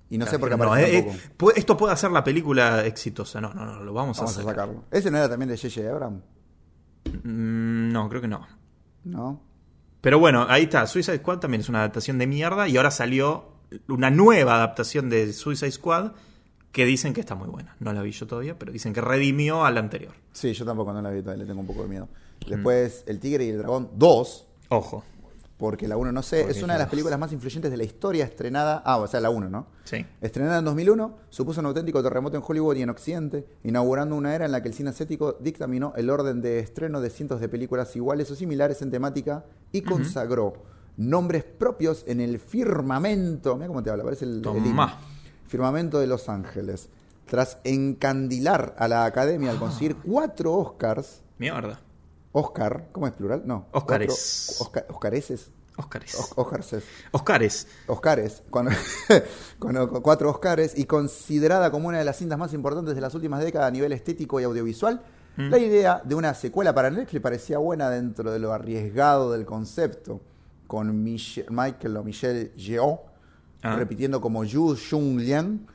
Speaker 2: Y no sé por qué
Speaker 1: No,
Speaker 2: aparece
Speaker 1: eh,
Speaker 2: tampoco.
Speaker 1: eh, puede- esto puede hacer la película exitosa. No, no, no, lo vamos,
Speaker 2: Vamos a
Speaker 1: sacar.
Speaker 2: sacarlo. Ese no era también de J.J. Abrams,
Speaker 1: Mm, no, creo que no.
Speaker 2: ¿no?
Speaker 1: Pero bueno, ahí está. Suicide Squad también es una adaptación de mierda y ahora salió una nueva adaptación de Suicide Squad que dicen que está muy buena. No la vi yo todavía, pero dicen que redimió a la anterior.
Speaker 2: Sí, yo tampoco no la vi todavía, le tengo un poco de miedo. Después, El Tigre y el Dragón 2,
Speaker 1: Ojo.
Speaker 2: Porque la 1 no sé, es
Speaker 1: Porque
Speaker 2: una de las
Speaker 1: yo-
Speaker 2: películas más influyentes de la historia estrenada, ah, o sea, la 1, ¿no?
Speaker 1: Sí.
Speaker 2: Estrenada en 2001, supuso un auténtico terremoto en Hollywood y en Occidente, inaugurando una era en la que el cine asiático dictaminó el orden de estreno de cientos de películas iguales o similares en temática y consagró nombres propios en el firmamento. Mira cómo te habla, parece el, el
Speaker 1: Tomá.
Speaker 2: himno. Firmamento de Los Ángeles. Tras encandilar a la academia al conseguir cuatro Oscars,
Speaker 1: Mierda.
Speaker 2: Oscar, ¿cómo es plural? No.
Speaker 1: Óscares.
Speaker 2: cuatro Osca- Oscareses.
Speaker 1: Oscares.
Speaker 2: Os- Oscarses.
Speaker 1: Oscares.
Speaker 2: Oscares, con, con- con cuatro Oscares y considerada como una de las cintas más importantes de las últimas décadas a nivel estético y audiovisual,
Speaker 1: Mm.
Speaker 2: la idea de una secuela para Netflix parecía buena dentro de lo arriesgado del concepto, con Mich- Michael o Michelle Yeoh
Speaker 1: Ah. Mm.
Speaker 2: repitiendo como Yu Jung Liang.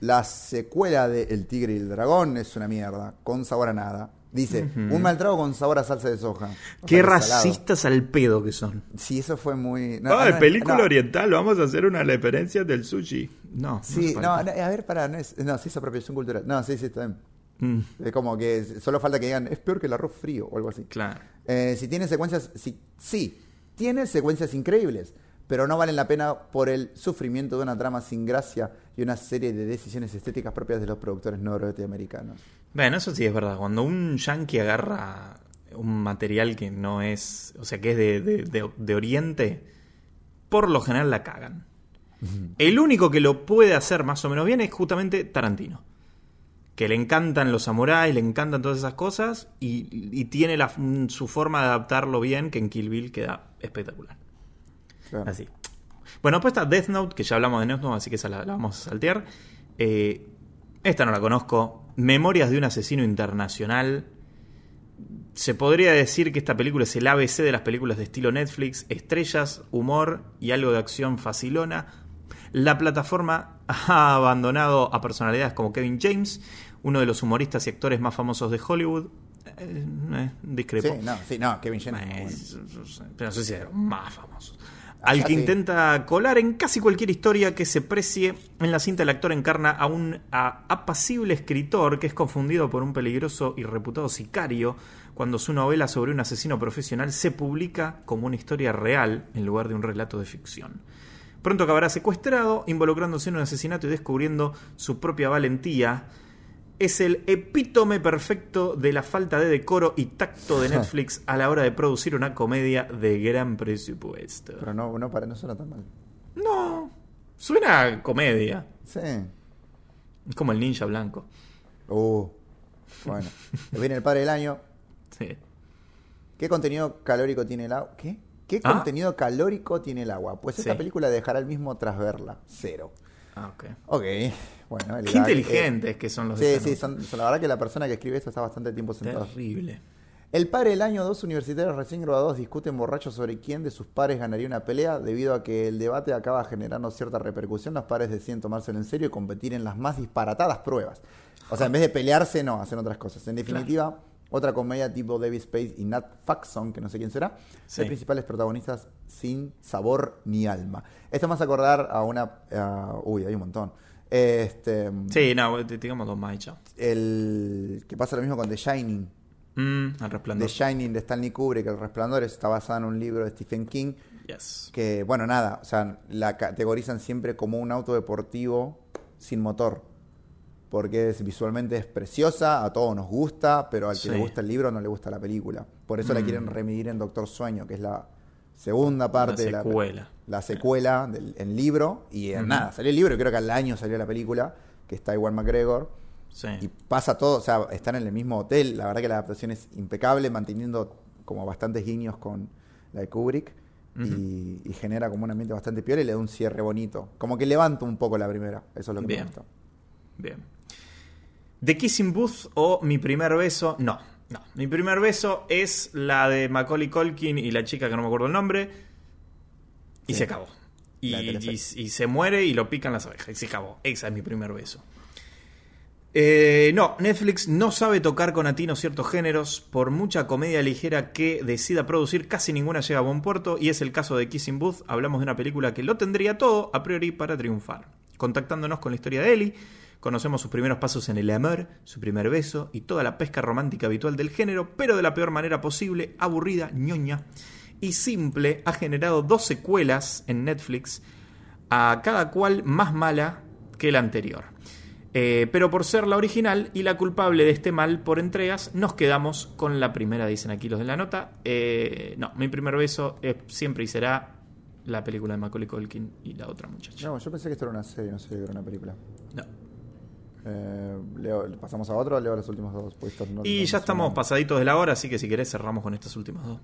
Speaker 2: La secuela de El Tigre y el Dragón es una mierda, con sabor a nada. Dice, un mal trago con sabor a salsa de soja. O
Speaker 1: Qué
Speaker 2: sea, que salado.
Speaker 1: racistas al pedo que son.
Speaker 2: Sí, eso fue muy... no,
Speaker 1: Ah,
Speaker 2: no,
Speaker 1: película
Speaker 2: no.
Speaker 1: oriental, vamos a hacer una referencia del sushi. No,
Speaker 2: Sí,
Speaker 1: hace
Speaker 2: no,
Speaker 1: falta.
Speaker 2: no, a ver, pará, no es, no, sí es apropiación cultural. No, sí, sí, está bien.
Speaker 1: Mm,
Speaker 2: Es como que es- solo falta que digan, es peor que el arroz frío o algo así.
Speaker 1: claro.
Speaker 2: Eh, si tiene secuencias, si, sí, tiene secuencias increíbles, pero no valen la pena por el sufrimiento de una trama sin gracia y una serie de decisiones estéticas propias de los productores norteamericanos.
Speaker 1: Bueno, eso sí es verdad. Cuando un yankee agarra un material que no es, o sea, que es de, de- de- de Oriente, por lo general la cagan. El único que lo puede hacer más o menos bien es justamente Tarantino. Que le encantan los samuráis, le encantan todas esas cosas y, y tiene la- su forma de adaptarlo bien que en Kill Bill queda espectacular.
Speaker 2: Claro.
Speaker 1: Así. Bueno, pues está Death Note, que ya hablamos de Death Note, así que esa la, la vamos a saltear. Eh, esta no la conozco. Memorias de un asesino internacional. Se podría decir que esta película es el ABC de las películas de estilo Netflix, estrellas, humor y algo de acción facilona. La plataforma ha abandonado a personalidades como Kevin James, uno de los humoristas y actores más famosos de Hollywood. Eh, eh, discrepo.
Speaker 2: Sí, no, sí, no, Kevin Jenner. es muy bueno.
Speaker 1: Es- es- Pero no sé si de los más famosos. Al
Speaker 2: Ah,
Speaker 1: que
Speaker 2: sí.
Speaker 1: intenta colar en casi cualquier historia que se precie, en la cinta el actor encarna a un a- apacible escritor que es confundido por un peligroso y reputado sicario cuando su novela sobre un asesino profesional se publica como una historia real en lugar de un relato de ficción. Pronto acabará secuestrado, involucrándose en un asesinato y descubriendo su propia valentía. Es el epítome perfecto de la falta de decoro y tacto de Netflix a la hora de producir una comedia de gran presupuesto.
Speaker 2: Pero no, no, para, no suena tan mal.
Speaker 1: No, suena a comedia.
Speaker 2: Sí.
Speaker 1: Es como el ninja blanco.
Speaker 2: Uh, bueno. Viene el padre del año,
Speaker 1: Sí.
Speaker 2: ¿Qué contenido calórico tiene el agua? ¿Qué? ¿Qué
Speaker 1: Ah.
Speaker 2: contenido calórico tiene el agua? Pues esta
Speaker 1: Sí.
Speaker 2: película dejará el mismo tras verla. Cero.
Speaker 1: Ah, ok.
Speaker 2: Ok. Bueno, el
Speaker 1: Qué
Speaker 2: gag,
Speaker 1: inteligentes que son
Speaker 2: eh,
Speaker 1: los
Speaker 2: sí,
Speaker 1: de
Speaker 2: sí,
Speaker 1: esta
Speaker 2: son- son- la verdad que la persona que escribe esto está bastante tiempo
Speaker 1: nota.
Speaker 2: sentada.
Speaker 1: Terrible.
Speaker 2: El padre del año, dos universitarios recién graduados discuten borrachos sobre quién de sus pares ganaría una pelea, debido a que el debate acaba generando cierta repercusión. Los pares deciden tomárselo en serio y competir en las más disparatadas pruebas. O sea, en vez de pelearse, no, hacen otras cosas. En definitiva, otra comedia tipo David Spade y Nat Faxon, que no sé quién será,
Speaker 1: Sí.
Speaker 2: de principales protagonistas sin sabor ni alma. Esto más acordar a una. a- uy, hay un montón. Este,
Speaker 1: Sí, no, te- digamos dos más y chao.
Speaker 2: El que pasa lo mismo con The Shining.
Speaker 1: Mm, al
Speaker 2: The
Speaker 1: resplandor.
Speaker 2: Shining de Stanley Kubrick, El Resplandor, eso está basado en un libro de Stephen King,
Speaker 1: Yes.
Speaker 2: que, bueno, nada, o sea, la categorizan siempre como un auto deportivo sin motor, porque es, visualmente es preciosa, a todos nos gusta, pero al que
Speaker 1: Sí. Mm.
Speaker 2: le gusta el libro no le gusta la película. Por eso la quieren remitir en Doctor Sueño, que es la segunda parte de la
Speaker 1: secuela.
Speaker 2: la secuela del en libro, y en
Speaker 1: Ujú.
Speaker 2: nada, salió el libro, y creo que al año salió la película, que está Iwan McGregor.
Speaker 1: Sí.
Speaker 2: Y pasa todo, o sea, están en el mismo hotel. La verdad que la adaptación es impecable, manteniendo como bastantes guiños con la de Kubrick. y, y genera como un ambiente bastante peor y le da un cierre bonito. Como que levanta un poco la primera. Eso es lo que
Speaker 1: Bien.
Speaker 2: me gusta.
Speaker 1: Bien. The Kissing Booth o Mi primer beso. No, no. Mi primer beso es la de Macaulay Colkin y la chica que no me acuerdo el nombre. Y
Speaker 2: Sí.
Speaker 1: se acabó. Y,
Speaker 2: La teleserie.
Speaker 1: y- y se muere y lo pican las abejas. Y se acabó. Esa es mi primer beso. Eh, no, Netflix no sabe tocar con atino ciertos géneros. Por mucha comedia ligera que decida producir, casi ninguna llega a buen puerto. Y es el caso de Kissing Booth. Hablamos de una película que lo tendría todo a priori para triunfar. Contactándonos con la historia de Ellie, conocemos sus primeros pasos en el amor, su primer beso y toda la pesca romántica habitual del género, pero de la peor manera posible, aburrida, ñoña y simple ha generado dos secuelas en Netflix, a cada cual más mala que la anterior. Eh, pero por ser la original y la culpable de este mal por entregas, nos quedamos con la primera, dicen aquí los de la nota. Eh, no, mi primer beso es siempre y será la película de Macaulay Culkin y la otra muchacha.
Speaker 2: No, yo pensé que esto era una serie, no sé que era una película.
Speaker 1: No.
Speaker 2: Eh, leo, ¿Pasamos a otro o leo los últimos dos puestos? No-
Speaker 1: Y
Speaker 2: no
Speaker 1: ya
Speaker 2: me
Speaker 1: estamos
Speaker 2: suenan.
Speaker 1: pasaditos de la hora, así que si querés cerramos con estas últimas dos.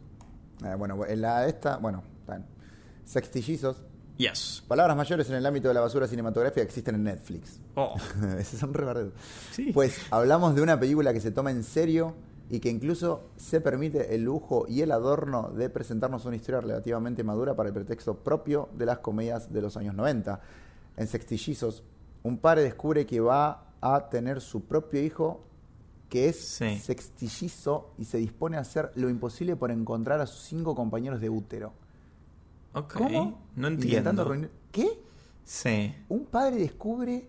Speaker 2: Eh, bueno, en la esta, bueno, están. Sextillizos.
Speaker 1: Yes.
Speaker 2: Palabras mayores en el ámbito de la basura cinematográfica existen en Netflix.
Speaker 1: Oh,
Speaker 2: Esos son re bardeos.
Speaker 1: sí.
Speaker 2: Pues hablamos de una película que se toma en serio y que incluso se permite el lujo y el adorno de presentarnos una historia relativamente madura para el pretexto propio de las comedias de los años 90. En Sextillizos, un padre descubre que va a tener su propio hijo que es
Speaker 1: Sí.
Speaker 2: sextillizo y se dispone a hacer lo imposible por encontrar a sus cinco compañeros de útero.
Speaker 1: Ok.
Speaker 2: ¿Cómo?
Speaker 1: No
Speaker 2: Intentando
Speaker 1: entiendo.
Speaker 2: reunir- ¿Qué?
Speaker 1: Sí.
Speaker 2: un padre descubre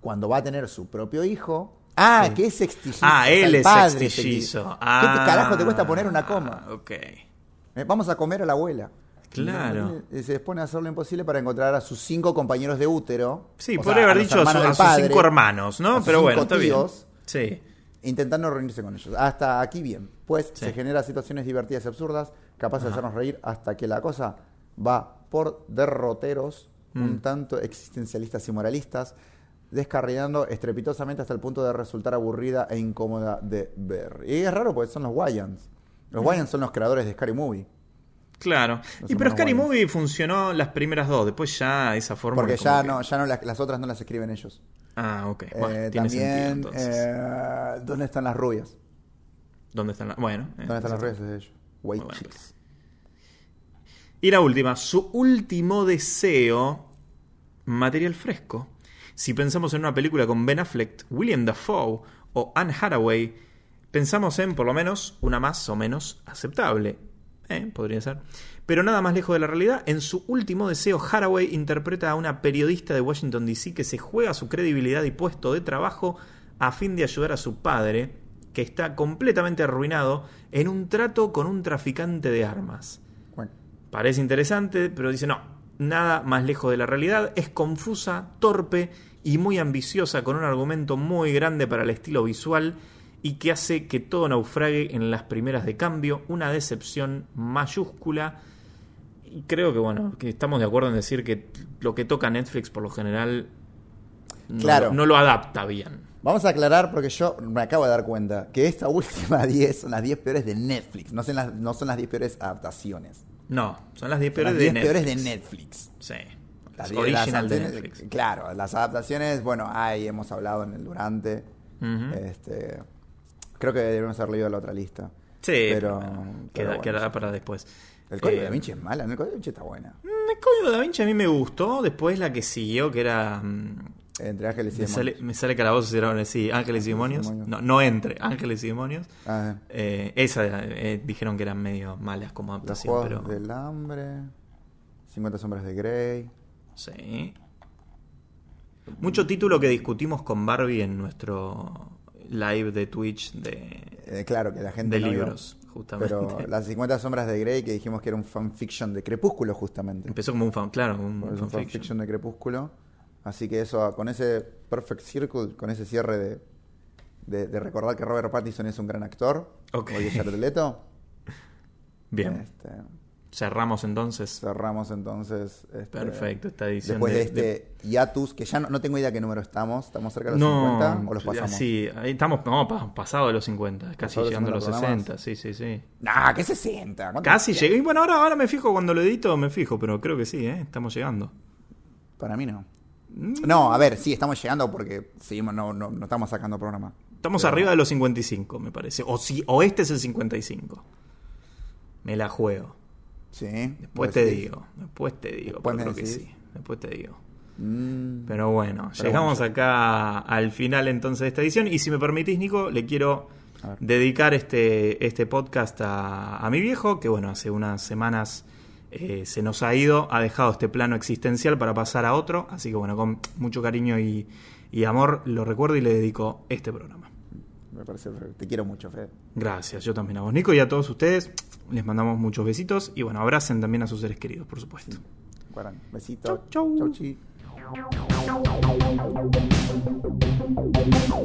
Speaker 2: cuando va a tener su propio hijo. Ah,
Speaker 1: Sí.
Speaker 2: que es sextillizo.
Speaker 1: Ah,
Speaker 2: o sea,
Speaker 1: él
Speaker 2: el
Speaker 1: es
Speaker 2: padre
Speaker 1: sextillizo.
Speaker 2: ¿Qué te-
Speaker 1: Ah,
Speaker 2: carajo te cuesta poner una coma?
Speaker 1: Ok.
Speaker 2: Eh, Vamos a comer a la abuela.
Speaker 1: Claro.
Speaker 2: Eh, Se dispone a hacer lo imposible para encontrar a sus cinco compañeros de útero.
Speaker 1: Sí,
Speaker 2: o
Speaker 1: podría
Speaker 2: sea,
Speaker 1: haber
Speaker 2: los
Speaker 1: dicho a, su-
Speaker 2: hermanos
Speaker 1: a
Speaker 2: del
Speaker 1: sus
Speaker 2: padre,
Speaker 1: cinco hermanos,
Speaker 2: a
Speaker 1: ¿no?
Speaker 2: sus
Speaker 1: Pero bueno,
Speaker 2: cinco
Speaker 1: está bien.
Speaker 2: tíos.
Speaker 1: Sí.
Speaker 2: Intentando reunirse con ellos. Hasta aquí bien. Pues
Speaker 1: Sí.
Speaker 2: se generan situaciones divertidas y absurdas, capaces de hacernos reír hasta que la cosa va por derroteros
Speaker 1: Mm.
Speaker 2: un tanto existencialistas y moralistas, descarrilando estrepitosamente hasta el punto de resultar aburrida e incómoda de ver. Y es raro porque son los Wayans. Los Wayans son los creadores de Scary Movie.
Speaker 1: Claro.
Speaker 2: Los
Speaker 1: Y pero
Speaker 2: hermanos
Speaker 1: Scary
Speaker 2: Wayans.
Speaker 1: Movie funcionó las primeras dos, después ya esa forma.
Speaker 2: Porque ya no, ya no las, las otras no las escriben ellos.
Speaker 1: Ah, ok. Bueno,
Speaker 2: Eh,
Speaker 1: tiene sentido
Speaker 2: también,
Speaker 1: entonces.
Speaker 2: eh, ¿dónde están las rubias?
Speaker 1: ¿Dónde están las.? Bueno. eh,
Speaker 2: ¿Dónde están las
Speaker 1: exacto.
Speaker 2: rubias de ellos? White
Speaker 1: bueno,
Speaker 2: Chicks.
Speaker 1: Y la última, su último deseo, material fresco. Si pensamos en una película con Ben Affleck, William Dafoe o Anne Hathaway, pensamos en por lo menos una más o menos aceptable. Eh, podría ser. Pero nada más lejos de la realidad, en su último deseo, Hathaway interpreta a una periodista de Washington DC que se juega su credibilidad y puesto de trabajo a fin de ayudar a su padre, que está completamente arruinado, en un trato con un traficante de armas.
Speaker 2: Bueno.
Speaker 1: Parece interesante, pero dice no, nada más lejos de la realidad, es confusa, torpe y muy ambiciosa con un argumento muy grande para el estilo visual y que hace que todo naufrague en las primeras de cambio, una decepción mayúscula. Y creo que bueno, que estamos de acuerdo en decir que lo que toca Netflix por lo general no,
Speaker 2: Claro.
Speaker 1: no lo adapta bien.
Speaker 2: Vamos a aclarar, porque yo me acabo de dar cuenta, que esta última 10 son las 10 peores de Netflix, no son las, no son las 10 peores adaptaciones.
Speaker 1: No, son las 10
Speaker 2: Son
Speaker 1: peores,
Speaker 2: las
Speaker 1: de
Speaker 2: 10
Speaker 1: Netflix.
Speaker 2: peores de Netflix.
Speaker 1: Sí.
Speaker 2: Las
Speaker 1: Las
Speaker 2: 10 de las
Speaker 1: original de
Speaker 2: adaptaciones-
Speaker 1: Netflix.
Speaker 2: Claro, las adaptaciones, bueno, ahí hemos hablado en el durante.
Speaker 1: Ujú.
Speaker 2: este, creo que debemos haber leído la otra lista.
Speaker 1: Sí, pero,
Speaker 2: pero,
Speaker 1: bueno,
Speaker 2: pero
Speaker 1: queda,
Speaker 2: bueno,
Speaker 1: quedará
Speaker 2: sí.
Speaker 1: para después.
Speaker 2: El código
Speaker 1: Eh,
Speaker 2: de Vinci es mala, ¿no? el código de Vinci está buena.
Speaker 1: mm, El código de Da Vinci a mí me gustó. Después la que siguió, que era. mm,
Speaker 2: Entre Ángeles y
Speaker 1: me, sale,
Speaker 2: Demonios.
Speaker 1: me sale Calabozos y Dragones, sí, Ángeles y Demonios.
Speaker 2: Demonios.
Speaker 1: No, no entre, Ángeles y Demonios.
Speaker 2: Ah,
Speaker 1: Eh, esa eh, dijeron que eran medio malas como
Speaker 2: los
Speaker 1: adaptación,
Speaker 2: Juegos
Speaker 1: pero.
Speaker 2: del Hambre, 50 Sombras de Grey.
Speaker 1: Sí. Mucho título que discutimos con Barbie en nuestro live de Twitch de,
Speaker 2: Eh, claro, que la gente.
Speaker 1: de
Speaker 2: no vio.
Speaker 1: libros, justamente.
Speaker 2: Pero las 50 sombras de Grey, que dijimos que era un fanfiction de Crepúsculo, justamente.
Speaker 1: Empezó como un fan, claro, como un
Speaker 2: Es un
Speaker 1: fanfiction.
Speaker 2: fanfiction de Crepúsculo. Así que eso, con ese perfect circle, con ese cierre de, de, de recordar que Robert Pattinson es un gran actor,
Speaker 1: Ok.
Speaker 2: o Jared Leto,
Speaker 1: Bien,
Speaker 2: este,
Speaker 1: cerramos entonces.
Speaker 2: cerramos entonces. este,
Speaker 1: Perfecto, esta edición.
Speaker 2: Después de,
Speaker 1: de-
Speaker 2: este hiatus, que ya no, no tengo idea qué número estamos, ¿estamos cerca de los
Speaker 1: no,
Speaker 2: 50 o los pasamos?
Speaker 1: Sí, ahí estamos no, pa- pasado de los 50, casi
Speaker 2: Pasado de los
Speaker 1: llegando a los
Speaker 2: 50
Speaker 1: 60,
Speaker 2: programas.
Speaker 1: sí, sí, sí.
Speaker 2: Nah, ¿qué 60? ¿Cuánto?
Speaker 1: Casi llegué. Y bueno, ahora, ahora me fijo cuando lo edito, me fijo, pero creo que sí, ¿eh? estamos llegando. Mm,
Speaker 2: Para mí no. No, a ver, sí, estamos llegando porque seguimos, no, no, no estamos sacando programa.
Speaker 1: Estamos
Speaker 2: Pero-
Speaker 1: arriba de los 55, me parece. O, si, o este es el 55. Me la juego.
Speaker 2: Sí.
Speaker 1: Después
Speaker 2: vos
Speaker 1: te
Speaker 2: decís.
Speaker 1: digo, después te digo, pero
Speaker 2: Después me
Speaker 1: creo que
Speaker 2: decís.
Speaker 1: sí. Después te digo.
Speaker 2: Mm,
Speaker 1: Pero bueno,
Speaker 2: Pero
Speaker 1: llegamos
Speaker 2: bueno,
Speaker 1: acá al final entonces de esta edición. Y si me permitís, Nico, le quiero
Speaker 2: A ver.
Speaker 1: dedicar este, este podcast a, a mi viejo, que bueno, hace unas semanas eh, se nos ha ido, ha dejado este plano existencial para pasar a otro. Así que bueno, con mucho cariño y, y amor lo recuerdo y le dedico este programa.
Speaker 2: me parece perfecto. Te quiero mucho, Fede.
Speaker 1: Gracias, yo también a vos, Nico, y a todos ustedes. Les mandamos muchos besitos y bueno, abracen también a sus seres queridos, por supuesto.
Speaker 2: Bueno, besitos.
Speaker 1: Chau, chau.
Speaker 2: Chau, chi.